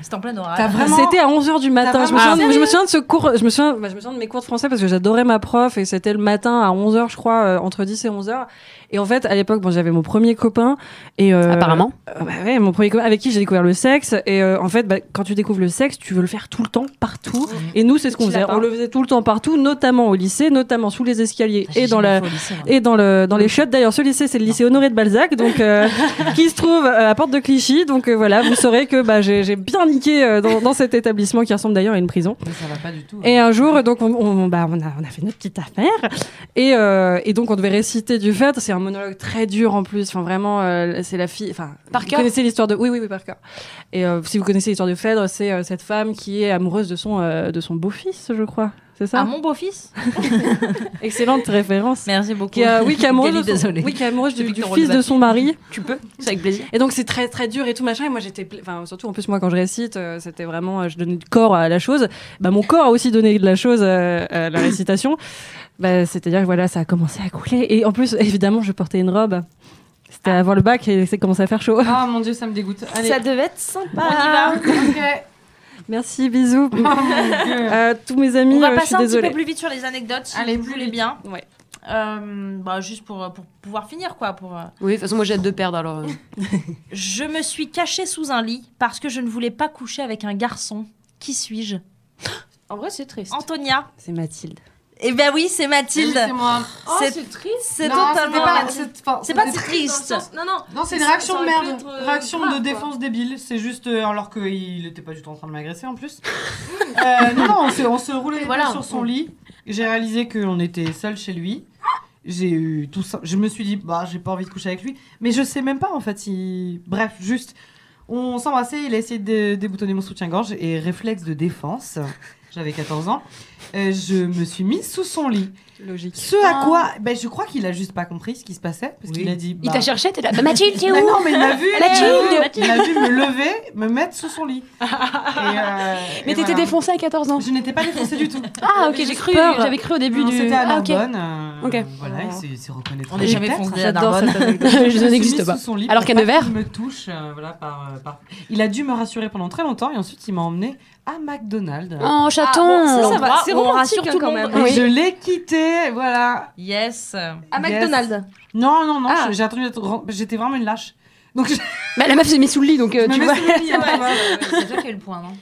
S5: C'était en plein
S1: T'as
S5: oral.
S1: vraiment.
S7: C'était à 11h du matin.
S1: T'as
S7: Je me,
S1: vraiment-
S7: souviens, je me souviens de ce cours, je me souviens, bah, je me souviens de mes cours de français parce que j'adorais ma prof et c'était le matin à 11h, je crois, euh, entre 10 et 11h. Et en fait, à l'époque, bon, j'avais mon premier copain et euh,
S4: Apparemment.
S7: euh, bah ouais, mon premier copain avec qui j'ai découvert le sexe et euh, en fait, bah, quand tu découvres le sexe, tu veux le faire tout le temps partout. Et nous, c'est ce qu'on
S3: Petit
S7: faisait.
S3: lapin.
S7: On le faisait tout le temps partout, notamment au lycée, notamment sous les escaliers et dans la
S5: Moi
S7: et dans le dans les chiottes d'ailleurs ce lycée c'est le lycée Honoré de Balzac donc euh, qui se trouve euh, à Porte de Clichy donc euh, voilà vous saurez que bah, j'ai j'ai bien niqué euh, dans, dans cet établissement qui ressemble d'ailleurs à une prison
S1: Mais ça va pas du tout.
S7: et un jour donc on, on- bah, on, a, on a fait notre petite affaire et, euh, et donc on devait réciter du fait c'est un monologue très dur en plus enfin vraiment euh, c'est la fille enfin
S4: Par
S7: vous
S4: cœur
S7: connaissez l'histoire de oui oui oui par cœur et euh, si vous connaissez l'histoire de Phèdre c'est euh, cette femme qui est amoureuse de son euh, de son beau-fils je crois c'est ça
S5: À Ah, mon beau-fils euh,
S7: excellente référence
S5: Merci beaucoup.
S7: qui est, euh, oui, qui est amoureuse
S5: Gali,
S7: de son-
S5: désolée.
S7: oui, qui est amoureuse du,
S5: Depuis
S7: du
S5: qu'on
S7: fils
S5: rebat.
S7: de son mari.
S5: Tu peux C'est avec plaisir.
S7: Et donc c'est très très dur et tout machin. Et moi j'étais, pla- enfin surtout en plus moi quand je récite, euh, c'était vraiment, euh, je donnais du corps à la chose. Bah mon corps a aussi donné de la chose euh, à la récitation. Bah, c'est-à-dire que voilà, ça a commencé à couler. Et en plus évidemment je portais une robe. C'était
S5: Ah.
S7: avant le bac et c'est commencé à faire chaud.
S1: Ah mon dieu, ça me dégoûte. Allez.
S3: Ça devait être sympa.
S7: Merci, bisous à tous mes amis.
S5: On va
S7: euh, je
S5: passer
S7: suis
S5: un
S7: désolée.
S5: petit peu plus vite sur les anecdotes, si
S1: Allez,
S5: vous
S1: plus
S5: voulez
S1: vite.
S5: bien.
S7: Ouais.
S5: Euh, bah, juste pour, pour pouvoir finir, quoi. Pour, euh,
S4: Oui, de toute façon, moi j'ai hâte de perdre alors. euh.
S5: Je me suis cachée sous un lit parce que je ne voulais pas coucher avec un garçon. Qui suis-je
S3: En vrai, c'est triste.
S5: Antonia
S7: C'est Mathilde.
S5: Eh ben oui, c'est
S1: Oui,
S5: Mathilde.
S1: c'est moi.
S3: oh,
S5: c'est triste. C'est
S1: Non,
S5: totalement.
S1: c'était pas-
S5: Mathilde.
S1: c'est- enfin,
S5: C'est pas
S1: c'était-
S5: triste.
S3: Non, non.
S1: Non, c'est une
S3: Ça-
S1: réaction
S3: ça
S1: de
S3: aurait pu
S1: merde.
S3: être, euh,
S1: réaction
S3: grave,
S1: de
S3: quoi.
S1: défense débile. C'est juste euh, alors qu'il était pas du tout en train de m'agresser en plus. Euh, non, non, on se, on se roulait les
S3: Voilà.
S1: deux sur son lit. J'ai réalisé qu'on était seul chez lui. J'ai eu tout ça. Je me suis dit, bah, j'ai pas envie de coucher avec lui. Mais je sais même pas en fait si. Bref, juste. On s'embrassait, il a essayé de déboutonner mon soutien-gorge et réflexe de défense. J'avais 14 ans. Euh, je me suis mise sous son lit.
S7: Logique.
S1: Ce
S4: Ah.
S1: à quoi, ben, je crois qu'il a juste pas compris ce qui se passait parce qu'il a dit.
S4: Il
S1: bah,
S4: t'a cherché, t'es là. Bah, Mathilde, t'es
S1: mais
S4: où
S1: non, mais il m'a vu, il
S4: La
S1: m'a
S4: June.
S1: vu- il m'a vu me lever, me mettre sous son lit. Et, euh,
S4: Mais
S1: et
S4: t'étais
S1: voilà.
S4: défoncée à 14 ans.
S1: Je n'étais pas défoncée du tout.
S4: Ah, ok, j'ai cru.
S7: peur.
S4: J'avais cru au début
S1: Non,
S4: du.
S1: C'était à
S4: ah, ok.
S1: Narbonne. euh,
S4: Ok.
S1: Voilà, il s'est- il s'est reconnaître.
S5: On n'est jamais foncé à
S7: J'adore
S5: Narbonne.
S7: cette anecdote.
S4: Je n'existe pas. Alors qu'à Nevers-
S1: Il me touche, euh, voilà, par, euh, par- Il a dû me rassurer pendant très longtemps et ensuite il m'a emmené à McDonald's.
S4: Oh, chaton
S7: Ah, bon, ça, ça va.
S5: L'endroit
S7: C'est
S5: où on
S7: romantique,
S5: rassure
S7: hein,
S5: tout le
S7: quand
S5: monde.
S1: Et
S4: oui.
S1: je l'ai quitté, voilà.
S5: Yes.
S3: À
S1: Yes.
S3: McDonald's.
S1: Non, non, non,
S3: Ah.
S1: j'ai attendu d'être grand- J'étais vraiment une lâche. Donc je,
S4: Bah, la meuf s'est mise sous le lit donc euh,
S1: je me
S4: tu
S1: mets
S4: vois.
S1: sous le lit, hein, tu vois.
S5: euh, C'est toi qui as eu le point, non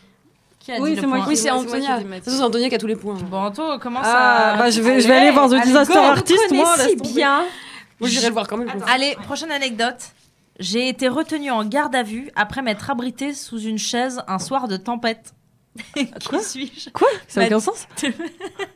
S5: Qui a
S7: Oui,
S5: dit
S7: c'est
S5: le
S7: moi
S5: point
S4: Oui, c'est
S7: moi, c'est moi qui
S4: Antonia.
S7: ai dit
S4: De toute
S7: Mathilde.
S4: façon, c'est Antonia qui a tous les points.
S5: Bon, Anto, comment
S7: Ah,
S5: ça
S7: bah, je vais, je vais aller voir The
S1: allez,
S7: Disaster
S1: go,
S7: Artist, moi. laisse
S3: si
S7: tomber.
S3: bien.
S4: Moi, j'irai le voir quand même. je pense.
S5: Allez, prochaine anecdote. J'ai été retenue en garde à vue après m'être abritée sous une chaise un soir de tempête. Qui suis-je
S7: Quoi Ça n'a aucun sens
S1: Non,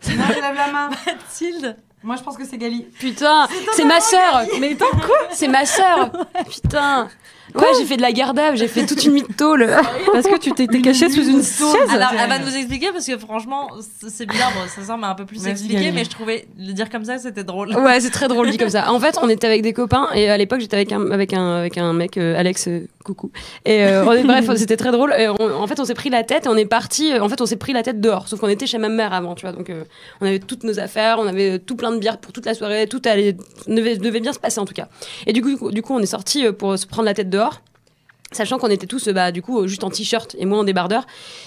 S1: je lève la main.
S5: Mathilde.
S1: Moi, je pense que c'est Gali.
S4: Putain, c'est ma sœur. Mais attends, quoi C'est ma sœur. Putain. Ouais, j'ai fait de la gardave, j'ai fait toute une mythe tôle.
S7: Parce que tu t'étais cachée sous une chaise
S5: Alors, elle va
S1: terrible.
S5: nous expliquer parce que franchement, c'est c'est bizarre. Bon, ça semble un peu plus
S1: Vas-y,
S5: expliqué,
S1: Galine.
S5: mais je trouvais le dire comme ça, c'était drôle.
S4: Ouais, c'est très drôle dit comme ça. En fait, on était avec des copains et à l'époque, j'étais avec un, avec un, avec un mec, euh, Alex, euh, coucou. Et euh, on est- bref, c'était très drôle. Et on- en fait, on s'est pris la tête et on est parti. euh, En fait, on s'est pris la tête dehors. Sauf qu'on était chez ma mère avant, tu vois. Donc, euh, on avait toutes nos affaires, on avait euh, tout plein de bières pour toute la soirée. Tout allait, devait, devait bien se passer en tout cas. Et du coup, du coup on est sorti pour se euh, prendre la tête dehors. Sachant qu'on était tous, euh, bah, du coup, euh, juste en t-shirt et moi en débardeur.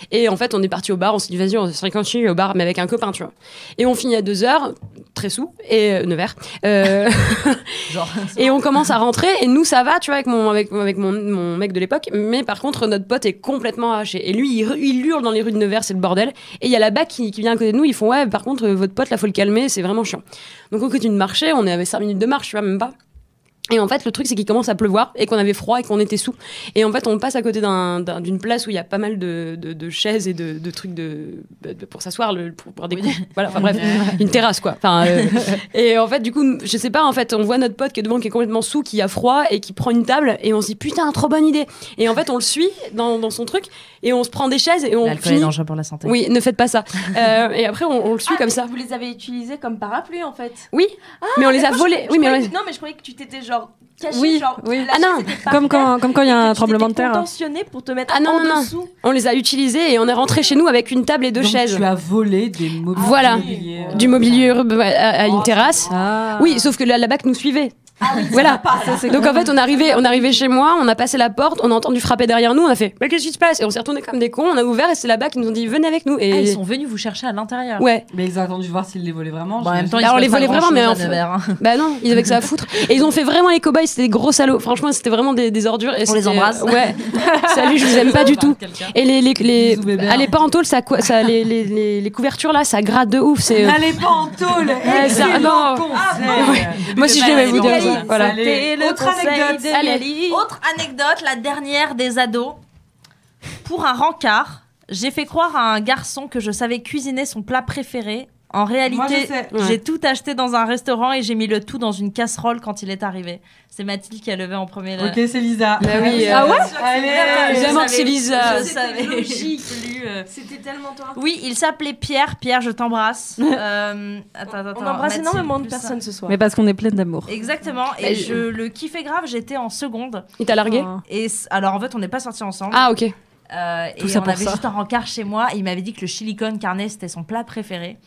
S4: Et en fait, on est parti au bar, on s'est dit, vas-y, on se réconcilie au bar, mais avec un copain, tu vois. Et on finit à 2 heures, très sous, et euh, 9 heures. Euh,
S5: Genre.
S4: et on commence à rentrer, et nous, ça va, tu vois, avec mon, avec, avec mon, mon mec de l'époque. Mais par contre, notre pote est complètement arraché. Et lui, il, ru- il hurle dans les rues de Nevers, c'est le bordel. Et il y a la BAC qui, qui vient à côté de nous, ils font, ouais, par contre, euh, votre pote, là, faut le calmer, c'est vraiment chiant. Donc on continue de marcher, on avait 5 minutes de marche, tu vois, même pas. Et en fait, le truc, c'est qu'il commence à pleuvoir et qu'on avait froid et qu'on était sous. Et en fait, on passe à côté d'un- d'un- d'une place où il y a pas mal de, de- de chaises et de, de trucs de, de- de- pour s'asseoir, le- pour boire des coups. Voilà, enfin bref, une terrasse quoi. Enfin, euh, et en fait, du coup, je sais pas, en fait, on voit notre pote qui est devant, qui est complètement sous, qui a froid et qui prend une table et on se dit putain, trop bonne idée. Et en fait, on le suit dans, dans son truc et on se prend des chaises et on
S5: L'alcool est
S4: finit.
S5: dangereux pour la santé.
S4: Oui, ne faites pas ça. Euh, et après, on, on le suit comme ça.
S3: Vous les avez utilisés comme parapluie en fait.
S4: Oui, mais on les
S7: Ah,
S4: a volés. Oui, mais on les-
S3: Non, mais je croyais que tu t'étais genre caché.
S4: Oui,
S3: genre,
S4: oui.
S3: la
S4: Ah non,
S3: chaise était par
S7: Comme
S3: terre,
S7: quand, comme quand il y a
S3: que
S7: un
S3: tu
S7: tremblement de
S3: t'étais
S7: terre.
S3: contentionné pour te mettre
S4: Ah non,
S3: en
S4: non, non.
S3: dessous.
S4: On les a utilisés et on est rentré chez nous avec une table et deux
S1: Donc,
S4: chaises.
S1: Tu as volé des mobiliers.
S4: Voilà.
S1: euh,
S4: Du mobilier urbain ouais, à, à une terrasse.
S7: Ah.
S4: Oui, sauf que la, la bac nous suivait. voilà. Donc en fait, on arrivait, on arrivait chez moi, on a passé la porte, on a entendu frapper derrière nous, on a fait Mais qu'est-ce qui se passe Et on s'est retourné comme des cons, on a ouvert et c'est la bac qui nous ont dit Venez avec nous. Et
S5: Ah, ils sont venus vous chercher à l'intérieur.
S4: ouais,
S1: Mais ils ont attendu de voir s'ils les volaient vraiment.
S5: Bon, en même temps,
S1: j'imagine.
S5: ils
S4: Bah, on
S5: se
S4: les
S5: passent pas
S4: volait vraiment,
S5: grand-chose
S4: mais
S5: à
S4: en fait-
S5: Nevers, hein.
S4: bah non, ils avaient que ça à foutre. Et ils ont fait vraiment les cobayes, c'était des gros salauds. Franchement, c'était vraiment des, des ordures. Et
S5: On les
S4: c'était- euh,
S5: embrasse.
S4: Ouais. Salut, je vous aime pas du tout. Et les, les, les,
S1: Bisous, bébé.
S4: allez pas en tôle, ça, co- ça, les, les, les, les couvertures là, ça gratte de ouf. C'est euh,
S1: N'allez pas en tôle.
S4: Ouais, ça- Ah,
S1: excellent
S4: non.
S1: conseil.
S4: Ouais. Moi aussi, je devais vous dire ça. Voilà.
S1: Bah, Allez, Autre anecdote.
S4: Allez.
S5: Autre anecdote, la dernière des ados. Pour un rencard, j'ai fait croire à un garçon que je savais cuisiner son plat préféré. En
S1: Moi, je
S5: réalité,
S1: sais.
S4: Ouais.
S5: j'ai tout acheté dans un restaurant et j'ai mis le tout dans une casserole quand il est arrivé. C'est Mathilde qui a levé en premier le.
S1: Ok, c'est Lisa.
S4: Bah oui, euh,
S1: Allez.
S5: Je
S4: Évidemment que
S5: savais-
S4: c'est Lisa.
S5: Je savais. Plus, euh,
S3: C'était tellement toi.
S5: Oui, il s'appelait Pierre. Pierre, je t'embrasse. Euh, attends, attends,
S3: On
S5: attends,
S3: embrasse
S5: Mathilde,
S3: énormément de
S5: plus ça.
S3: personnes ce soir.
S7: Mais parce qu'on est pleine d'amour.
S5: Exactement.
S4: Bah,
S5: Et
S4: je-
S5: je Ah. le kiffais grave. J'étais en seconde.
S4: Il t'a largué
S5: Et c- alors en fait, on n'est pas sortis ensemble.
S4: Ah ok.
S5: Euh,
S7: Tout
S5: et
S7: ça
S5: on
S7: pour
S5: avait
S7: ça.
S5: juste un rencard chez moi. Et il m'avait dit que le chili con carne c'était son plat préféré.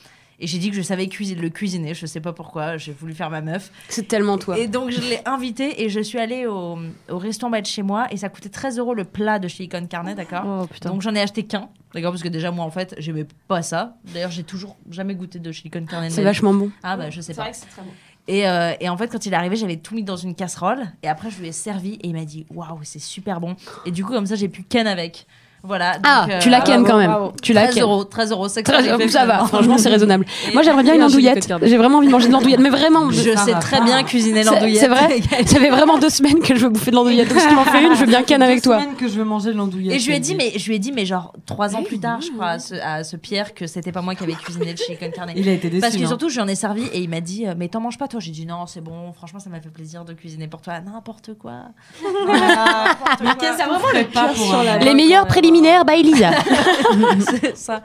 S5: Et j'ai dit que je savais cuisi- le cuisiner. Je sais pas pourquoi. J'ai voulu faire ma meuf.
S4: C'est tellement toi.
S5: Et donc je l'ai invité et je suis allée au, au restaurant bas de chez moi. Et ça coûtait 13 euros le plat de chili con carne, d'accord
S7: Oh putain.
S5: Donc j'en ai acheté qu'un, d'accord, parce que déjà moi en fait j'aimais pas ça. D'ailleurs j'ai toujours jamais goûté de chili con carne. de
S4: C'est
S5: ma vie.
S4: vachement bon.
S5: Ah bah je sais
S3: C'est
S5: pas.
S3: vrai que c'est très bon.
S5: Et, euh, et en fait quand il est arrivé j'avais tout mis dans une casserole et après je lui ai servi et il m'a dit waouh c'est super bon. Et du coup comme ça j'ai pu ken avec. Voilà. donc,
S4: Ah,
S5: euh,
S4: tu la
S5: bravo.
S4: kennes quand même. Tu la
S5: 13
S4: kennes.
S5: euros, 13 euros, c'est que
S4: 13
S5: j'ai
S4: euros,
S5: fait
S4: ça va,
S5: finalement.
S4: franchement c'est raisonnable. Moi j'aimerais bien
S7: Et
S4: une
S7: un gilet
S4: andouillette.
S7: de carte.
S4: J'ai vraiment envie de manger de l'andouillette, mais vraiment.
S5: Je
S1: Ça
S5: sais
S1: va
S5: très
S1: pas.
S5: bien cuisiner
S4: C'est
S5: l'andouillette.
S4: c'est vrai, ça fait vraiment deux semaines que je veux bouffer de l'andouillette. Donc si tu m'en fais une, je veux bien ken avec toi.
S1: Deux semaines que je veux manger de l'andouillette.
S5: Et je lui ai dit mais je lui ai dit mais genre trois ans plus tard je crois à ce, à ce Pierre que c'était pas moi qui avait cuisiné le chili con carne.
S1: Il a été déçu.
S5: Parce que
S1: hein.
S5: surtout, j'en ai servi et il m'a dit, euh, mais t'en manges pas toi J'ai dit, non, c'est bon, franchement, ça m'a fait plaisir de cuisiner pour toi. N'importe quoi. Voilà, n'importe
S4: Ah,
S5: quoi.
S1: ça vraiment le hein. pas pour
S3: sur
S1: un-
S3: la-
S4: Les meilleurs préliminaires, by Elisa.
S5: C'est ça.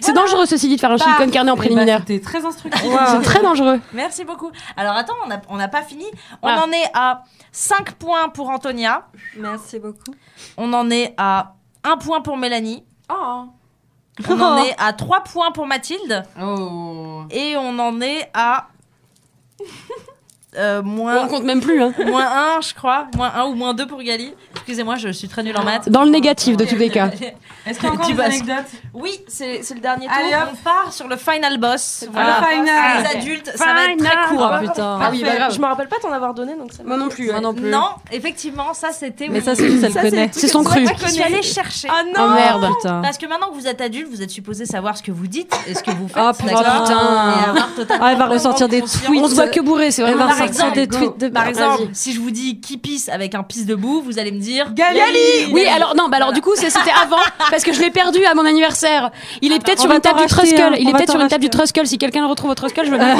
S4: C'est dangereux ceci dit de faire un chili con carne en
S1: Eh ben,
S4: préliminaire.
S1: C'était très instructif.
S4: C'est très dangereux.
S5: Merci beaucoup. Alors attends, on n'a on n'a pas fini. On
S4: Ah.
S5: en est à 5 points pour Antonia.
S3: Merci beaucoup.
S5: On en est à 1 point pour Mélanie.
S3: Oh.
S5: On en est à 3 points pour Mathilde.
S1: Oh.
S5: Et on en est à. euh,
S4: On
S5: moins,
S4: compte même plus. hein.
S5: moins 1, je crois. Moins 1 ou moins 2 pour Gali. Excusez-moi, je suis très nulle en maths.
S4: Dans le négatif Ah. de tous les cas.
S1: Est-ce qu'il y a encore
S5: Tu
S1: des
S5: vas- Ah.
S1: anecdotes
S3: Oui, c'est c'est le dernier tour.
S1: Allez, hop.
S5: On part sur le final boss.
S1: Ah,
S5: Voilà.
S1: final.
S5: Les adultes, ça va être très court.
S7: Ah putain.
S4: Ah oui, bah grave.
S3: Je me rappelle pas t'en avoir donné donc ça. va.
S4: Moi non plus.
S7: Moi non plus.
S5: Non, effectivement, ça c'était.
S7: Mais ça, c'est juste, elle
S3: Ça, c'est
S7: connaît.
S3: les trucs
S4: C'est son
S3: que-
S4: cru.
S3: Ouais,
S5: Je suis allée chercher.
S3: Ah
S4: Oh
S3: non.
S4: merde.
S7: Putain.
S5: Parce que maintenant que vous êtes adulte, vous êtes supposé savoir ce que vous dites et ce que vous faites.
S7: Ah, putain.
S5: d'accord
S4: Putain.
S5: Et avoir totalement
S7: Ah, elle va
S5: conscience.
S7: ressortir des tweets.
S4: On se voit que bourré, c'est
S7: Elle
S4: vraiment
S7: va
S5: Par
S7: ressortir
S5: exemple,
S7: des tweets de
S5: Par exemple,
S4: Vas-y.
S5: si je vous dis qui pisse avec un pisse debout, vous allez me dire.
S1: Gali
S4: Oui, alors non, bah alors du coup, c'est- c'était avant parce que je l'ai perdu à mon anniversaire. Il est peut-être
S7: on
S4: sur
S7: va
S4: une table
S7: t'en
S4: du
S7: racheter
S4: Truskull.
S7: un,
S4: Il
S7: on
S4: est
S7: va
S4: peut-être
S7: t'en
S4: sur une table
S7: racheter
S4: du Truskull. Si quelqu'un le retrouve au Truskull, je veux bien.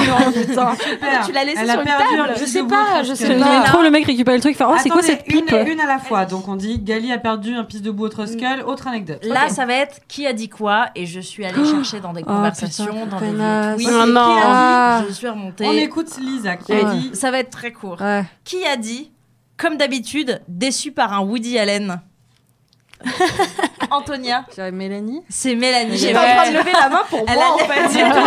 S1: Tu l'as
S3: laissé sur une table.
S4: Je sais pas, je sais
S7: J'aime
S4: pas.
S7: trop le mec récupère le truc, faire oh c'est quoi cette pipe
S1: une, une à la fois. Donc on dit Gali a perdu un pisse debout au Truskull. Autre anecdote.
S5: Là, ça va être qui a dit quoi, et je suis allée chercher dans des conversations,
S7: putain,
S5: dans des vieux
S7: connasse.
S5: tweets.
S4: Oui, non, non.
S1: qui
S7: Ah.
S5: Je suis
S1: On
S5: remontée.
S1: écoute Lisa qui a
S7: Ouais.
S1: dit.
S5: Ça va être très court.
S7: Ouais.
S5: Qui a dit, comme d'habitude, déçu par un Woody Allen Antonia,
S7: J'avais Mélanie.
S5: c'est Mélanie.
S3: J'étais
S5: Ouais.
S3: en train de lever la main pour
S5: Elle
S3: moi,
S5: a-
S3: en fait. J'étais en train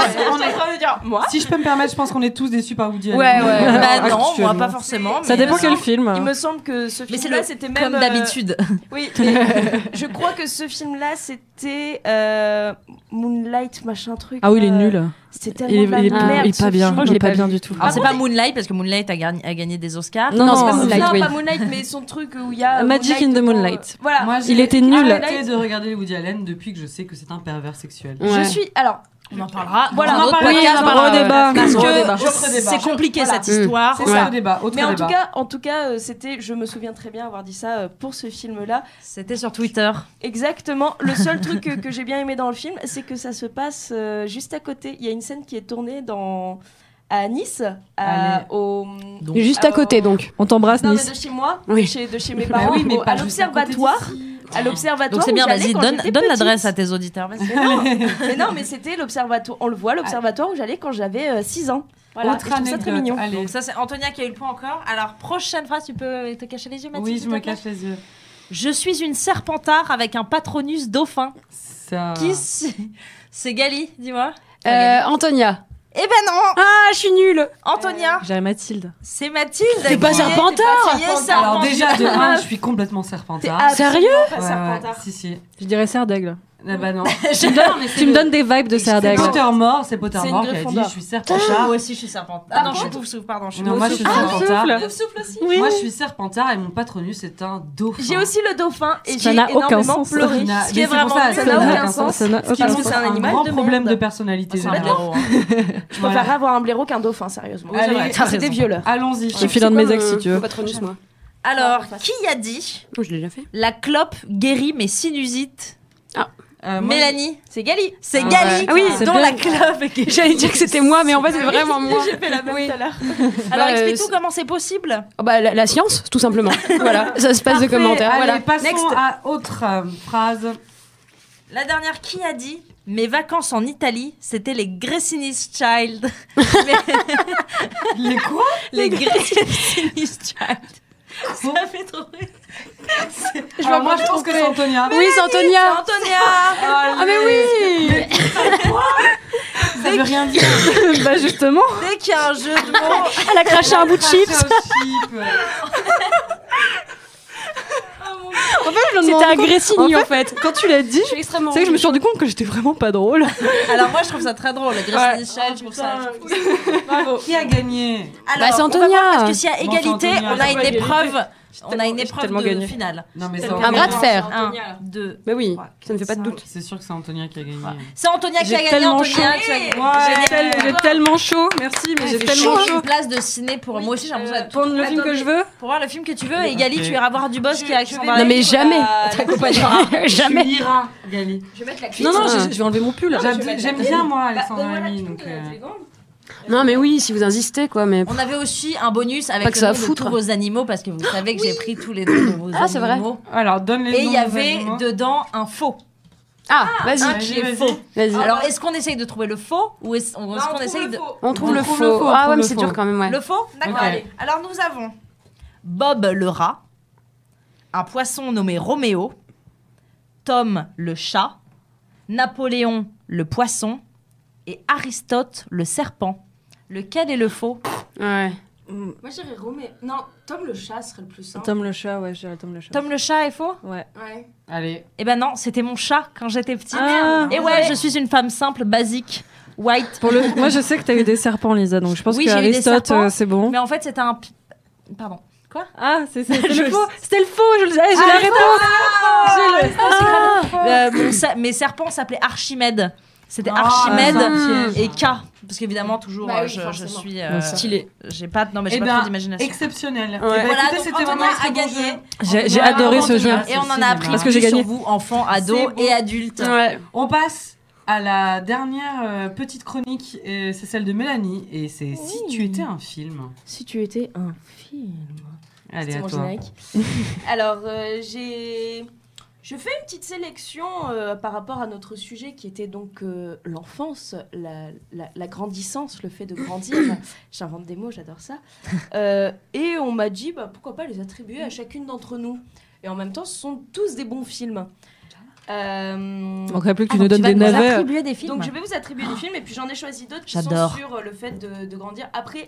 S3: de dire, moi
S1: Si je peux me permettre, je pense qu'on est tous déçus par Woody
S5: Ouais,
S1: Allen.
S5: ouais. Bah non, moi
S1: Actuellement.
S5: pas forcément.
S7: Ça
S5: mais-
S7: dépend quel film.
S3: Il me semble que ce
S5: Mais c'est
S3: film-là,
S5: le
S3: c'était même...
S5: Comme
S3: euh,
S5: d'habitude.
S3: Oui, mais je crois que ce film-là, c'était euh, Moonlight, machin truc.
S7: Ah oui, il est
S3: euh,
S7: nul.
S3: C'était
S7: Il est,
S3: tellement de la
S7: il est-
S3: merde,
S7: il est
S3: ce
S7: pas bien.
S3: film.
S7: Il est pas bien du tout.
S5: c'est pas Moonlight parce que Moonlight a gagné, a gagné des Oscars.
S7: Non, non,
S4: c'est pas
S7: non,
S4: Moonlight,
S3: non,
S4: oui.
S3: pas Moonlight, mais son truc où il y a. euh,
S7: Magic in the
S3: dedans, euh,
S7: Moonlight.
S3: Voilà.
S1: Moi, j'ai
S7: Il était nul.
S1: arrêté de regarder Woody Allen depuis que je sais que c'est un pervers sexuel.
S4: Ouais.
S3: Je suis. Alors,
S5: On en parlera.
S1: On en
S7: Ah
S5: Voilà,
S1: parlera.
S4: Oui, on en parlera,
S7: Gros
S4: ouais.
S7: débat.
S5: parce
S1: Gros
S5: que
S1: débat. Autre débat.
S5: c'est compliqué
S3: Voilà.
S5: cette histoire.
S1: C'est ça le débat. Autre
S3: mais en
S1: débat.
S3: tout cas, en tout cas, euh, c'était. Je me souviens très bien avoir dit ça euh, pour ce film-là.
S5: C'était sur Twitter.
S3: Exactement. Le seul truc que, que j'ai bien aimé dans le film, c'est que ça se passe euh, juste à côté. Il y a une scène qui est tournée dans à Nice, à-
S1: Allez.
S3: au.
S5: Donc,
S4: Juste à côté, donc.
S7: On t'embrasse,
S3: Non, mais
S7: Nice.
S3: de chez moi,
S4: Oui.
S3: chez, de chez mes
S1: Bah
S3: parents,
S1: oui, mais
S3: au-
S1: pas
S3: à
S1: juste à côté
S3: l'observatoire.
S1: d'ici.
S3: À l'observatoire.
S5: Donc c'est
S3: où
S5: bien,
S3: j'allais
S5: vas-y,
S3: quand
S5: donne,
S3: j'étais
S5: donne
S3: petite.
S5: l'adresse à tes auditeurs. vas-y.
S3: Mais non, mais non, mais c'était l'observatoire. On le voit, l'observatoire où j'allais quand j'avais 6 ans. Voilà,
S1: Autre
S3: et je trouve ça très
S1: anecdote.
S3: mignon.
S1: Allez.
S5: Donc ça c'est Antonia qui a eu le point encore. Alors prochaine phrase, tu peux te cacher les yeux Mathilde
S1: Oui,
S5: s'il
S1: je
S5: te
S1: me
S5: plaît
S1: cache les yeux.
S5: Je suis une serpentard avec un patronus dauphin.
S1: Ça.
S5: Qui c'est C'est Gali, dis-moi.
S4: Euh, Antonia.
S5: Eh ben non
S4: Ah, je suis nulle.
S5: Antonia,
S7: J'avais Mathilde.
S5: c'est Mathilde.
S4: T'es pas
S5: qui est-
S4: serpentard
S5: qui est
S1: Alors déjà de
S5: serpentard.
S1: un, je suis complètement serpentard.
S3: T'es
S4: Sérieux
S1: Ouais, ouais,
S3: serpentard.
S1: Si si.
S7: Je dirais Serre d'Aigle.
S1: Ah bah non.
S5: Je-
S7: Tu me donnes des vibes de Serre
S1: C'est
S7: d'Aigle.
S1: Pottermore, c'est Pottermore qui
S3: C'est une
S1: a dit
S3: Gryffondor.
S1: je suis serpentard.
S5: Moi aussi je suis serpentard. Ah non, je suis pouf souffle, pardon. Je suis
S1: Non, moi je suis Ah, serpentard.
S7: Ah, souffle.
S3: souffle aussi.
S1: Moi je suis serpentard et mon patronus est un dauphin.
S3: J'ai aussi le dauphin et
S7: Ça
S3: j'ai
S7: n'a aucun
S3: énormément
S7: sens.
S1: Ça
S3: pleuré.
S1: n'a-
S5: Ce qui
S1: mais
S5: est
S1: c'est pour
S5: vraiment-
S1: ça,
S3: ça
S1: ça
S3: n'a
S1: n'a
S3: aucun sens.
S7: Ça n'a
S1: Ce qui
S7: aucun
S3: montre
S1: montre
S3: c'est un
S1: un
S3: animal
S1: grand
S3: de
S1: problème
S3: merde.
S1: de personnalité
S5: C'est un
S1: générale.
S5: blaireau,
S1: Je
S3: Je préférerais avoir un blaireau qu'un dauphin, sérieusement.
S1: Oui, c'est vrai,
S3: Allez,
S5: t'as
S3: c'est des
S5: raison.
S3: violeurs.
S1: Allons-y.
S7: Je file un de mes ex si tu veux.
S4: Patronus, moi.
S5: Alors, qui a dit
S4: Oh, je l'ai déjà fait.
S5: la clope guérit mes sinusites
S1: Euh, moi,
S5: Mélanie
S3: C'est Gali.
S5: C'est
S1: Ah
S5: Gali
S1: ouais.
S5: qui-
S4: Ah oui, c'est
S5: dont
S7: bien.
S5: la clope est guérie.
S4: J'allais dire que c'était moi, mais en fait, c'est vraiment moi.
S3: J'ai fait la même tout à l'heure.
S5: Alors
S4: Bah, euh,
S5: explique-nous
S4: c'est-
S5: comment c'est possible.
S4: Oh, bah, la, la science, tout simplement. voilà, ça se passe de commentaires.
S1: Allez,
S4: Voilà.
S1: passons
S4: Next.
S1: à autre euh, phrase.
S5: La dernière, qui a dit Mes vacances en Italie, c'était les Gressinis Child.
S1: Les quoi
S5: les Gressinis Child. Ça fait trop rire.
S1: Je moi je pense que c'est Antonia.
S4: Oui, c'est Antonia.
S5: Antonia
S4: Ah, mais oui
S1: Ça veut rien dire.
S7: Bah justement.
S5: Dès qu'il y a un jeu de mots.
S4: Elle a craché un bout de
S1: Cracher
S4: chips.
S1: au chip.
S4: C'était agressini, en fait.
S7: Quand tu l'as dit,
S4: Je suis extrêmement.
S7: c'est que je me suis rendu compte que j'étais vraiment pas drôle.
S5: Alors moi, je trouve ça très drôle, les Gressinis Child. Je trouve ça. je trouve ça-
S1: Qui a gagné
S5: Alors,
S4: Bah, c'est
S5: on va voir, Parce
S4: Antonia.
S5: que s'il y a
S1: Bon, c'est
S5: égalité,
S1: Antonia.
S5: on a une
S3: J'ai
S5: épreuve. On a une
S7: j'ai
S5: épreuve
S7: tellement
S5: de
S7: gagné.
S5: finale.
S1: Non mais c'est
S3: Un
S4: Un
S1: Antonia.
S4: bras de fer.
S5: Un,
S3: Antonia.
S5: deux.
S4: Bah oui,
S5: trois,
S4: ça ne fait pas de
S5: quatre,
S4: doute.
S1: C'est sûr que c'est Antonia qui a gagné.
S5: C'est Antonia qui
S7: J'ai
S5: a gagné.
S7: tellement
S5: Antonia,
S7: chaud.
S5: tu as gagné.
S7: J'ai
S5: Génial.
S7: tel- j'ai tellement chaud. Merci, mais j'ai
S5: J'ai
S7: tellement
S5: chaud.
S7: Ah, chaud. hein.
S5: Une place de ciné pour moi aussi, j'ai l'impression d'être
S7: Prendre le film que
S3: Attendez.
S7: je veux.
S5: Pour voir le film que tu veux,
S1: Oui,
S5: et Gali,
S1: ok.
S5: tu iras voir du boss
S3: Je-
S5: qui est avec
S3: je
S5: son
S3: vais
S5: mari.
S4: Non, mais jamais.
S5: euh,
S3: Ah,
S4: T'accompagnera. jamais.
S1: Tu liras, Gali.
S3: Je vais mettre la clé.
S7: Non, non,
S4: Ouais.
S7: j'ai- je vais enlever mon pull.
S1: J'aime
S3: je vais
S1: j'aime
S3: la-
S1: bien moi
S3: Bah,
S1: Alexandra
S3: donne-moi la
S1: Lamy
S3: clé,
S1: donc.
S3: euh,
S1: euh,
S3: c'est bon.
S4: Non, mais oui, si vous insistez, quoi. Mais...
S5: On avait aussi un bonus avec
S4: Pas que
S5: le
S4: ça
S5: nom
S4: à
S5: de
S4: foutre.
S5: tous vos animaux parce que vous savez que j'ai pris tous les noms de vos
S4: Ah, c'est vrai.
S5: animaux.
S1: Alors donne les
S5: Et il y
S1: noms des
S5: avait
S1: animaux.
S5: dedans un faux.
S4: Ah, vas-y.
S5: Un qui est
S1: Vas-y,
S5: faux.
S4: Vas-y.
S5: Alors est-ce qu'on essaye de trouver le faux ou est-ce ou
S3: Non,
S5: est-ce
S3: on
S5: qu'on
S3: trouve
S5: essaye
S3: le
S5: de.
S3: faux.
S4: On trouve le
S1: trouve
S4: faux.
S1: le faux, on
S4: ah
S1: trouve
S4: ouais, mais
S1: le
S4: c'est
S1: faux.
S4: dur quand même, ouais.
S5: Le faux D'accord.
S1: Ok.
S5: allez. Alors nous avons Bob le rat, un poisson nommé Roméo, Tom le chat, Napoléon le poisson et Aristote le serpent. Lequel est le faux
S4: Ouais.
S3: Moi, j'irais Roméo. Non, Tom le chat serait le plus simple.
S7: Tom le chat, ouais, j'irai Tom le chat.
S5: Tom le chat est faux
S7: Ouais.
S3: Ouais.
S1: Allez.
S5: Eh ben non, c'était mon chat quand j'étais petite.
S7: Ah.
S5: et ouais, je suis une femme simple, basique, white.
S7: Pour le... Moi, je sais que t'as eu des serpents, Lisa, donc je pense
S5: Oui,
S7: que
S5: j'ai eu des
S7: Aristote,
S5: serpents.
S7: euh, c'est bon.
S5: Mais en fait, c'était un. pi- Pardon.
S7: Ah, c'est c'est-
S5: Je
S7: c'est le
S5: le
S7: faux. C'était le faux. Je le... eh, j'ai la réponse. J'ai le- Ah.
S5: Euh, mon sa- mes serpents s'appelaient Archimède. C'était
S1: Ah,
S5: Archimède
S1: Archimède
S5: et K. Parce qu'évidemment, toujours,
S3: Bah
S5: euh,
S3: oui,
S5: je, je
S3: forcément.
S5: suis. euh,
S7: Bien sûr.
S4: Stylé.
S5: j'ai pas, non, mais j'ai
S1: Eh
S5: pas
S1: ben,
S5: trop d'imagination.
S1: Exceptionnel.
S4: Ouais.
S1: Eh ben,
S5: Voilà,
S1: écoutez,
S5: donc
S1: c'était vraiment
S5: Antonia a
S1: extrêmement
S5: gagné.
S1: bon.
S7: J'ai j'ai
S1: Ouais,
S7: adoré
S1: vraiment,
S7: ce jeu.
S1: Antonia.
S5: Et on en a appris
S7: Parce que j'ai
S5: plus
S7: gagné.
S5: sur vous, enfants, ados
S1: C'est beau.
S5: et adultes.
S4: Ouais.
S3: Ah,
S1: On passe à la dernière euh, petite chronique, et c'est celle de Mélanie, et c'est si tu étais un film.
S3: Si tu étais un film.
S1: Allez,
S3: C'est
S1: à
S3: mon
S1: toi.
S3: générique. Alors, euh, j'ai. Je fais une petite sélection euh, par rapport à notre sujet qui était donc euh, l'enfance, la, la- la grandissance, le fait de grandir. J'invente des mots, j'adore ça. Euh, et on m'a dit bah, pourquoi pas les attribuer à chacune d'entre nous. Et en même temps, ce sont tous des bons films. Euh,
S7: Il manquerait plus que
S5: Ah,
S7: tu nous
S5: donc
S7: donnes
S5: vas
S7: des
S5: nous
S7: navets.
S5: attribuer des films.
S3: donc je vais vous attribuer des films et puis j'en ai choisi d'autres qui sont
S5: J'adore.
S3: sur euh, le fait de, de grandir. Après,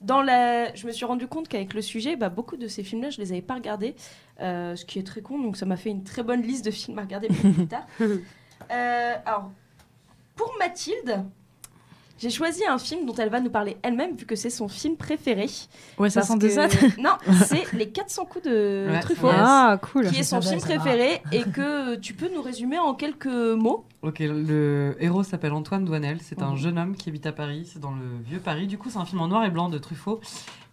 S3: dans la... je me suis rendu compte qu'avec le sujet, bah, beaucoup de ces films-là, je les avais pas regardés, euh, ce qui est très con. Donc ça m'a fait une très bonne liste de films à regarder pour plus tard. Euh, alors, pour Mathilde, j'ai choisi un film dont elle va nous parler elle-même vu que c'est son film préféré.
S5: Ouais,
S3: Parce que- Non, c'est Les 400 coups de
S1: Ouais,
S3: Truffaut.
S1: ouais.
S7: Ah, cool.
S3: Qui est son
S5: Ça va,
S3: film
S5: ça va.
S3: préféré et que euh, tu peux nous résumer en quelques mots.
S1: Ok, le héros s'appelle Antoine Douanel. C'est
S3: Mhm.
S1: un jeune homme qui habite à Paris. C'est dans le vieux Paris. Du coup, c'est un film en noir et blanc de Truffaut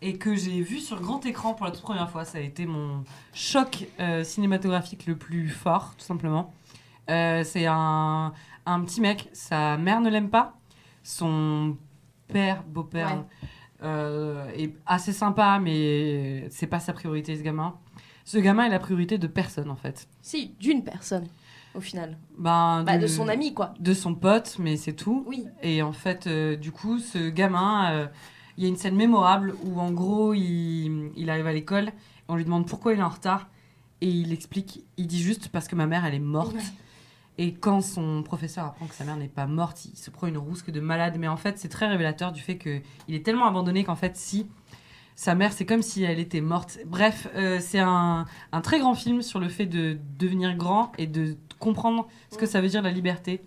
S1: et que j'ai vu sur grand écran pour la toute première fois. Ça a été mon choc euh, cinématographique le plus fort, tout simplement. Euh, c'est un, un petit mec. Sa mère ne l'aime pas. Son père, beau-père,
S3: Ouais.
S1: euh, est assez sympa, mais c'est pas sa priorité, ce gamin. Ce gamin est la priorité de personne, en fait.
S3: Si, d'une personne, au final.
S1: Ben,
S3: Bah, de son ami, quoi.
S1: de son pote, mais c'est tout.
S3: Oui.
S1: Et en fait, euh, du coup, ce gamin, euh, il y a une scène mémorable où en gros, il, il arrive à l'école, on lui demande pourquoi il est en retard, et il explique, il dit juste parce que ma mère, elle est morte. Et quand son professeur apprend que sa mère n'est pas morte, il se prend une rousque de malade. Mais en fait, c'est très révélateur du fait que il est tellement abandonné qu'en fait, si sa mère, c'est comme si elle était morte. Bref, euh, c'est un, un très grand film sur le fait de devenir grand et de comprendre ce que ça veut dire la liberté.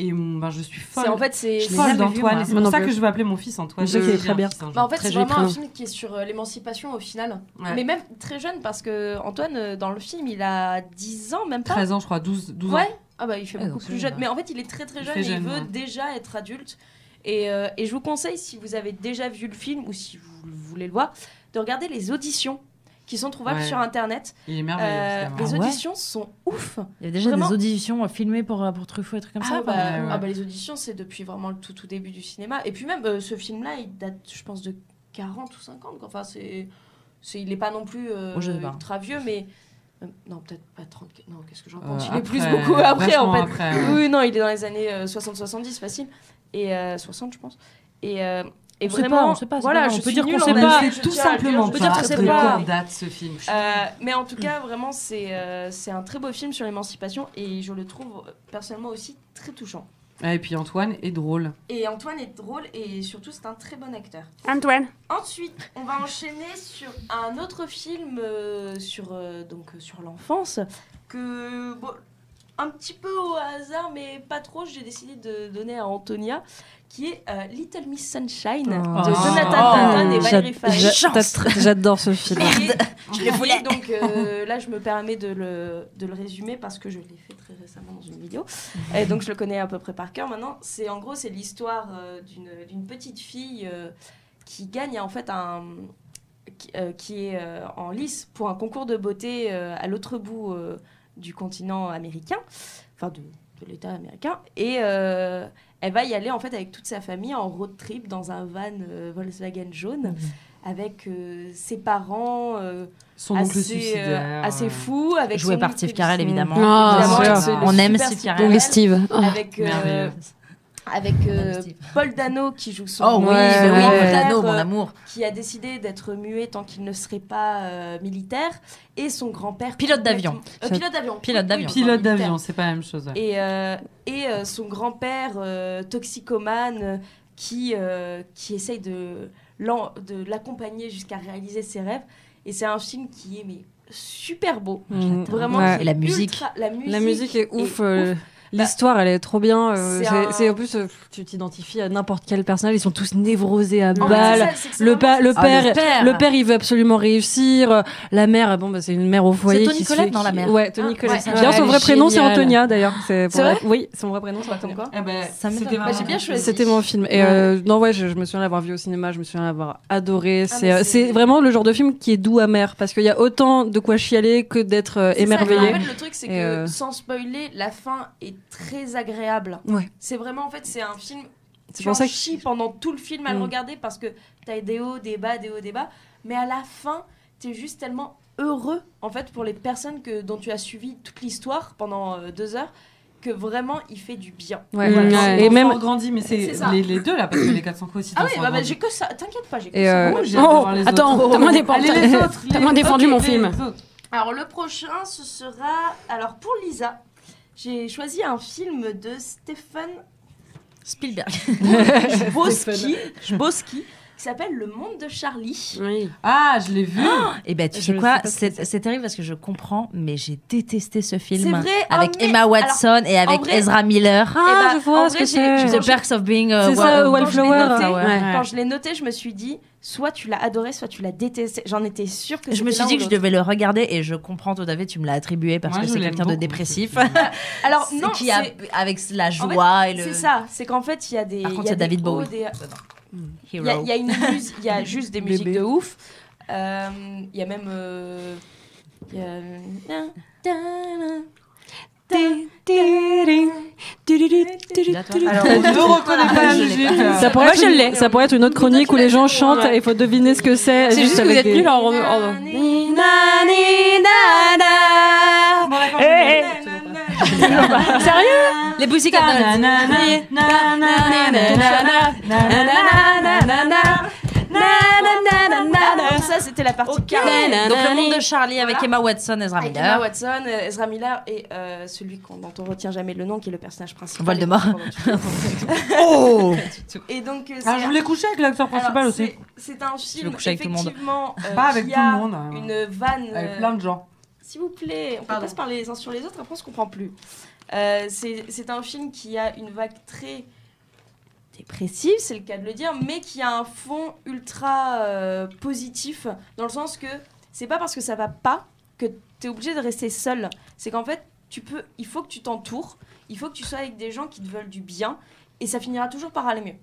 S1: Et mm, ben, je suis folle.
S3: C'est- En fait, c'est.
S1: je suis
S5: l'ai
S1: folle
S5: jamais vu,
S1: d'Antoine.
S5: moi.
S1: et C'est
S7: Moi
S1: pour
S7: non
S1: ça
S7: plus.
S1: que je veux appeler mon fils Antoine.
S7: Je sais qu'il est
S1: J'ai
S7: très
S1: un
S7: bien.
S1: fils un jour.
S3: Bah, en fait,
S7: Très
S3: c'est
S7: joli
S3: vraiment un
S7: prénom.
S3: film qui est sur euh, l'émancipation, au final.
S1: Ouais.
S3: Mais même très jeune, parce que Antoine, euh, dans le film, il a 10 ans, même pas.
S1: 13 ans, je crois, 12, 12 ans.
S3: Ouais. Ah, bah, il fait
S5: Ah,
S3: beaucoup
S5: donc,
S3: plus
S5: oui,
S3: jeune.
S5: bah.
S3: Mais en fait, il est très très
S1: Il
S3: jeune
S1: fait
S3: et
S1: jeune,
S3: il veut
S1: ouais.
S3: déjà être adulte. Et, euh, et je vous conseille, si vous avez déjà vu le film ou si vous voulez le voir, de regarder les auditions qui sont trouvables
S1: Ouais.
S3: sur Internet.
S1: Il est
S3: Euh,
S1: merveilleux. ce gamin.
S3: les
S5: Ah ouais
S3: auditions sont ouf.
S5: Il y avait déjà
S3: Vraiment.
S5: des auditions euh, filmées pour, euh, pour Truffaut et trucs comme
S3: Ah,
S5: ça.
S3: bah,
S5: pardon.
S1: ouais, ouais.
S3: ah bah, les auditions, c'est depuis vraiment le tout, tout début du cinéma. Et puis même, euh, ce film-là, il date, je pense, de 40 ou 50. quoi. Enfin, c'est, c'est, il est pas non plus euh,
S5: Oh, je sais pas.
S3: ultra vieux, mais... euh, non, peut-être pas 30... Non, qu'est-ce que j'en
S1: Euh,
S3: pense Il est
S1: après,
S3: plus beaucoup après, en fait.
S1: vachement après, ouais.
S3: Oui, non, il est dans les années euh, 60-70, facile. Et euh, 60, je pense. Et, euh, et
S5: On sait
S3: vraiment,
S5: pas, on sait pas, c'est
S3: voilà, je
S5: pas grave, on peut
S3: suis
S5: dire qu'on
S3: nulle en
S5: sait
S1: On
S5: pas.
S3: maths,
S1: ne
S3: je
S1: sait tout
S3: tiens à le dire,
S1: simplement
S3: Je peux
S1: pas
S3: dire que
S1: de
S3: c'est
S1: quand
S3: pas...
S1: date ce film.
S3: Euh, mais en tout cas, vraiment, c'est euh, c'est un très beau film sur l'émancipation et je le trouve euh, personnellement aussi très touchant.
S1: Ah, Et puis Antoine est drôle.
S3: Et Antoine est drôle et surtout, c'est un très bon acteur.
S4: Antoine.
S3: Ensuite, on va enchaîner sur un autre film euh, sur, euh, donc, euh, sur l'enfance que, bon, un petit peu au hasard, mais pas trop, j'ai décidé de donner à Antonia, qui est euh, Little Miss Sunshine
S7: Oh.
S3: de Jonathan
S1: Oh.
S3: Tartan et
S7: J'a-
S3: Valérie Faye.
S7: j'a- t'as- J'adore ce film.
S3: Qui est- qui est Donc euh, là, je me permets de le, de le résumer parce que je l'ai fait très récemment dans une vidéo. Et donc je le connais à peu près par cœur maintenant. C'est en gros, c'est l'histoire euh, d'une d'une petite fille euh, qui gagne en fait un qui, euh, qui est euh, en lice pour un concours de beauté euh, à l'autre bout euh, du continent américain, enfin de, de l'État américain, et euh, elle va y aller en fait avec toute sa famille en road trip dans un van euh, Volkswagen jaune avec euh, ses parents euh,
S1: Son oncle
S3: assez, euh,
S1: suicidaire.
S3: assez fou avec
S5: Joué
S3: son
S5: par
S3: oncle
S5: Steve Carell,
S3: qui-
S5: évidemment.
S4: Ah,
S3: Évidemment,
S1: bien
S3: avec
S1: sûr.
S3: ce- le
S5: On aime
S3: super
S5: Steve Carell.
S4: Et Steve. Ah.
S3: avec euh,
S5: Merveilleux.
S3: avec euh, Paul Dano qui joue son
S5: Oh oui,
S7: Ouais,
S5: mais oui,
S7: ouais.
S5: Paul Dano,
S3: Frère,
S5: mon
S3: euh,
S5: amour.
S3: qui a décidé d'être muet tant qu'il ne serait pas euh, militaire, et son grand-père...
S5: Pilote d'avion.
S3: complètement- Euh, pilote d'avion.
S5: Pilote d'avion.
S3: Oui,
S1: Pilote
S3: militaire.
S1: d'avion, c'est pas la même chose. ouais.
S3: Et, euh, et euh, son grand-père euh, toxicomane euh, qui, euh, qui essaye de l'en- de l'accompagner jusqu'à réaliser ses rêves. Et c'est un film qui est mais, super beau.
S7: Mm,
S3: Vraiment,
S7: ouais.
S3: qui est
S5: Et la musique.
S3: ultra- la musique.
S7: La musique est ouf. euh,
S3: ouf. Bah,
S7: L'histoire, elle est trop bien. euh,
S3: c'est
S7: c'est-
S3: un-
S7: C'est en plus, euh, tu t'identifies à n'importe quel personnage. Ils sont tous névrosés à
S3: En fait,
S7: balles.
S3: c'est ça, c'est que c'est
S7: Le,
S3: vraiment-
S7: pa- le
S5: Ah,
S7: père,
S5: le père.
S7: le père, il veut absolument réussir. Euh, La mère, bon, bah, c'est une mère au foyer.
S5: Tony
S7: qui se
S5: Collette,
S7: fait-
S5: non, la
S7: qui-
S5: mère
S7: Ouais, Tony
S3: Ah,
S7: Collette.
S5: ouais.
S7: D'ailleurs, son
S5: Elle
S7: vrai
S5: est
S7: prénom, c'est
S5: géniale.
S7: Antonia, d'ailleurs. C'est
S3: C'est
S7: vrai Oui, son vrai prénom, c'est
S3: Comme
S7: Antonia.
S3: quoi
S1: Eh ben,
S5: Ça m'étonne
S1: c'était
S5: pas.
S1: vraiment-
S3: J'ai bien choisi.
S7: C'était mon film. Et
S3: Ouais.
S7: euh, non, ouais, je, je me souviens l'avoir vu au cinéma, je me souviens l'avoir adoré. c'est
S3: mais
S7: euh,
S3: c'est-
S7: c'est vraiment le genre de film qui est doux amer parce qu'il y a autant de quoi chialer que d'être euh,
S3: C'est ça,
S7: émerveillé.
S3: mais en fait, le truc, c'est que
S7: Et, euh,
S3: sans spoiler, la fin est très agréable.
S7: Ouais.
S3: C'est vraiment, en fait, c'est un film. Tu
S7: C'est pour
S3: en
S7: ça que
S3: chies pendant tout le film à le
S7: Mm.
S3: regarder parce que t'as des hauts, des bas, des hauts, des bas. Mais à la fin, t'es juste tellement heureux, en fait, pour les personnes que, dont tu as suivi toute l'histoire pendant euh, deux heures, que vraiment, il fait du bien.
S7: Ouais.
S1: Mmh,
S7: Ouais.
S1: ouais.
S7: Et
S1: L'enfant
S7: même.
S1: grandit, mais c'est
S3: C'est ça.
S1: les, les deux là, parce que les 400 coups aussi.
S3: Ah
S1: t'en
S3: oui,
S1: sens
S3: bah, bah,
S1: grandi.
S3: j'ai que ça. T'inquiète pas, j'ai que
S7: Et,
S3: ça.
S7: euh,
S1: Oh, j'ai hâte de
S7: Oh,
S1: voir les
S4: attends,
S1: autres.
S4: t'as moins défendu-
S1: Allez, les autres,
S4: t'as
S1: les-
S4: moins défendu
S1: ok,
S4: mon
S1: les
S4: film.
S1: autres.
S3: Alors le prochain, ce sera... Alors pour Lisa, j'ai choisi un film de Stephen
S5: Spielberg.
S3: Jboski, Jboski, qui s'appelle Le Monde de Charlie.
S4: Oui.
S1: Ah, je l'ai vu.
S5: Et ben tu
S7: Je
S5: sais
S7: sais
S5: quoi,
S7: pas ce
S5: c'est c'est terrible parce que je comprends, mais j'ai détesté ce
S3: C'est
S5: film
S3: vrai
S5: avec
S3: ah, mais-
S5: Emma Watson et avec
S3: en vrai-
S5: Ezra Miller.
S3: Ah,
S7: Ah,
S3: bah,
S7: je vois
S3: en
S7: ce
S3: vrai,
S7: que
S3: j'ai-
S7: c'est.
S3: j'ai-
S5: The Perks of Being a
S7: C'est
S5: Wa-
S7: ça,
S5: a-
S3: quand je l'ai
S7: Wallflower.
S3: noté-
S5: Ah ouais.
S4: Ouais.
S3: Quand je l'ai noté, je me suis dit, soit tu l'as adoré, soit tu l'as détesté. J'en étais sûre que
S5: Je me
S3: c'était
S5: suis
S3: l'un
S5: dit
S3: ou
S5: que je
S3: l'autre.
S5: devais le regarder et je comprends tout à fait, tu me l'as attribué parce
S1: Moi,
S5: que
S1: je
S5: c'est
S1: l'aime
S5: quelqu'un de
S1: beaucoup, Ah,
S5: dépressif.
S1: ce film.
S3: Alors
S5: C'est
S3: non,
S5: qui a,
S3: c'est-
S5: avec la
S3: en fait,
S5: joie et le.
S3: c'est ça. C'est qu'en fait, il y a des.
S5: Par contre,
S3: il y a des
S5: David
S3: hauts,
S5: Bowie.
S3: des- Il
S5: Hero.
S3: y, a- il y a une muse- il y a juste des musiques
S7: Bébé.
S3: de ouf. Euh, Il y a même. euh, il y a-
S5: Alors,
S1: On ne reconnaît pas
S5: je l'ai
S1: Gigi.
S7: Ça pourrait,
S4: Moi,
S7: être
S4: je
S7: une-
S4: l'ai.
S7: ça pourrait être une autre chronique où les gens chantent et il faut deviner ce que c'est.
S4: C'est juste que vous
S7: avec
S4: êtes
S7: des-
S4: nuls en. en-
S3: Na,
S4: Na, ni, na, na.
S1: Bon, d'accord,
S4: Eh,
S1: je l'ai.
S5: Les musiques
S1: Na, na, na, na, na, na, na, na, na, na, na.
S3: Ça, c'était la partie
S5: Donc
S3: carrée.
S5: le monde de Charlie avec
S3: Voilà.
S5: Emma Watson, Ezra
S3: Avec Emma
S5: Miller.
S3: Watson, euh, Ezra Miller et euh, celui qu'on- dont on retient jamais le nom, qui est le personnage principal.
S5: Voldemort.
S3: oh Et donc, euh, c'est
S1: Ah, je voulais coucher avec l'acteur
S3: alors,
S1: principal aussi.
S3: c'est- C'est un film,
S5: coucher avec tout le monde.
S3: effectivement, euh,
S1: Pas avec
S3: qui
S1: tout le
S3: a
S1: monde. hein.
S3: une vanne...
S1: Avec
S3: euh,
S1: plein de gens.
S3: S'il vous plaît, on
S5: Pardon.
S3: peut pas se parler les uns sur les autres, après on se comprend plus. Euh, c'est c'est un film qui a une vague très dépressive, c'est le cas de le dire, mais qui a un fond ultra euh, positif, dans le sens que c'est pas parce que ça va pas que tu es obligé de rester seul. C'est qu'en fait, tu peux, il faut que tu t'entoures, il faut que tu sois avec des gens qui te veulent du bien, et ça finira toujours par aller mieux.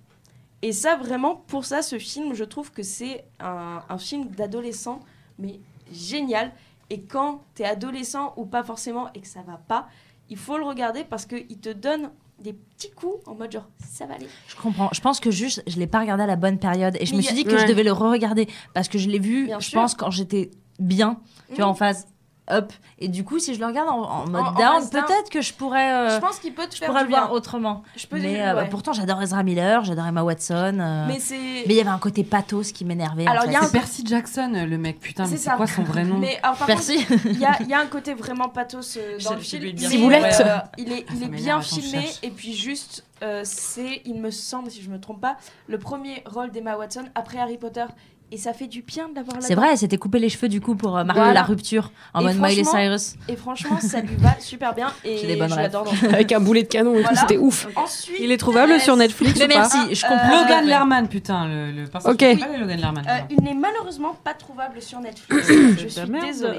S3: Et ça, vraiment, pour ça, ce film, je trouve que c'est un, un film d'adolescent, mais génial. Et quand t'es adolescent ou pas forcément et que ça va pas, il faut le regarder parce qu'il te donne des petits coups en mode genre ça va aller.
S5: Je comprends. Je pense que juste, je l'ai pas regardé à la bonne période et je
S3: Mais
S5: me
S3: y a-
S5: suis dit que je
S4: Ouais.
S5: devais le re-regarder parce que je l'ai vu,
S3: Bien
S5: je
S3: sûr.
S5: pense, quand j'étais bien, tu vois,
S3: Mm.
S5: en phase up. Et du coup, si je le regarde en, en mode
S3: En- en
S5: down,
S3: phase down.
S5: peut-être que je pourrais, euh,
S3: je pense qu'il peut te
S5: je
S3: faire
S5: pourrais
S3: du
S5: le voir
S3: bien.
S5: autrement.
S3: Je peux
S5: Mais
S3: dire,
S5: euh, bah,
S3: ouais.
S5: pourtant, j'adore Ezra Miller, j'adore Emma Watson. euh,
S3: Mais
S5: mais
S3: c'est.
S5: il y avait un côté pathos qui m'énervait. en
S3: Alors,
S5: fait.
S3: il y a un-
S1: C'est Percy Jackson, le mec. Putain, mais
S3: C'est
S1: c'est
S3: ça.
S1: quoi son vrai nom
S3: Mais alors, par
S5: Merci.
S3: contre, il y a, il y a un côté vraiment pathos euh, dans le film.
S5: lui dire.
S3: mais,
S4: Ciboulette.
S3: euh, il est,
S1: Ça
S3: il est
S1: m'énerve,
S3: bien
S1: attends, je
S3: filmé
S1: cherche.
S3: et puis juste, euh, c'est, il me semble, si je me trompe pas, le premier rôle d'Emma Watson après Harry Potter. Et ça fait du bien de l'avoir là
S5: C'est vrai, elle s'était coupé les cheveux du coup pour euh, marquer
S3: Voilà.
S5: la rupture en
S3: Et
S5: mode Miley
S3: franchement,
S5: Cyrus.
S3: Et franchement, ça lui va super bien. Et
S5: J'ai des bonnes
S3: je
S5: rêves.
S3: l'adore dans
S4: Avec un boulet de canon et tout,
S3: Voilà.
S4: c'était ouf.
S3: Ensuite,
S7: Il est trouvable sur Netflix
S5: Mais
S7: ou pas
S5: merci, je
S3: Ah,
S5: comprends.
S3: euh,
S1: Logan
S3: ouais.
S1: Lerman, putain, le, le personnage
S4: Ok.
S1: principal est Logan Lerman.
S3: euh,
S1: voilà.
S3: il n'est malheureusement pas trouvable sur Netflix. je
S7: de la
S3: suis
S7: merde.
S3: désolée.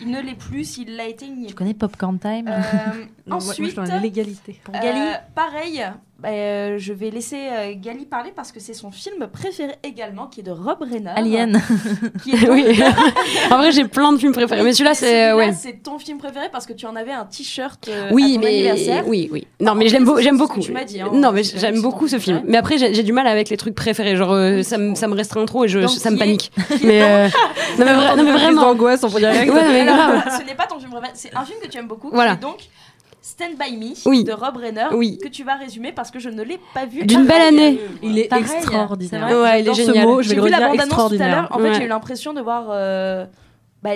S3: Il ne l'est plus. S'il l'a été, il n'y est
S5: Tu connais Popcorn Time
S3: Euh, ensuite,
S7: l'égalité.
S3: euh,
S5: Gali
S3: pareil, euh, je vais laisser euh, Gali parler parce que c'est son film préféré également, qui est de Rob Reiner.
S5: Alien.
S3: Qui est donc-
S4: oui. en vrai, j'ai plein de films préférés, mais celui-là, c'est euh,
S3: Celui-là,
S4: ouais.
S3: c'est ton film préféré parce que tu en avais un t-shirt euh, à
S4: Oui,
S3: ton
S4: mais
S3: anniversaire.
S4: oui, oui. Non,
S3: En
S4: mais j'aime
S3: plus,
S4: beau-
S3: c'est
S4: j'aime
S3: ce que
S4: beaucoup.
S3: tu m'as dit, hein,
S4: non, mais
S3: c'est-
S4: j'aime
S3: c'est
S4: beaucoup
S3: ton
S4: ce film.
S3: préféré.
S4: Mais après, j'ai j'ai du mal avec les trucs préférés. Genre, euh, ça me ça me restreint trop et je,
S3: Donc,
S4: ça me
S3: qui est-
S4: panique. Mais euh, non, mais, vra- non, mais vraiment.
S7: d'angoisse, on peut dire.
S4: Ouais, mais grave.
S3: Ce n'est pas ton film préféré, c'est un film que tu aimes beaucoup.
S4: Voilà.
S3: Qui est donc Stand By Me
S4: Oui.
S3: de Rob Reiner,
S4: Oui
S3: que tu vas résumer parce que je ne l'ai pas vu. Ah,
S4: D'une belle
S3: Pareil.
S4: année.
S7: Il est
S5: bah, Pareil,
S7: extraordinaire.
S5: c'est vrai.
S4: Ouais, il est
S7: J'adore ce
S4: génial.
S7: mot, je vais
S3: J'ai
S7: le
S3: vu la
S7: redire
S3: bande-annonce tout à
S7: extraordinaire.
S3: l'heure. En fait,
S4: Ouais.
S3: j'ai eu l'impression de voir euh, bah,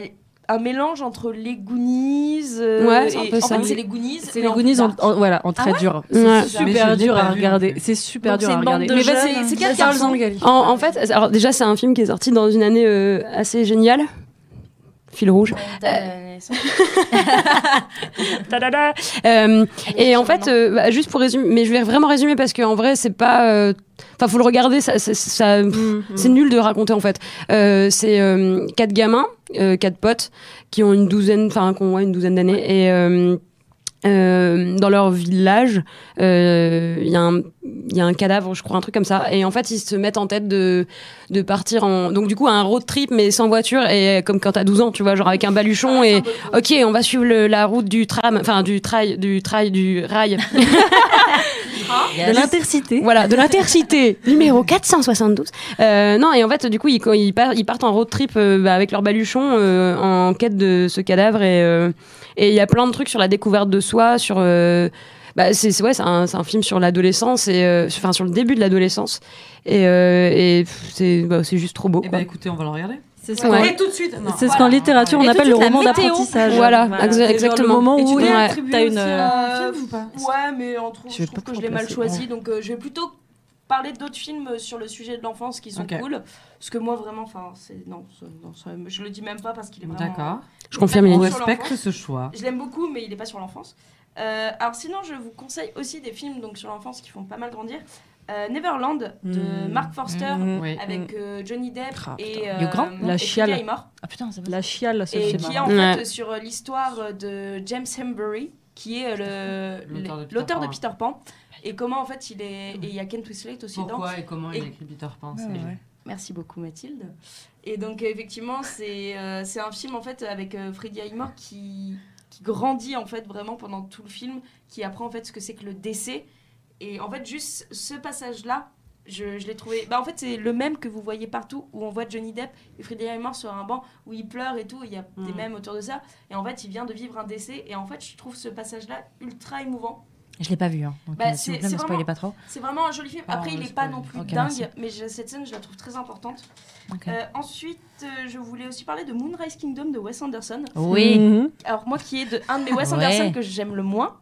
S3: un mélange entre les Goonies. euh,
S4: Ouais, c'est un
S3: et-
S4: peu
S3: en
S4: ça.
S3: fait, c'est les Goonies.
S7: C'est
S3: mais
S7: les
S3: en
S7: Goonies
S3: plus
S7: en,
S3: dark.
S7: en- voilà, en très dur. Ah C'est
S4: Ouais.
S1: Mais je l'ai
S7: super dur
S1: pas
S7: à
S1: vu,
S7: regarder.
S1: mais-
S7: C'est super
S3: Donc,
S7: dur
S3: c'est
S7: à
S3: une
S7: regarder.
S3: bande de
S4: bah,
S7: Mais vas-y,
S3: jeunes.
S7: c'est
S3: Vas-y,
S7: quatre
S3: Arlson,
S7: garçons.
S4: En, en fait, alors déjà, c'est un film qui est sorti dans une année euh, assez géniale. Fil rouge.
S3: Euh,
S4: Ta-da-da. Euh,
S3: Allez,
S4: et en fait,
S3: sûrement.
S4: euh, bah, juste pour résumer, mais je vais vraiment résumer parce qu'en vrai, c'est pas. euh, Enfin, faut le regarder. Ça, ça- ça- c'est nul de raconter en fait. Euh, c'est euh, quatre gamins, euh, quatre potes qui ont une douzaine, enfin, qui ont ouais, une douzaine d'années et. euh, euh, dans leur village, euh, il y, a un- il y a un cadavre, je crois, un truc comme ça. Et en fait, ils se mettent en tête de, de partir en. Donc, du coup, un road trip, mais sans voiture, et comme quand t'as 12 ans, tu vois, genre avec un baluchon. Et ok, on va suivre le- la route du tram, enfin, du trail, du trail, du rail.
S7: De l'intercité.
S4: Voilà, de l'intercité numéro 472. Euh, non, et en fait, du coup, ils, ils, par- ils partent en road trip euh, bah, avec leur baluchon euh, en quête de ce cadavre. Et euh, et il y a plein de trucs sur la découverte de soi, sur. euh, bah, bah, c'est c'est- ouais, c'est un, c'est un film sur l'adolescence et euh, enfin sur le début de l'adolescence et, euh, et pff, c'est bah, c'est juste trop beau.
S1: Eh
S4: quoi.
S1: ben écoutez, on va le regarder.
S7: C'est ce
S4: Ouais.
S7: qu'on
S4: Ouais.
S1: Et tout de suite. non.
S7: c'est ce
S1: Voilà.
S7: qu'en littérature on
S5: Et tout de
S7: appelle le
S5: suite, la
S7: roman
S5: météo.
S7: d'apprentissage.
S4: Voilà, ex-
S7: C'est genre
S4: exactement.
S7: Le moment
S1: Et tu
S7: où
S1: peux
S4: Ouais.
S1: attribuer
S7: t'as une,
S1: aussi à un
S3: euh,
S1: film ou pas
S3: Ouais, mais on trouve,
S4: Je
S3: je,
S4: vais pas
S3: trouve que je
S4: trop
S3: l'ai mal
S4: placer.
S3: choisi, donc euh, je vais plutôt parler d'autres films sur le sujet de l'enfance qui sont
S1: Ok.
S3: cool. Parce que moi, vraiment, enfin, c'est non, c'est- non, c'est- je le dis même pas parce qu'il est vraiment.
S1: D'accord.
S4: Je confirme,
S3: Ouais.
S1: On
S4: Yannick.
S3: sur
S1: respecte
S3: l'enfance.
S1: ce choix.
S3: Je l'aime beaucoup, mais il n'est pas sur l'enfance. Euh, alors sinon, je vous conseille aussi des films donc sur l'enfance qui font pas mal grandir. Euh, Neverland de
S7: Mm.
S3: Mark Forster
S7: Mm.
S1: Oui.
S3: avec euh, Johnny Depp
S4: Hmm. Ah,
S3: et euh,
S5: Il est grand,
S7: la
S3: et
S7: chiale.
S3: Drew Barrymore.
S5: Ah putain, c'est
S7: La chiale, ce
S3: et
S7: film.
S3: qui est en
S4: Ouais.
S3: fait euh, sur euh, l'histoire euh, de James Hembury, qui est euh, le-
S1: L'auteur de
S3: le-
S1: Peter
S3: l'auteur de,
S1: Pan.
S3: Peter Pan, et comment en fait il est. Et il y a Kent Winslet aussi dedans.
S1: Pourquoi et comment il a
S3: Et-
S1: écrit Peter Pan
S5: Ouais,
S1: c'est-
S5: ouais.
S3: Merci beaucoup Mathilde. Et donc euh, effectivement, c'est euh, c'est un film en fait avec euh, Freddie Highmore qui, qui grandit en fait vraiment pendant tout le film, qui apprend en fait ce que c'est que le décès. Et en fait, juste ce passage-là, je, je l'ai trouvé. Bah, en fait, c'est le même que vous voyez partout où on voit Johnny Depp et Freddie Highmore sur un banc où il pleure et tout. Il y a des
S1: Mm.
S3: mèmes autour de ça. Et en fait, il vient de vivre un décès. Et en fait, je trouve ce passage-là ultra émouvant.
S5: Je l'ai pas vu, hein. donc
S3: Bah,
S5: euh, s'il vous
S3: c'est-
S5: plaît,
S3: c'est
S5: me spoilez
S3: vraiment-
S5: pas trop.
S3: C'est vraiment un joli film.
S1: Ah,
S3: Après,
S1: on
S3: il
S1: le
S3: n'est pas
S1: spoil.
S3: non plus
S5: Ok,
S3: dingue,
S5: merci.
S3: mais je- cette scène, je la trouve très importante.
S5: Ok.
S3: Euh, ensuite, euh, je voulais aussi parler de Moonrise Kingdom de Wes Anderson.
S5: Oui.
S7: Mhm.
S3: Alors moi qui est de un de mes Wes
S5: Ouais.
S3: Anderson que j'aime le moins,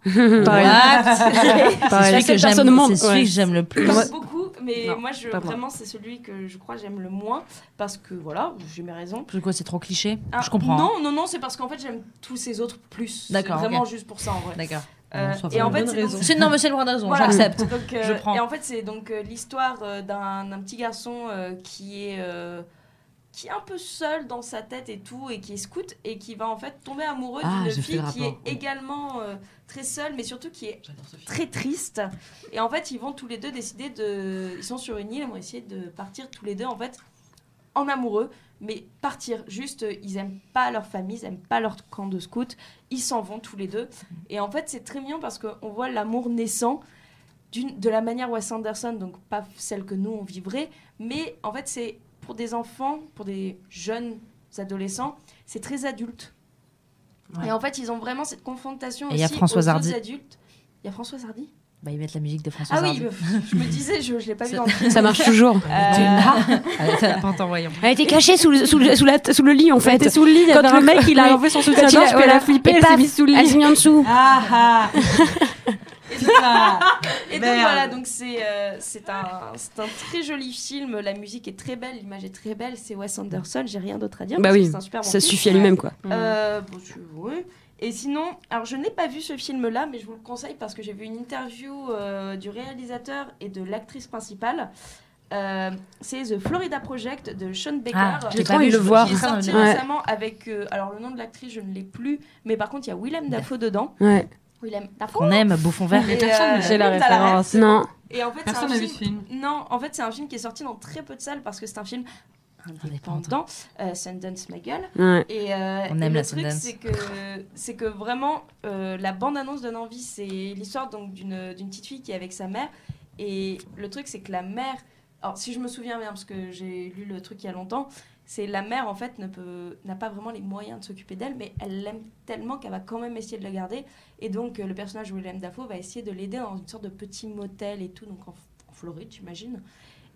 S5: C'est
S7: Pareil. Pareil.
S5: celui que
S4: Personne ne
S5: j'aime-
S4: demande,
S5: c'est celui
S4: ouais.
S5: que j'aime le plus.
S3: j'aime beaucoup, mais
S7: Non,
S3: moi je
S7: pas moi.
S3: vraiment c'est celui que je crois j'aime le moins parce que voilà j'ai mes raisons.
S5: Pourquoi c'est trop cliché
S3: Ah,
S5: Je comprends. hein.
S3: Non non non c'est parce qu'en fait j'aime tous ces autres plus.
S5: D'accord,
S3: C'est Vraiment
S5: ok.
S3: juste pour ça en vrai.
S5: D'accord.
S3: Euh,
S1: Bon, ça fait
S3: et en
S1: une
S3: fait
S1: bonne
S3: c'est donc-
S1: raison.
S5: C'est- Non, mais c'est loin de raison,
S3: Voilà.
S5: j'accepte.
S3: Donc, euh,
S5: Je prends.
S3: Et en fait, c'est donc euh, l'histoire euh, d'un d'un petit garçon euh, qui est euh, qui est un peu seul dans sa tête et tout, et qui est scout et qui va en fait tomber amoureux
S1: Ah, j'ai fait
S3: d'une fille
S1: le
S3: qui est
S1: rapport.
S3: également euh, très seule, mais surtout qui est
S1: J'adore ce film.
S3: très triste. Et en fait, ils vont tous les deux décider de. Ils sont sur une île, ils vont essayer de partir tous les deux en fait en amoureux, mais partir. Juste, euh, ils aiment pas leur famille, ils aiment pas leur camp de scout. Ils s'en vont tous les deux. Et en fait, c'est très mignon parce qu'on voit l'amour naissant d'une de la manière Wes Anderson, donc pas celle que nous on vivrait, mais en fait, c'est pour des enfants, pour des jeunes adolescents, c'est très adulte.
S1: Ouais.
S3: Et en fait, ils ont vraiment cette confrontation
S5: Et il y
S3: aussi
S5: a Françoise
S3: aux
S5: Hardy.
S3: autres adultes. Il y a Françoise Hardy
S5: Bah, ils mettent la musique de François
S3: ah oui, euh, je me disais, je, je l'ai pas vu dans le film.
S4: Ça marche toujours.
S3: Euh,
S5: voyons.
S4: Elle était cachée sous le, sous le- sous la, sous le lit en
S7: Elle
S4: fait.
S7: était sous le lit, il y
S4: Quand
S7: avait un
S4: le-
S7: mec, il
S4: oui.
S7: a enlevé son
S4: Quand il
S7: soutien-gorge,
S4: a-
S7: puis elle
S4: voilà.
S7: a flippé,
S4: Et
S7: elle s'est
S4: paf,
S7: mise sous le
S4: Elle
S7: lit.
S4: s'est mise en dessous.
S1: Ah ah Putain.
S3: et donc
S1: Merde.
S3: voilà, donc c'est euh, c'est un, c'est un très joli film. La musique est très belle, l'image est très belle. C'est Wes Anderson, j'ai rien d'autre à dire.
S4: Bah
S3: parce que
S4: oui,
S3: c'est un super bon
S4: Ça
S3: film.
S4: suffit à lui-même Mm. quoi.
S3: Euh, bon, je- ouais. Et sinon, alors je n'ai pas vu ce film-là, mais je vous le conseille parce que j'ai vu une interview euh, du réalisateur et de l'actrice principale. Euh, c'est The Florida Project de Sean Baker.
S5: Ah,
S4: J'ai
S5: j'ai
S4: trop
S5: pas
S4: envie
S5: vu
S4: de
S5: je
S4: le
S5: vois-
S4: voir.
S3: Qui est
S5: j'ai ça dans
S3: sorti
S5: le-
S4: Ouais.
S3: récemment avec. euh, alors, le nom de l'actrice, je ne l'ai plus, mais par contre, il y a Willem Dafoe dedans.
S4: Ouais.
S3: Willem Dafoe.
S5: Qu'on aime, bouffon vert.
S3: Et,
S1: personne,
S3: euh,
S7: J'ai la
S3: t'as ref.
S7: référence.
S4: Non.
S3: Et en fait, c'est
S1: Personne
S3: un
S1: n'a vu
S3: film.
S1: ce film.
S3: Non, en fait, c'est un film qui est sorti dans très peu de salles parce que c'est un film indépendant. Euh, Sundance, ma gueule.
S4: Ouais.
S3: Et, euh,
S5: On
S3: et
S5: aime
S3: le
S5: la
S3: truc,
S5: Sundance.
S3: c'est que c'est que vraiment euh, la bande annonce donne envie. C'est l'histoire donc d'une d'une petite fille qui est avec sa mère. Et le truc, c'est que la mère, alors si je me souviens bien, parce que j'ai lu le truc il y a longtemps, c'est la mère en fait ne peut n'a pas vraiment les moyens de s'occuper d'elle, mais elle l'aime tellement qu'elle va quand même essayer de la garder. Et donc euh, le personnage Willem Dafoe va essayer de l'aider dans une sorte de petit motel et tout, donc en, en Floride, j'imagine.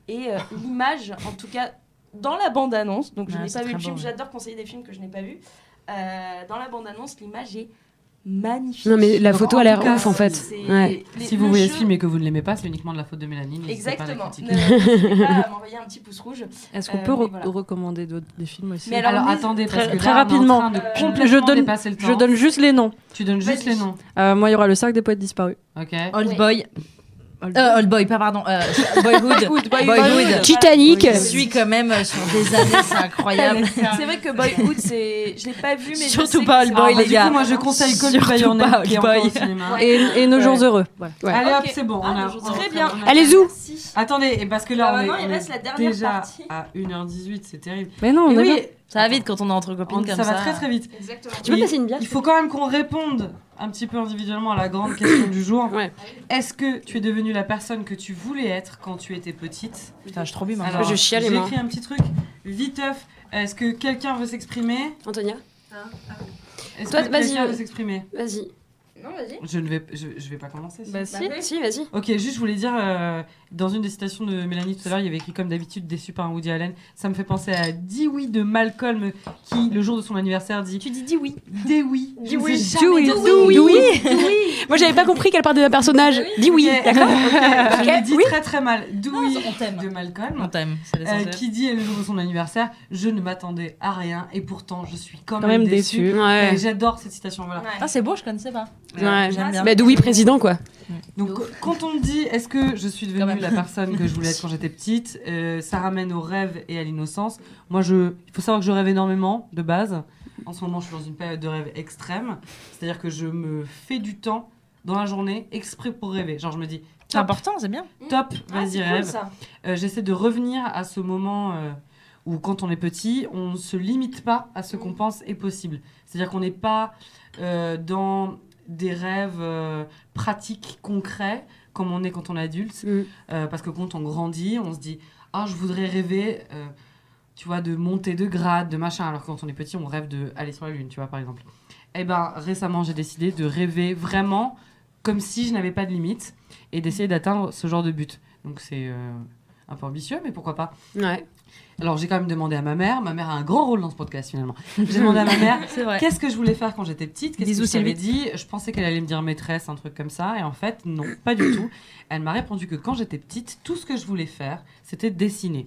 S3: Et euh, l'image, en tout cas, dans la bande-annonce, donc je
S5: Ouais,
S3: n'ai
S5: c'est
S3: pas vu
S5: très
S3: le film,
S5: beau, ouais.
S3: j'adore conseiller des films que je n'ai pas vus. Euh, dans la bande-annonce, l'image est magnifique.
S4: Non mais la
S3: Donc,
S4: photo
S3: en
S4: a l'air
S3: tout cas,
S4: ouf en fait.
S3: c'est-
S4: Ouais.
S3: les-
S1: Si
S3: le
S1: vous voyez ce
S3: jeu-
S1: film et que vous ne l'aimez pas, c'est uniquement de la faute de Mélanie. n'hésitez pas à la
S3: Exactement. Ne
S1: critiquer.
S3: n'hésitez pas à m'envoyer un petit pouce rouge.
S7: Est-ce qu'on
S3: Euh,
S7: peut
S3: mais
S7: re-
S3: voilà.
S7: recommander d'autres des films aussi
S3: Mais alors,
S1: Alors,
S3: Louise,
S1: attendez, parce
S7: très-
S1: que
S7: très
S1: là, on est en
S7: rapidement.
S1: train de
S3: Euh,
S1: complètement
S7: je donne-
S1: dépasser le temps.
S7: Je donne juste les noms.
S1: Tu donnes juste
S3: Vas-y.
S1: les noms.
S7: Euh, moi, il y aura le cercle des poètes disparus.
S1: Ok. Oh,
S5: Old
S3: Ouais.
S5: Boy.
S7: Old
S5: Euh, Old Boy, pas pardon. euh, Boyhood. Boyhood.
S4: Titanic.
S5: Je suis quand même euh, sur des années, c'est incroyable.
S3: C'est vrai que Boyhood, c'est, je l'ai pas vu, mais je
S5: Surtout
S3: sais que
S5: pas
S3: c'est-
S5: Old Boy,
S3: Ah,
S5: les
S3: du
S5: gars.
S3: coup,
S1: moi, je conseille Call Me
S5: Surtout
S1: By Your Name,
S5: pas
S1: qui est
S5: Old Boy.
S1: encore au cinéma.
S3: Ouais.
S7: Et, et Nos
S1: Ouais.
S7: jours heureux. Voilà.
S1: Allez hop,
S3: Ok.
S1: c'est bon. on a- on a-
S3: Très bien.
S1: on a-
S4: Allez zou.
S3: Merci.
S1: Attendez, et parce que là,
S3: Bah,
S1: on
S3: maintenant,
S1: est-
S3: il
S1: on
S3: reste la
S1: est
S3: dernière
S1: déjà
S3: partie.
S1: à 1h18, c'est terrible.
S7: Mais non, on
S1: Et
S7: est
S1: oui,
S7: bien.
S5: Ça va vite quand on est entre copines
S1: on-
S5: comme
S1: ça
S5: ça.
S1: va très très vite.
S3: Exactement.
S4: Tu peux
S1: Oui.
S4: passer une bière
S1: Il faut quand même qu'on réponde un petit peu individuellement à la grande question du jour.
S4: Ouais.
S1: Est-ce que tu es devenue la personne que tu voulais être quand tu étais petite
S5: Putain, je suis trop hein. bim.
S1: Alors,
S4: je chiale,
S1: J'ai
S4: moi.
S1: écrit un petit truc. Viteuf, est-ce que quelqu'un veut s'exprimer
S4: Antonia,
S1: Est-ce
S4: Toi,
S1: que
S4: vas-y,
S1: quelqu'un
S4: euh,
S1: veut s'exprimer
S4: vas-y.
S3: Non, vas-y.
S1: Je ne vais, je, je vais pas commencer. si.
S7: Bah si.
S3: Bah,
S4: Si, vas-y.
S1: Ok, juste je voulais dire, euh, dans une des citations de Mélanie tout à l'heure, il y avait écrit comme d'habitude déçu par un Woody Allen. Ça me fait penser à Dewey de Malcolm qui, le jour de son anniversaire, dit
S5: Tu dis dis oui.
S1: Dewey.
S5: Dis oui.
S4: Dewey.
S5: Dewey.
S4: Dewey. Moi, j'avais pas compris qu'elle parlait d'un personnage. Dis Ah oui, d'accord
S1: Je l'ai dit
S4: Oui.
S1: très très mal. Dewey
S5: on t'aime.
S1: de Malcolm.
S5: On t'aime. c'est
S1: bah, euh,
S5: l'essentiel.
S1: qui dit le jour de son anniversaire, je ne m'attendais à rien et pourtant je suis quand,
S7: Quand même déçu.
S1: Et
S4: Ouais.
S1: J'adore cette citation, voilà. Euh,
S5: Ah, c'est beau, je connaissais pas.
S4: Ouais.
S5: J'aime bien.
S4: Bah, Dewey président, quoi.
S1: Donc,
S5: De
S1: quand on me dit est-ce que je suis
S5: Quand
S1: devenue
S5: même.
S1: la personne que je voulais être quand j'étais petite, euh, ça ramène au rêve et à l'innocence. Moi, je, il faut savoir que je rêve énormément de base. En ce moment, je suis dans une période de rêve extrême. C'est-à-dire que je me fais du temps dans la journée exprès pour rêver. Genre, je me dis
S5: C'est important, Mmh. c'est bien.
S1: top,
S3: Ah,
S1: vas-y,
S3: c'est cool,
S1: rêve.
S3: ça.
S1: Euh, J'essaie de revenir à ce moment euh, où, quand on est petit, on ne se limite pas à ce qu'on pense est possible. C'est-à-dire qu'on n'est pas euh, dans des rêves euh, pratiques, concrets, comme on est quand on est adulte.
S4: Mm.
S1: Euh, parce que quand on grandit, on se dit Ah, je voudrais rêver. euh, tu vois, de monter de grade, de machin. Alors que quand on est petit, on rêve de aller sur la lune, tu vois, par exemple. Eh ben, récemment, j'ai décidé de rêver vraiment comme si je n'avais pas de limite et d'essayer d'atteindre ce genre de but. Donc c'est euh, un peu ambitieux, mais pourquoi pas.
S4: Ouais.
S1: Alors j'ai quand même demandé à ma mère, ma mère a un grand rôle dans ce podcast finalement. J'ai demandé à ma mère
S5: C'est vrai.
S1: qu'est-ce que je voulais faire quand j'étais petite, qu'est-ce
S5: Bisous,
S1: que je t'avais dit, je pensais qu'elle allait me dire maîtresse, un truc comme ça, et en fait non, pas du tout. Elle m'a répondu que quand j'étais petite, tout ce que je voulais faire, c'était dessiner.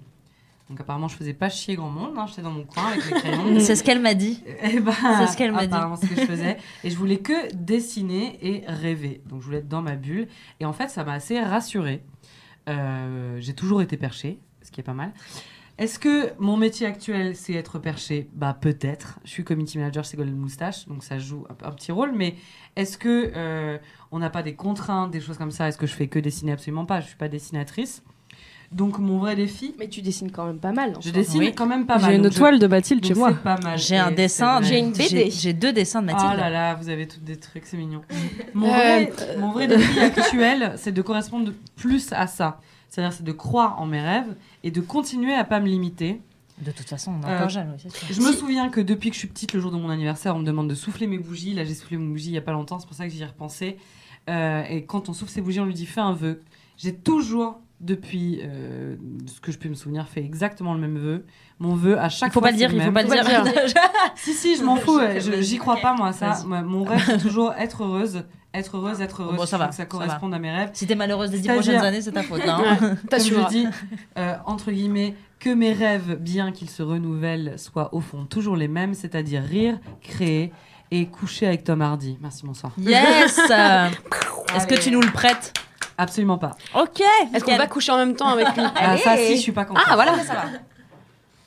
S1: Donc apparemment je faisais pas chier grand monde, hein, j'étais dans mon coin avec les crayons.
S5: C'est ce qu'elle m'a dit.
S1: Eh ben,
S5: C'est ce qu'elle m'a dit.
S1: apparemment, ce que je faisais. Et je voulais que dessiner et rêver. Donc, je voulais être dans ma bulle. Et en fait, ça m'a assez rassurée. Euh, J'ai toujours été perchée, ce qui est pas mal. Est-ce que mon métier actuel, c'est être perché Bah, peut-être. Je suis community manager chez Golden Moustache, donc ça joue un, un petit rôle. Mais est-ce que euh, on n'a pas des contraintes, des choses comme ça Est-ce que je fais que dessiner Absolument pas. Je suis pas dessinatrice. Donc, mon vrai défi,
S3: Mais tu dessines quand même pas mal. en
S1: je
S3: soi.
S1: dessine
S5: Oui.
S1: quand même pas mal.
S7: J'ai une
S1: Donc, je-
S7: toile de Mathilde
S1: donc,
S7: chez
S1: c'est
S7: moi.
S1: pas mal.
S5: J'ai un
S1: Et c'est
S5: dessin.
S1: vrai.
S3: J'ai une BD.
S5: Ah, j'ai- J'ai deux dessins de Mathilde.
S1: Oh là là, vous avez toutes des trucs, c'est mignon. Mon,
S4: Euh,
S1: vrai, mon vrai défi actuel, c'est de correspondre plus à ça. C'est-à-dire, c'est de croire en mes rêves et de continuer à pas me limiter.
S5: De toute façon, on est
S1: Euh,
S5: encore jeunes, oui, c'est sûr.
S1: Je me souviens que depuis que je suis petite, le jour de mon anniversaire, on me demande de souffler mes bougies. Là, j'ai soufflé mes bougies il y a pas longtemps, c'est pour ça que j'y ai repensé. Euh, et quand on souffle ses bougies, on lui dit fais un vœu. J'ai toujours, depuis euh, ce que je peux me souvenir, fait exactement le même vœu. Mon vœu à chaque
S5: Il faut
S1: fois.
S5: pas le dire,
S1: c'est
S5: il faut
S1: même.
S5: pas le dire.
S1: Si, si, je m'en fous. euh,
S5: Je-
S1: je- J'y crois pas, moi, à ça.
S5: Vas-y.
S1: Moi, mon rêve, c'est toujours être heureuse. Être heureuse, être heureuse.
S5: Bon,
S1: Je
S5: ça va,
S1: trouve Que ça
S5: ça
S1: corresponde à mes rêves.
S5: Si t'es malheureuse des dix
S1: C'est-à-dire-
S5: prochaines années, c'est ta faute. hein.
S1: Comme je
S4: T'assumeras.
S1: dis, euh, entre guillemets, que mes rêves, bien qu'ils se renouvellent, soient au fond toujours les mêmes, c'est-à-dire rire, créer et coucher avec Tom Hardy. Merci, bonsoir.
S5: Yes euh, Est-ce que
S1: Allez.
S5: tu nous le prêtes
S1: Absolument pas.
S5: Ok
S4: Est-ce qu'on va coucher en même temps avec lui
S1: Ah, ça, si, je suis pas contente. Ah, voilà.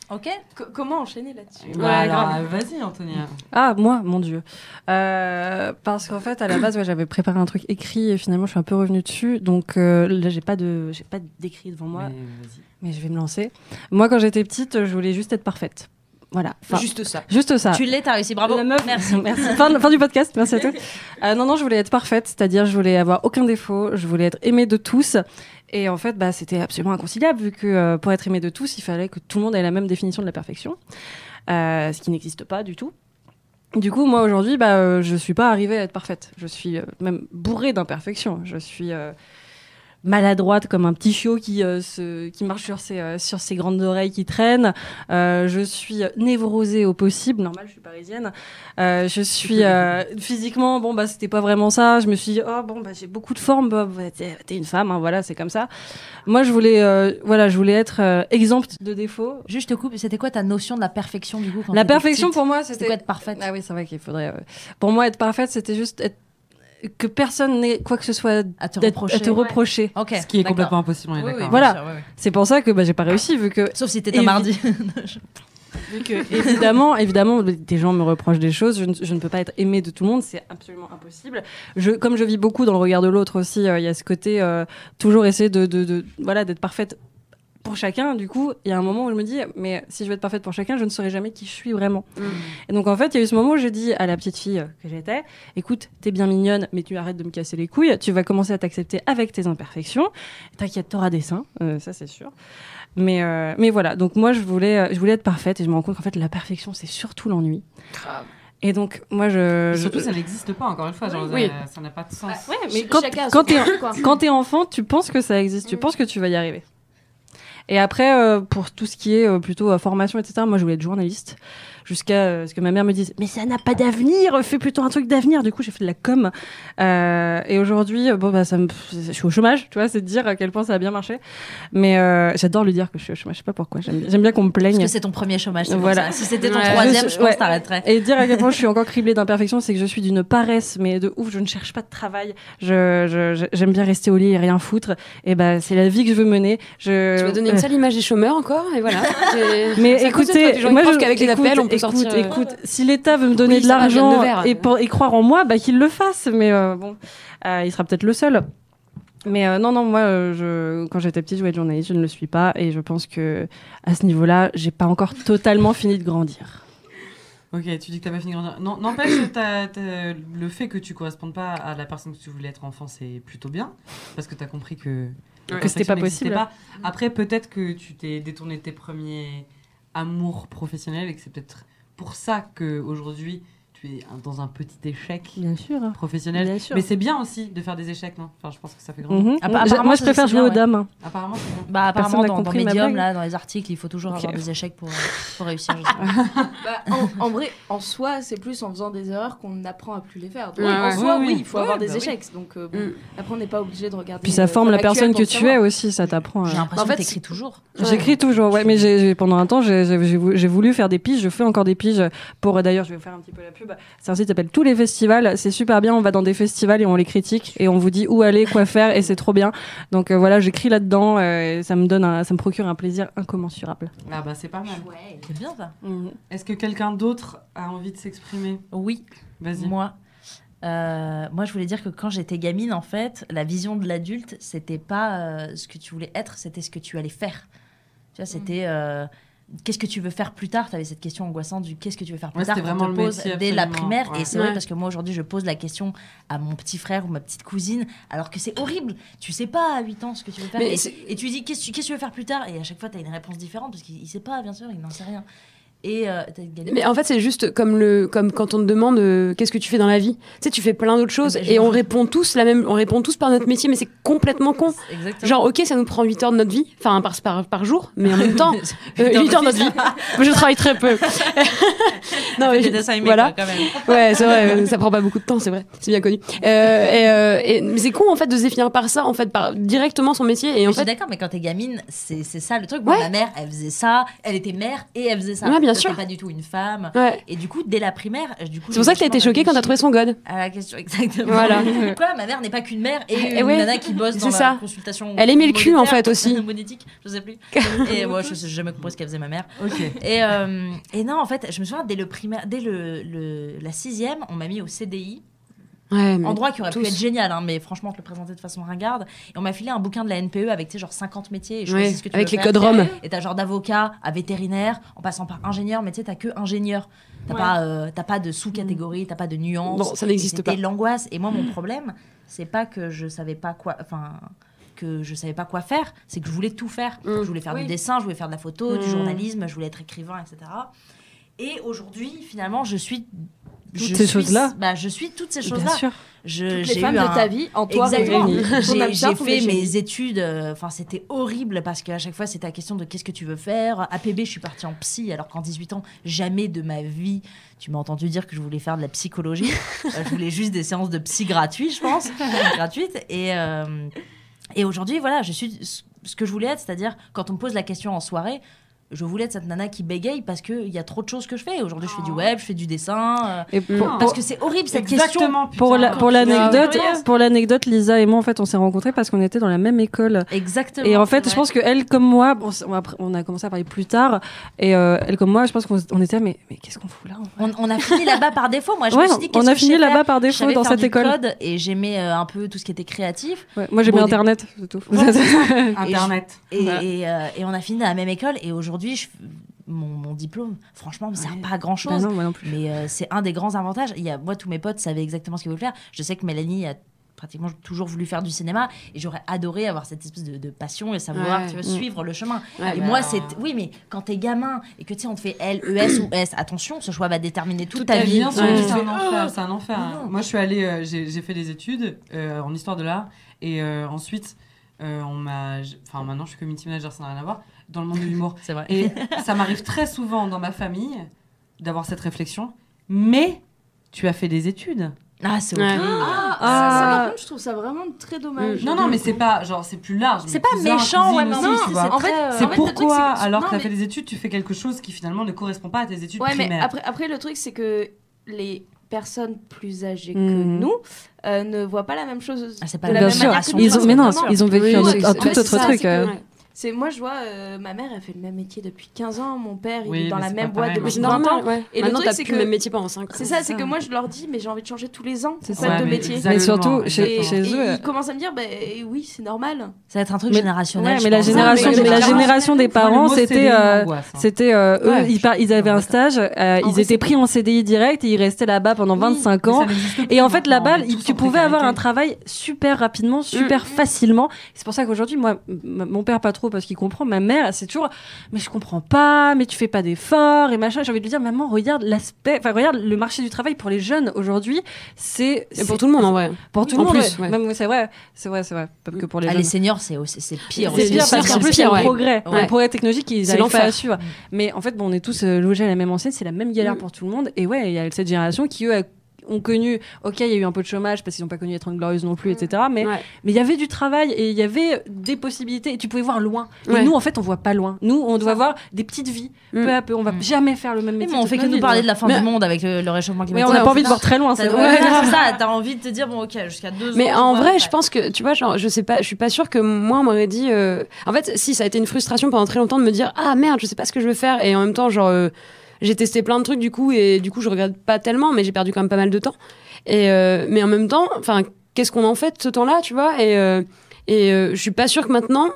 S5: Ok
S3: Co- comment enchaîner là-dessus
S1: euh, vas-y, Antonia.
S7: Ah, moi, mon Dieu. Euh, parce qu'en fait, à la base, ouais, j'avais préparé un truc écrit et finalement, je suis un peu revenue dessus. Donc euh, là, j'ai pas de, j'ai pas d'écrit devant moi,
S1: Mais
S7: mais...
S1: vas-y.
S7: je vais me lancer. Moi, quand j'étais petite, je voulais juste être parfaite. Voilà. Enfin, juste...
S5: Juste ça.
S7: ça.
S5: Tu l'es, t'as réussi, bravo.
S7: La meuf.
S5: Merci.
S7: Merci. Fin, de- fin du podcast, merci à tous. Euh, non, non, je voulais être parfaite, c'est-à-dire je voulais avoir aucun défaut, je voulais être aimée de tous. Et en fait, bah, c'était absolument inconciliable, vu que euh, pour être aimée de tous, il fallait que tout le monde ait la même définition de la perfection, Euh, ce qui n'existe pas du tout. Du coup, moi aujourd'hui, bah, euh, je suis pas arrivée à être parfaite. Je suis euh, même bourrée d'imperfections. Je suis euh, maladroite comme un petit chiot qui, euh, se, qui marche sur ses, euh, sur ses grandes oreilles qui traînent. Euh, je suis névrosée au possible. Normal, je suis parisienne. Euh, je suis euh, physiquement, bon, bah, c'était pas vraiment ça. Je me suis dit, oh, bon, bah, j'ai beaucoup de forme. Bah, bah, t'es t'es une femme, hein, voilà, c'est comme ça. Moi, je voulais, euh, voilà, je voulais être euh, exempte de défauts.
S5: Juste je te coupe, c'était quoi ta notion de la perfection du coup quand
S7: La
S5: t'étais
S7: perfection,
S5: petite
S7: pour moi,
S5: C'était
S7: c'était
S5: quoi être parfaite
S7: ah oui, c'est vrai qu'il faudrait. euh, Pour moi, être parfaite, c'était juste être- que personne n'ait quoi que ce soit
S5: À te
S7: d'être-
S5: reprocher.
S7: à te reprocher.
S5: Ok.
S1: Ce qui est
S5: d'accord.
S1: complètement impossible, on est
S5: Oui, oui,
S1: d'accord.
S5: bien
S7: Voilà.
S5: sûr, oui, oui.
S7: C'est pour ça que bah, j'ai pas réussi, vu que
S5: Sauf si t'étais un
S7: Évi-
S5: mardi.
S7: évidemment, évidemment, des gens me reprochent des choses. Je ne, je ne peux pas être aimée de tout le monde, c'est absolument impossible. Je, comme je vis beaucoup dans le regard de l'autre aussi, euh, il y a ce côté euh, toujours essayer de, de- de- voilà d'être parfaite pour chacun. Du coup, il y a un moment où je me dis, mais si je veux être parfaite pour chacun, je ne saurais jamais qui je suis vraiment.
S1: Mm.
S7: Et donc en fait, il y a eu ce moment où j'ai dit à la petite fille euh, que j'étais, écoute, t'es bien mignonne, mais tu arrêtes de me casser les couilles. Tu vas commencer à t'accepter avec tes imperfections. T'inquiète, t'auras des seins, euh, ça c'est sûr. Mais, euh, mais voilà, donc moi je voulais, euh, je voulais être parfaite et je me rends compte qu'en fait la perfection c'est surtout l'ennui. Et donc, moi, je.
S1: Et
S7: je-
S1: Euh, Surtout, ça n'existe pas, encore une fois. Genre,
S7: Oui.
S1: euh, Ça n'a pas de sens.
S3: Ouais,
S7: mais quand- quand t'es- quand t'es enfant, tu penses que ça existe, tu
S3: Mm.
S7: penses que tu vas y arriver. Et après, euh, pour tout ce qui est euh, plutôt euh, formation, etc., moi je voulais être journaliste. Jusqu'à euh, ce que ma mère me dise Mais ça n'a pas d'avenir, fais plutôt un truc d'avenir. Du coup, j'ai fait de la com. Euh, et aujourd'hui, euh, bon, bah, ça me... pff, je suis au chômage, tu vois, c'est de dire à quel point ça a bien marché. Mais euh, j'adore le dire que je suis au chômage, je sais pas pourquoi. J'aime bien, j'aime bien qu'on me
S5: Parce
S7: plaigne.
S5: que c'est ton premier chômage. c'est pour
S7: Voilà.
S5: ça. Si c'était ton
S7: Ouais.
S5: troisième,
S7: Je-
S5: je pense
S7: ouais.
S5: que t'arrêterais.
S7: Et dire à quel point je suis encore criblée d'imperfections, c'est que je suis d'une paresse, mais de ouf, je ne cherche pas de travail. Je, je- je- j'aime bien rester au lit et rien foutre. Et ben, c'est la vie que je veux mener. Je, Euh,
S4: Tu vas donner une sale image des chômeurs encore, et voilà. C'est-
S7: Mais
S4: ça cause de toi,
S7: écoutez,
S4: les gens, ils
S7: moi
S4: pensent
S7: je-
S4: qu'avec les
S7: écoute,
S4: appels, on peut
S7: écoute,
S4: sortir. euh,
S7: Écoute, si l'État veut me donner
S4: Oui,
S7: de
S4: ça va, Vienne de
S7: l'argent
S4: Verre.
S7: et, pour- et croire en moi, bah qu'il le fasse. Mais euh, bon, euh, il sera peut-être le seul. Mais euh, non, non, moi, euh, je, quand j'étais petite, je voulais être journaliste, je ne le suis pas, et je pense que à ce niveau-là, j'ai pas encore totalement fini de grandir.
S1: Ok, tu dis que t'as pas fini de grandir. Non, n'empêche, t'as- t'as- le fait que tu correspondes pas à la personne que tu voulais être enfant, c'est plutôt bien, parce que t'as compris que la
S7: que c'était pas
S1: perfection n'existait
S7: possible.
S1: pas. Après, peut-être que tu t'es détourné de tes premiers amours professionnels et que c'est peut-être pour ça que aujourd'hui tu es un- dans un petit échec
S7: Bien sûr. hein.
S1: professionnel.
S7: Mm. Bien sûr.
S1: Mais c'est bien aussi de faire des échecs, non Enfin, je pense que ça fait grand.
S7: Mhm.
S5: Appa-
S7: Je-
S5: apparemment,
S7: moi,
S5: ça,
S7: je préfère
S5: c'est
S7: jouer
S5: bien,
S7: aux dames. hein.
S1: Apparemment, c'est bon.
S5: Bah,
S7: Personne
S5: apparemment,
S7: n'a
S5: dans, dans
S7: compris ma
S5: Medium,
S7: blague.
S5: là, dans les articles, il faut toujours
S7: Ok.
S5: avoir des échecs pour, euh, pour réussir. je sais pas.
S3: Bah, en, en vrai, en soi, c'est plus en faisant des erreurs qu'on apprend à plus les faire. Donc,
S4: Ouais,
S3: en
S4: ouais.
S3: soi,
S1: Oui,
S3: oui,
S1: oui.
S3: il faut
S1: Ouais,
S3: avoir des
S1: bah oui.
S3: échecs. Donc, euh, bon,
S4: Mm.
S3: après, on n'est pas obligé de regarder.
S7: Puis ça
S3: euh,
S7: forme la
S3: l'actuel
S7: personne
S3: pour
S7: que tu
S3: savoir.
S7: es aussi, ça t'apprend. euh. à-
S5: J'ai l'impression
S4: En fait,
S5: que t'écris toujours.
S7: J'écris toujours, ouais, mais j'ai- j'ai- pendant un temps, j'ai- j'ai j'ai vou- j'ai voulu faire des piges, je fais encore des piges pour, euh, d'ailleurs, je vais vous faire un petit peu la pub. C'est un site qui s'appelle Tous les festivals, c'est super bien, on va dans des festivals et on les critique et on vous dit où aller, quoi faire et c'est trop bien. Donc euh, voilà, j'écris là-dedans, euh, et ça me donne, un- ça me procure un plaisir incommensurable.
S1: Ah bah, c'est pas mal.
S3: Ouais.
S5: C'est bien ça.
S1: Est-ce que quelqu'un d'autre a envie de s'exprimer
S5: Oui,
S1: Vas-y.
S5: moi. Euh, moi, je voulais dire que quand j'étais gamine, en fait, la vision de l'adulte, c'était pas euh, ce que tu voulais être, c'était ce que tu allais faire. Tu vois,
S1: Mm.
S5: c'était euh, qu'est-ce que tu veux faire plus tard T'avais cette question angoissante du qu'est-ce que tu veux faire plus
S1: Ouais,
S5: tard
S1: c'était
S5: qu'on
S1: vraiment
S5: te
S1: le
S5: pose
S1: métier,
S5: dès la
S1: absolument,
S5: primaire.
S1: ouais.
S5: Et c'est vrai
S4: Ouais.
S5: parce que moi aujourd'hui, je pose la question à mon petit frère ou ma petite cousine, alors que c'est horrible. Tu sais pas à 8 ans ce que tu veux faire.
S4: Mais
S5: Et,
S4: c'est-
S5: et tu lui dis qu'est-ce que tu- qu'est-ce que tu veux faire plus tard Et à chaque fois, t'as une réponse différente parce qu'il il sait pas, bien sûr, il n'en sait rien. Et euh, t'as gagné.
S4: Mais en fait, c'est juste comme le comme quand on te demande euh, qu'est-ce que tu fais dans la vie. Tu sais, tu fais plein d'autres choses
S5: Bah,
S4: et on
S5: j'imagine.
S4: répond tous la même, on répond tous par notre métier, mais c'est complètement con.
S5: Exactement.
S4: Genre, ok, ça nous prend 8 heures de notre vie, enfin par, par, par jour, mais en même temps, euh, 8 heures de notre vie. Moi, Je travaille très peu. non, mais voilà.
S5: quand même.
S4: Ouais, c'est vrai, euh, ça prend pas beaucoup de temps, c'est vrai, c'est bien connu. Euh, et, euh, et- mais c'est con en fait de se définir par ça, en fait, par directement son métier. Et en
S5: je suis
S4: fait,
S5: d'accord, mais quand t'es gamine, c'est c'est ça le truc. Moi,
S4: Ouais.
S5: Ma mère, elle faisait ça, elle était mère et elle faisait ça.
S4: Ouais, bien
S5: C'était
S4: sûr.
S5: pas du tout une femme.
S4: ouais.
S5: Et du coup, dès la primaire, du coup.
S4: C'est pour ça que t'as été choquée quand t'as trouvé son god.
S5: À Ah, la question, exactement.
S4: Voilà.
S5: Pourquoi ma mère n'est pas qu'une mère et une
S4: Eh ouais.
S5: nana qui bosse dans
S4: C'est
S5: la
S4: ça.
S5: consultation
S4: Elle aimait le cul, en
S5: monétaire,
S4: fait, aussi.
S5: monétique, je sais plus. et moi, je sais jamais compris ce qu'elle faisait ma mère.
S1: Ok.
S5: Et, euh, et non, en fait, je me souviens, dès, le primaire, dès le, le- la sixième, on m'a mis au CDI.
S4: Ouais, mais-
S5: endroit qui aurait
S4: Mm. tous.
S5: pu être génial, hein, mais franchement, te le présenter de façon ringarde. Et on m'a filé un bouquin de la NPE avec, tu sais, genre 50 métiers. Et je
S4: ouais,
S5: ce que tu
S4: avec
S5: veux
S4: les
S5: faire.
S4: codes ROM.
S5: Et t'as genre d'avocat à vétérinaire, en passant par ingénieur, mais tu sais, t'as que ingénieur. T'as pas, euh, t'as pas de sous-catégorie, t'as pas de nuance.
S4: Non, ça n'existe pas.
S5: C'était l'angoisse. Et moi, mon problème, c'est pas que je savais pas quoi. Enfin que je savais pas quoi faire, c'est que je voulais tout faire.
S4: Mm.
S5: Je voulais faire
S3: Oui.
S5: du dessin, je voulais faire de la photo, du
S4: Mm.
S5: journalisme, je voulais être écrivain, etc. Et aujourd'hui, finalement, je suis je suis-
S7: ces choses-là.
S5: Bah, je suis toutes ces
S7: Bien
S5: choses-là.
S7: sûr.
S5: Je-
S3: Toutes
S5: j'ai
S3: les
S5: eu
S3: femmes
S5: un-
S3: de ta vie, en toi,
S5: Exactement.
S3: réunies. On a
S5: J'ai
S3: bien
S5: j'ai
S3: trouvé
S5: fait
S3: chez
S5: mes études, euh, enfin c'était horrible parce qu'à chaque fois c'était la question de qu'est-ce que tu veux faire. APB, je suis partie en psy alors qu'en 18 ans, jamais de ma vie, tu m'as entendu dire que je voulais faire de la psychologie. Euh, je voulais juste des séances de psy gratuites, je pense, gratuites. Et, euh, et aujourd'hui, voilà, je suis ce- ce que je voulais être, c'est-à-dire quand on me pose la question en soirée. Je voulais être cette nana qui bégaye parce qu'il y a trop de choses que je fais. Aujourd'hui, je fais du
S3: Oh.
S5: web, je fais du dessin. euh,
S7: Et pour-
S1: Non.
S5: parce que c'est horrible cette question.
S1: Exactement, putain.
S7: Pour la- pour l'anecdote,
S3: incroyable.
S7: pour l'anecdote, Lisa et moi, en fait, on s'est rencontrés parce qu'on était dans la même école.
S5: Exactement.
S7: Et en fait,
S5: c'est
S7: je pense que elle comme moi, bon, on a, on a commencé à parler plus tard, et euh, elle comme moi, je pense qu'on s- on était là, mais, mais qu'est-ce qu'on fout là en fait
S5: On, on a fini là-bas par défaut. Moi, Ah, je
S7: Ouais,
S5: me suis dit,
S7: on
S5: qu'est-ce
S7: a
S5: que je sais
S7: fini
S5: faire
S7: là-bas par
S5: Je
S7: défaut
S5: savais
S7: dans
S5: faire
S7: cette
S5: du
S7: école.
S5: code et j'aimais euh, un peu tout ce qui était créatif.
S7: Ouais, moi, j'aimais
S5: Bon, des-
S7: internet, c'est tout.
S1: Internet.
S5: Et,
S7: Voilà.
S5: et, euh, et on a fini dans la même école. Et aujourd'hui, je- mon, mon diplôme, franchement, me sert pas à grand
S7: Bah
S5: chose.
S7: non, moi non plus.
S5: mais euh, c'est un des grands avantages. Il y a, moi, tous mes potes savaient exactement ce qu'ils voulaient faire. Je sais que Mélanie a pratiquement toujours voulu faire du cinéma et j'aurais adoré avoir cette espèce de, de passion et savoir
S4: Ouais.
S5: tu veux,
S4: Mm.
S5: suivre le chemin.
S4: Ouais,
S1: Ah
S5: et
S4: bah
S5: moi,
S4: alors-
S5: c'est. Oui, mais quand t'es gamin et que tu sais, on te fait L, ES ou S, attention, ce choix va déterminer toute, ta vie.
S1: Bien sûr,
S4: Ouais.
S1: mais c'est
S5: Tu
S1: un
S5: fais,
S3: Oh.
S1: enfer. C'est un enfer.
S5: Mais non.
S1: Moi, je suis allée, euh, j'ai j'ai fait des études euh, en histoire de l'art et euh, ensuite, euh, on m'a, j'- enfin maintenant, je suis community manager, ça n'a rien à voir, dans le monde de l'humour.
S5: C'est vrai.
S1: Et ça m'arrive très souvent dans ma famille d'avoir cette réflexion. Mais tu as fait des études.
S5: Ah, c'est
S4: Ouais.
S5: horrible.
S3: Ah,
S4: Ah.
S3: Ça, ça, par contre, je trouve ça vraiment très dommage.
S1: Mm. Non, non, mais c'est pas genre c'est plus large.
S5: C'est
S1: mais
S5: pas
S1: cousin,
S5: méchant, ouais,
S1: cousine
S5: mais en
S1: aussi,
S5: même
S1: tu
S5: temps,
S1: vois.
S5: c'est
S3: en fait,
S5: très,
S1: C'est
S5: euh,
S3: en fait, le truc,
S1: pourquoi,
S3: c'est que-
S1: alors
S3: non,
S1: que tu as
S3: mais-
S1: fait des études, tu fais quelque chose qui finalement ne correspond pas à tes études
S3: Ouais, mais
S1: primaires.
S3: après, après, le truc, c'est que les personnes plus âgées que
S1: Mm.
S7: Mhm.
S3: nous euh, ne voient pas la même chose.
S5: Ah, c'est pas
S3: de
S5: la
S3: la
S7: Bien
S3: même
S7: sûr,
S3: manière que nous,
S7: ils ont, mais non,
S3: exactement.
S7: ils ont vécu
S4: Oui,
S7: un,
S4: oui,
S7: autre- un
S4: c'est-
S7: tout
S4: c'est
S7: autre
S3: ça,
S7: truc.
S3: c'est que-
S7: euh.
S4: Ouais.
S3: C'est moi, je vois, euh, ma mère, elle fait le même métier depuis 15 ans, mon père,
S1: Oui,
S3: il est dans
S1: mais
S3: la
S1: c'est
S3: même
S1: pas
S3: boîte
S1: pareil,
S3: depuis
S4: C'est
S3: 20 ans.
S4: normal, ouais.
S3: Et le
S4: Maintenant,
S3: truc,
S4: t'as
S3: c'est
S4: plus
S3: que-
S4: le même métier pendant 5 ans.
S3: C'est ça, c'est que moi, je leur dis, mais j'ai envie de changer tous les ans,
S7: C'est
S3: en
S7: ça.
S3: fait, de
S1: mais
S3: métier.
S7: Mais surtout,
S1: exactement,
S7: chez,
S1: exactement.
S3: Et
S7: chez eux. euh,
S3: ils commencent à me dire, bah, oui, c'est normal.
S5: Ça va être un truc
S7: Mais-
S5: générationnel.
S7: Ouais,
S5: je
S7: mais la
S5: pense.
S7: génération,
S3: Non, mais
S7: mais la
S3: clairement,
S7: génération des
S1: Moi, le
S7: parents,
S1: mot CDI
S7: c'était. euh,
S1: m'angoisse, hein.
S7: C'était euh, eux,
S4: Ouais,
S7: ils, par- ils avaient un stage, euh, ils
S3: vrai,
S7: étaient
S3: c'est-
S7: pris en CDI direct et ils restaient là-bas pendant 25
S1: Mais ça
S7: ans.
S1: n'existe plus
S7: Et en fait,
S1: maintenant,
S7: là-bas,
S1: on est
S7: il-
S1: tous
S7: tu
S1: en
S7: pouvais avoir un
S1: précarité.
S7: travail super
S4: Mm.
S7: rapidement, super facilement. C'est pour ça qu'aujourd'hui, moi, m- mon père pas trop parce qu'il comprend. Ma mère, c'est toujours, mais je comprends pas, mais tu fais pas d'efforts et machin. J'ai envie de lui dire, maman, regarde l'aspect, enfin regarde le marché du travail pour les jeunes aujourd'hui. C'est
S4: Et
S7: c'est-
S4: pour tout le monde en vrai.
S7: pour tout
S4: en
S7: le monde.
S4: plus,
S7: ouais.
S4: ouais. Mm.
S7: Même- c'est vrai, c'est vrai, c'est vrai. Pas que pour les
S5: Ah,
S7: jeunes.
S5: les seniors, c'est aussi- c'est pire.
S4: C'est
S5: aussi.
S4: pire,
S7: parce qu'en
S4: c'est
S7: plus, il y
S4: pire,
S7: a un
S4: ouais.
S7: progrès,
S5: Ouais.
S7: un progrès technologique qu'ils
S4: C'est
S7: n'arrivent pas
S4: l'enfer.
S7: à suivre. Mais en fait, bon, on est tous euh, logés à la même enseigne, c'est la même galère
S4: Mm.
S7: pour tout le monde. Et ouais, il y a cette génération qui, eux, a- ont connu, ok, il y a eu un peu de chômage parce qu'ils n'ont pas connu les 30 glorieuses non plus, etc.
S5: Mm.
S7: Mais
S4: Ouais.
S7: mais il y avait du travail et il y avait des possibilités et tu pouvais voir loin.
S4: Ouais.
S7: Et nous, en fait, on voit pas loin. Nous, on doit voir des petites vies,
S4: Mm.
S7: peu à peu. On va
S5: Mm.
S7: jamais faire le même
S5: Mais
S7: métier.
S5: on fait
S7: toute
S5: que
S7: notre
S5: nous
S7: vie,
S5: parler
S7: donc.
S5: de la fin
S4: Mais-
S5: du monde avec le, le réchauffement
S7: Mais
S5: climatique.
S7: on n'a pas envie de
S5: voir
S7: voir très loin.
S5: Ça,
S7: c'est
S5: ouais,
S7: vrai.
S5: c'est ça, t'as envie de te dire, bon, ok, jusqu'à deux ans.
S4: Mais
S5: tu
S4: en
S5: vois,
S4: vrai,
S5: ouais.
S4: je pense que, tu vois, genre, je sais pas, je suis pas sûre que moi, on m'aurait dit. euh, En fait, si, ça a été une frustration pendant très longtemps de me dire Ah merde, je sais pas ce que je veux faire. Et en même temps, genre, euh, j'ai testé plein de trucs du coup, et du coup, je regrette pas tellement, mais j'ai perdu quand même pas mal de temps. Et, euh, mais en même temps, enfin, qu'est-ce qu'on en fait de ce temps-là, tu vois Et, euh, et euh, je suis pas sûre que maintenant.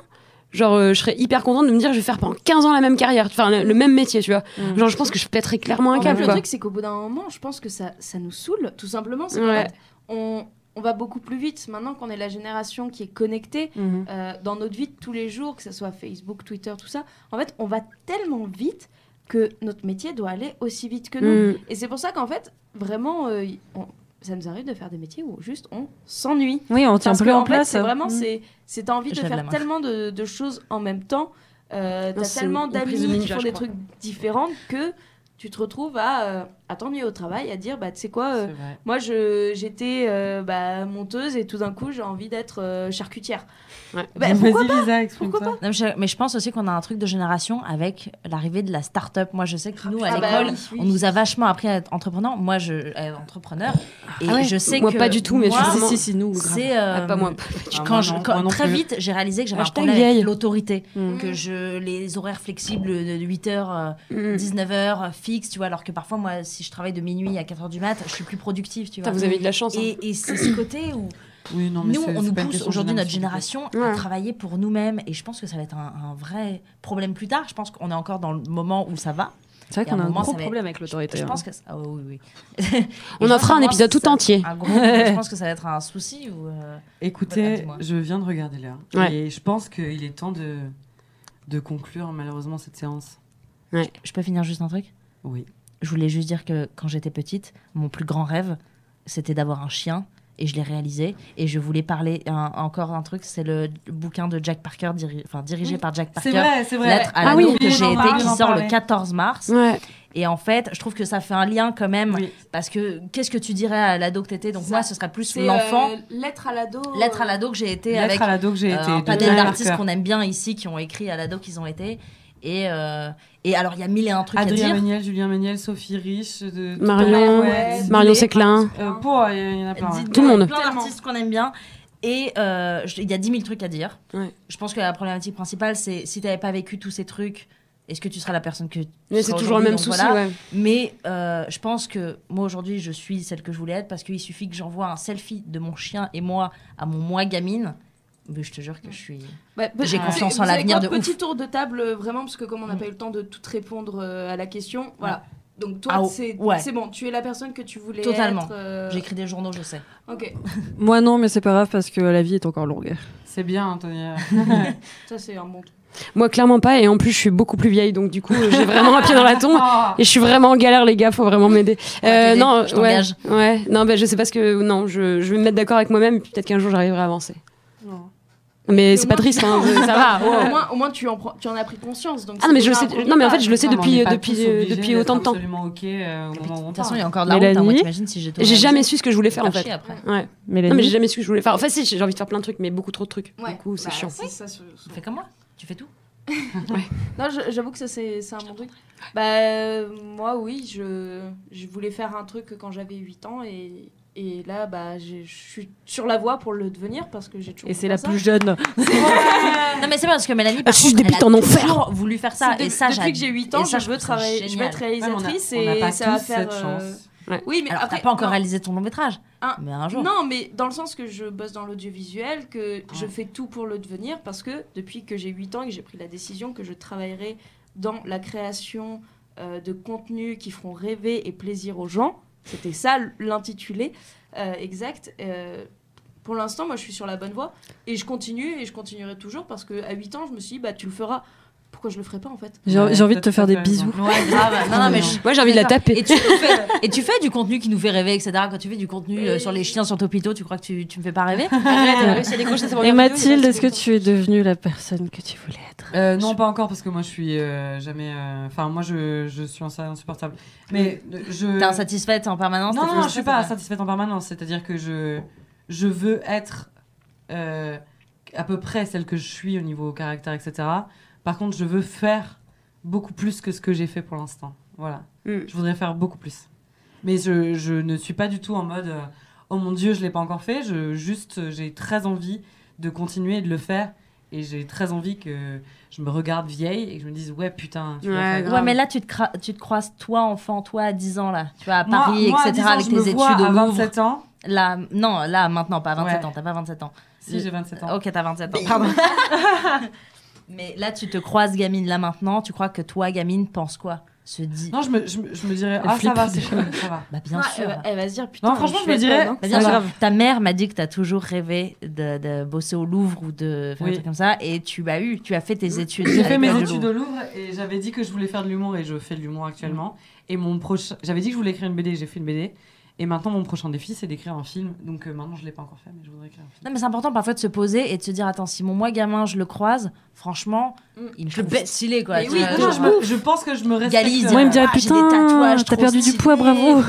S4: Genre, euh, je serais hyper contente de me dire, je vais faire pendant 15 ans la même carrière, enfin, le, le même métier, tu vois.
S7: Mm.
S4: Genre, je pense que je pèterais clairement un
S3: En fait,
S4: câble,
S3: le
S4: quoi.
S3: truc, c'est qu'au bout d'un moment, je pense que ça, ça nous saoule, tout simplement. C'est qu'en
S4: Ouais.
S3: fait, on, on va beaucoup plus vite. Maintenant qu'on est la génération qui est connectée
S7: Mhm.
S3: euh, dans notre vie de tous les jours, que ce soit Facebook, Twitter, tout ça, en fait, on va tellement vite que notre métier doit aller aussi vite que
S7: Mhm.
S3: nous.
S4: Mm.
S3: Et c'est pour ça qu'en fait, vraiment, euh, y- on- ça nous arrive de faire des métiers où juste on s'ennuie.
S7: Oui, on tient
S3: Parce
S7: plus
S3: que,
S7: en,
S3: en fait,
S7: place.
S3: c'est vraiment,
S7: Mm.
S3: c'est, c'est t'as envie
S5: Je
S3: de
S5: lève la
S3: faire
S5: main.
S3: tellement de, de choses en même temps. Euh,
S4: Non,
S3: t'as
S4: c'est
S3: tellement
S4: une prise
S3: d'amis
S4: de
S3: qui
S4: ninja,
S3: font
S4: je
S3: des
S4: crois.
S3: trucs différents que tu te retrouves à, euh, à t'ennuyer au travail, à dire, bah, tu sais quoi, euh,
S1: C'est vrai.
S3: moi, je, j'étais euh, bah, monteuse et tout d'un coup, j'ai envie d'être euh, charcutière.
S4: Ouais.
S3: Bah,
S1: Vas-y,
S3: pourquoi
S1: Lisa, explique-toi.
S3: Pourquoi
S5: Non, mais, je, mais je pense aussi qu'on a un truc de génération avec l'arrivée de la start-up. Moi, je sais que nous, à
S3: Ah bah
S5: l'école,
S3: oui,
S5: on
S3: oui.
S5: nous a vachement appris à être entrepreneur. Moi, je à être entrepreneur. Et
S4: Ah ouais.
S5: je sais
S4: Moi,
S5: que
S4: pas du tout, mais
S5: moi,
S4: je sais-
S7: Si, si, si, nous. grave.
S5: c'est euh,
S4: Ah, pas moi.
S5: je-
S1: Ah,
S5: quand
S1: moi
S5: je-
S1: non,
S5: quand-
S1: moi non
S5: très
S1: plus.
S5: vite, j'ai réalisé que j'avais un
S4: Hashtag
S5: problème avec
S4: vieille.
S5: l'autorité.
S7: Mm.
S5: Que je, les horaires flexibles de euh, 8h,
S4: Mm.
S5: 19h, euh, fixes, tu vois. Alors que parfois, moi, si je travaille de minuit à 4h du mat, je suis plus productive, tu vois.
S4: Putain, Vous avez de la chance. hein.
S5: Et, et c'est ce côté où
S1: Oui, non, mais
S5: nous,
S1: c'est-
S5: on
S1: c'est
S5: nous
S1: pas une
S5: pousse
S1: question
S5: aujourd'hui,
S1: de
S5: notre
S1: génération.
S5: génération,
S4: Ouais.
S5: à travailler pour nous-mêmes. Et je pense que ça va être un, un vrai problème plus tard. Je pense qu'on est encore dans le moment où ça va.
S7: C'est vrai
S5: il y a
S7: qu'on a
S5: un
S7: un
S5: moment,
S7: gros
S5: ça va-
S7: problème avec
S5: Je,
S7: l'autorité.
S5: je
S7: hein.
S5: pense que. ça- ah oui, oui, oui. Et
S4: On
S5: je
S4: en
S5: pense
S4: fera un
S5: que moi,
S4: épisode
S5: ça-
S4: tout entier.
S5: un gros- je pense que ça va être un souci. Ou euh, Voilà,
S1: Écoutez,
S5: dis-moi.
S1: je viens de regarder l'heure.
S4: Ouais.
S1: Et je pense qu'il est temps de, de conclure malheureusement cette séance.
S5: Je peux finir juste un truc
S1: Oui.
S5: Je voulais juste dire que quand j'étais petite, mon plus grand rêve, c'était d'avoir un chien. Et je l'ai réalisé. Et je voulais parler un- encore un truc c'est le, le bouquin de Jack Parker, diri- enfin, dirigé par Jack
S1: C'est
S5: Parker.
S1: vrai, c'est vrai.
S5: Lettre à
S4: Ah
S5: la
S4: oui.
S5: oui, que j'ai
S1: J'en
S5: été,
S1: parle,
S5: qui
S1: j'en
S5: sort le
S1: parlais.
S5: 14 mars.
S4: Ouais.
S5: Et en fait, je trouve que ça fait un lien quand même,
S1: Oui.
S5: parce que qu'est-ce que tu dirais à l'ado que t'étais Donc
S3: Ça.
S5: moi, ce serait plus
S3: C'est,
S5: l'enfant,
S3: euh, l'être à l'ado.
S5: l'être à l'ado que j'ai été
S1: Lettre
S5: avec
S1: à l'ado que j'ai
S5: euh,
S1: été.
S5: un
S1: de
S5: panel
S1: Jack
S5: d'artistes
S1: Parker.
S5: qu'on aime bien ici, qui ont écrit à l'ado qu'ils ont été. Et, euh, et alors, il y a mille et un trucs
S1: Adrien
S5: à dire.
S1: Méniel, Julien Méniel, Sophie Riche, de...
S4: Marion,
S1: Ouais.
S4: Marion Séclin.
S1: Euh, pour, il y en a plein.
S5: Dites-
S1: ouais.
S4: Tout le monde.
S5: Plein d'artistes qu'on aime bien. Et euh, je- il y a dix mille trucs à dire.
S4: Ouais.
S5: Je pense que la problématique principale, c'est si t'avais pas vécu tous ces trucs, est-ce que tu serais la personne que tu
S4: Mais
S5: seras
S4: c'est toujours le même
S5: aujourd'hui Donc
S4: souci,
S5: voilà.
S4: ouais.
S5: Mais euh, je pense que moi aujourd'hui, je suis celle que je voulais être parce qu'il suffit que j'envoie un selfie de mon chien et moi à mon moi gamine. Mais je te jure que je suis.
S3: Bah, bah,
S5: J'ai
S3: vous-
S5: confiance en
S3: vous savez
S5: l'avenir
S3: quoi,
S5: de Mm.
S3: Petit tour de table, euh, vraiment, parce que comme on n'a pas eu le temps de tout répondre euh, à la question, voilà. Donc toi,
S5: Ah,
S3: c'est
S5: ouais.
S3: c'est bon, tu es la personne que tu voulais
S5: Totalement.
S3: être. euh,
S5: J'écris des journaux, je sais.
S3: Ok,
S7: hein. Moi non, mais c'est pas grave parce que la vie est encore longue.
S1: C'est bien, Antonia.
S3: ça c'est un bon truc.
S4: Moi, clairement pas. Et en plus, je suis beaucoup plus vieille, donc du coup, euh, j'ai vraiment un pied dans la tombe.
S1: Ah,
S4: Et je suis vraiment en galère, les gars. Faut vraiment m'aider.
S5: t'aider,
S4: Euh, non,
S5: je
S4: ouais,
S5: t'engage.
S4: ouais. Non, ben je sais pas ce que. Non, je, je vais me mettre d'accord avec moi-même. et puis Peut-être qu'un jour, j'arriverai à avancer. Mais c'est pas triste, hein, je- ça va.
S3: Au, moins, au moins, tu en, prends- tu en as pris conscience. Donc
S4: Ah
S3: c'est
S4: non, mais je
S3: déjà
S4: le
S3: un
S4: sais-
S3: premier
S4: non, mais en
S3: pas.
S4: fait, je le sais
S1: non, mais on
S4: depuis,
S1: est
S4: euh,
S1: pas
S4: depuis,
S1: tous
S4: euh,
S1: obligés
S4: depuis
S1: d'être
S4: autant de temps.
S1: Absolument ok euh, au
S5: De
S1: moment où on parle.
S5: toute façon, il y a encore de la honte. hein, moi,
S7: Mélanie
S5: t'imagines si j'ai tout
S4: J'ai
S5: réalisé.
S4: jamais su ce que je voulais faire en
S5: Faire
S4: fait.
S5: chier après.
S4: Ouais.
S7: Mélanie,
S4: Non, mais j'ai jamais su ce que je voulais faire. En fait, si, j'ai envie de faire plein de trucs, mais beaucoup trop de trucs.
S3: Ouais.
S4: Du coup, c'est
S3: Bah,
S4: chiant.
S3: c'est ça, sur- sur-
S5: Tu fais comme moi Tu fais tout
S3: Non, je- j'avoue que ça, c'est c'est un bon truc. Bah, euh, moi, oui, je, je voulais faire un truc quand j'avais 8 ans et, et là, bah, j'ai- je suis sur la voie pour le devenir parce que j'ai toujours.
S7: Et c'est
S3: voulu
S7: la
S3: faire
S7: plus jeune.
S5: Non, mais c'est pas parce que Mélanie, par
S4: Ah, je suis
S5: contre,
S4: débite
S5: elle a
S4: en enfer.
S5: toujours voulu faire
S3: ça.
S5: ça.
S3: C'est de-
S5: Et ça,
S3: depuis que j'ai 8 ans,
S5: et ça,
S3: je veux
S5: trouve ça
S3: travailler, je veux
S5: génial.
S3: être
S1: Ouais, mais on a-
S3: réalisatrice
S1: on n'a
S3: et
S1: pas
S3: ça va
S1: tous
S3: faire.
S1: cette
S3: euh,
S1: chance.
S3: Oui, mais
S5: Alors,
S3: après,
S5: t'as pas encore
S3: non.
S5: réalisé ton long métrage.
S3: Ah,
S5: Mais un jour.
S3: Non, mais dans le sens que je bosse dans l'audiovisuel, que
S5: Ah.
S3: je fais tout pour le devenir, parce que depuis que j'ai 8 ans et que j'ai pris la décision que je travaillerai dans la création euh, de contenus qui feront rêver et plaisir aux gens, c'était ça l'intitulé euh, exact. euh, pour l'instant, moi, je suis sur la bonne voie et je continue et je continuerai toujours parce que à 8 ans, je me suis dit, bah, tu le feras. Pourquoi je le ferais pas en fait
S7: J'ai
S1: Ouais,
S7: j'ai envie de
S1: t'as
S7: te faire des
S1: tout à fait raison.
S7: bisous.
S5: Ah Ouais, grave. Non, non, mais je-
S4: Moi, j'ai envie de la
S5: D'accord.
S4: taper.
S5: Et tu, fais, et tu fais du contenu qui nous fait rêver, etc. Quand tu fais du contenu euh,
S3: Et-
S5: sur les chiens sur Topito, tu crois que tu, tu me fais pas rêver
S7: Et Mathilde, est-ce que tu es devenue la personne que tu voulais être
S1: Euh, non, pas encore, parce que moi, je suis euh, jamais. euh, Enfin, moi, je, je suis insa- insupportable. Mais euh, je.
S5: T'es insatisfaite en permanence
S1: Non,
S5: t'es
S1: non, je suis
S5: frustrée,
S1: pas
S5: c'est
S1: insatisfaite en permanence. C'est-à-dire que je, je veux être euh, à peu près celle que je suis au niveau caractère, etc. Par contre, je veux faire beaucoup plus que ce que j'ai fait pour l'instant. Voilà.
S5: Hmm.
S4: Mm.
S1: Je voudrais faire beaucoup plus. Mais je, je ne suis pas du tout en mode euh, oh mon dieu, je l'ai pas encore fait. Je, juste, euh, j'ai très envie de continuer et de le faire. Et j'ai très envie que je me regarde vieille et que je me dise ouais, putain, tu l'as
S4: Ouais,
S1: fait.
S4: grave.
S5: Ouais, mais là, tu te, cra- tu te croises, toi, enfant, toi, à 10 ans, là. Tu vois, à
S1: Moi-
S5: Paris,
S1: moi, à
S5: etc.,
S1: 10 ans,
S5: avec
S1: je
S5: tes
S1: me
S5: études
S1: vois
S5: au
S1: à
S5: Louvre.
S1: 27 ans.
S5: Là, non, là, maintenant, pas à 27
S1: Ouais.
S5: ans. T'as pas 27 ans.
S1: Si, j'ai 27 ans.
S5: Ok, t'as 27 ans. Pardon. mais là, tu te croises, gamine, là, maintenant. Tu crois que toi, gamine, pense quoi Se dit.
S1: Non, je me, je, me- je me dirais,
S7: Elle
S1: ah, ça
S7: flippe.
S1: va, c'est cool, ça va.
S5: Bah, bien
S3: Ouais, euh,
S5: sûr.
S3: elle, va- elle va se dire eh, putain.
S1: Non, franchement, je me
S3: vais être
S1: dirais,
S3: bonne, hein.
S5: Bah, bien
S1: ça
S5: sûr.
S1: va.
S5: Ta mère m'a dit que t'as toujours rêvé de, de bosser au Louvre ou de faire
S1: Oui.
S5: un truc comme ça, et tu l'as eu, tu as fait tes études.
S1: J'ai
S5: à
S1: fait mes
S5: l'école de
S1: études
S5: Louvre.
S1: au Louvre et j'avais dit que je voulais faire de l'humour et je fais de l'humour actuellement. Et mon prochain, j'avais dit que je voulais écrire une BD, j'ai fait une BD. Et maintenant, mon prochain défi, c'est d'écrire un film. Donc euh, maintenant, je l'ai pas encore fait, mais je voudrais écrire un film.
S5: Non, mais c'est important parfois de se poser et de se dire attends, si mon moi gamin je le croise, franchement,
S3: Mm.
S5: il me trouve stylé quoi.
S3: Mais
S5: tu
S3: oui,
S5: vois,
S1: Non,
S5: genre,
S1: non, je, me- je pense que je me respecte.
S5: Galise.
S1: euh,
S7: Moi, il me dirait
S5: Ah, j'ai des
S7: putain,
S5: tatouages
S7: t'as
S5: trop
S7: perdu du
S5: stylés.
S7: poids, bravo.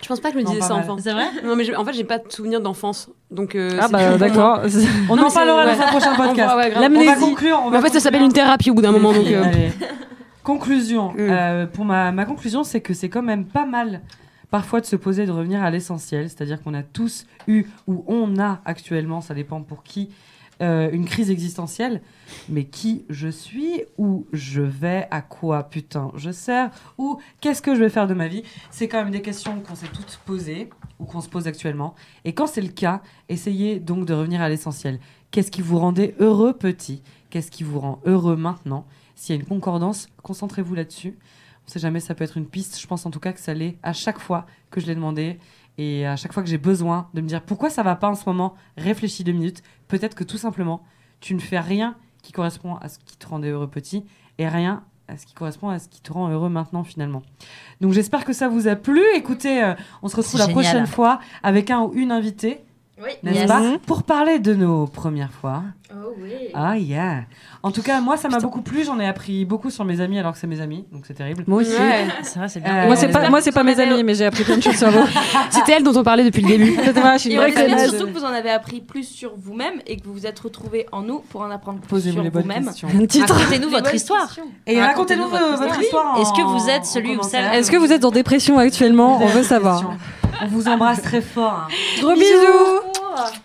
S4: Je pense pas que je me
S1: Non,
S4: disais
S1: pas
S4: ça
S1: mal.
S4: enfant.
S5: C'est vrai
S4: Non, mais je- en fait, j'ai pas de souvenir d'enfance. Donc, euh,
S7: Ah
S4: c'est
S7: bah
S4: plus-
S1: On
S7: d'accord.
S4: Non, mais
S1: en
S4: c'est-
S1: parlera
S4: ouais.
S1: dans un prochain
S4: On voit,
S1: podcast.
S4: ouais, grave.
S1: On va
S7: L'amnésie.
S1: conclure. on
S4: Mais
S1: va
S4: en fait, ça s'appelle une
S1: conclure.
S4: thérapie au bout d'un moment. Donc, euh,
S1: Allez. Conclusion.
S4: Mm.
S1: Euh, pour ma, ma conclusion, c'est que c'est quand même pas mal parfois de se poser et de revenir à l'essentiel. C'est-à-dire qu'on a tous eu, ou on a actuellement, ça dépend pour qui, euh, une crise existentielle. Mais qui je suis, où je vais, à quoi putain je sers, ou qu'est-ce que je vais faire de ma vie. C'est quand même des questions qu'on s'est toutes posées, ou qu'on se pose actuellement. Et quand c'est le cas, essayez donc de revenir à l'essentiel. Qu'est-ce qui vous rendait heureux petit Qu'est-ce qui vous rend heureux maintenant s'il y a une concordance, concentrez-vous là-dessus. On sait jamais, ça peut être une piste. Je pense en tout cas que ça l'est à chaque fois que je l'ai demandé et à chaque fois que j'ai besoin de me dire pourquoi ça va pas en ce moment, réfléchis deux minutes. Peut-être que tout simplement, tu ne fais rien qui correspond à ce qui te rendait heureux petit et rien à ce qui correspond à ce qui te rend heureux maintenant finalement. Donc j'espère que ça vous a plu. Écoutez, euh, on se retrouve la
S5: C'est génial.
S1: prochaine fois avec un ou une invitée,
S3: Oui.
S1: n'est-ce
S5: Yes. Mm-hmm.
S1: pas, pour parler de nos premières fois.
S3: Oh oui.
S1: Ah yeah. En tout cas, moi ça m'a beaucoup plu, j'en ai appris beaucoup sur mes amis alors que c'est mes amis, donc c'est terrible.
S7: Moi aussi.
S4: Ouais.
S5: C'est vrai, c'est bien.
S1: Euh,
S7: Moi, c'est pas, moi, c'est pas mes
S3: avez-
S7: amis, mais j'ai appris plein de choses sur vous.
S4: C'était elle dont on parlait depuis le début.
S7: Moi, je suis une
S3: Et on
S7: vraie
S3: espère
S7: connasse.
S3: surtout que vous en avez appris plus sur vous-même et que vous vous êtes retrouvés en nous pour en apprendre plus
S1: Posez-vous
S3: sur
S1: les bonnes
S3: vous-même.
S1: questions.
S7: Un titre.
S5: Racontez-nous
S3: Les
S5: votre
S3: bonnes
S5: histoire.
S3: questions.
S1: Et racontez-nous
S5: Racontez-nous
S1: votre,
S5: votre
S1: histoire.
S5: Est-ce
S1: en-
S5: que vous êtes
S1: en
S5: celui ou
S1: commentaire.
S5: celle-
S7: Est-ce que vous êtes en dépression actuellement On veut savoir.
S1: On vous embrasse très fort. hein.
S7: Gros bisous.
S3: Ouah.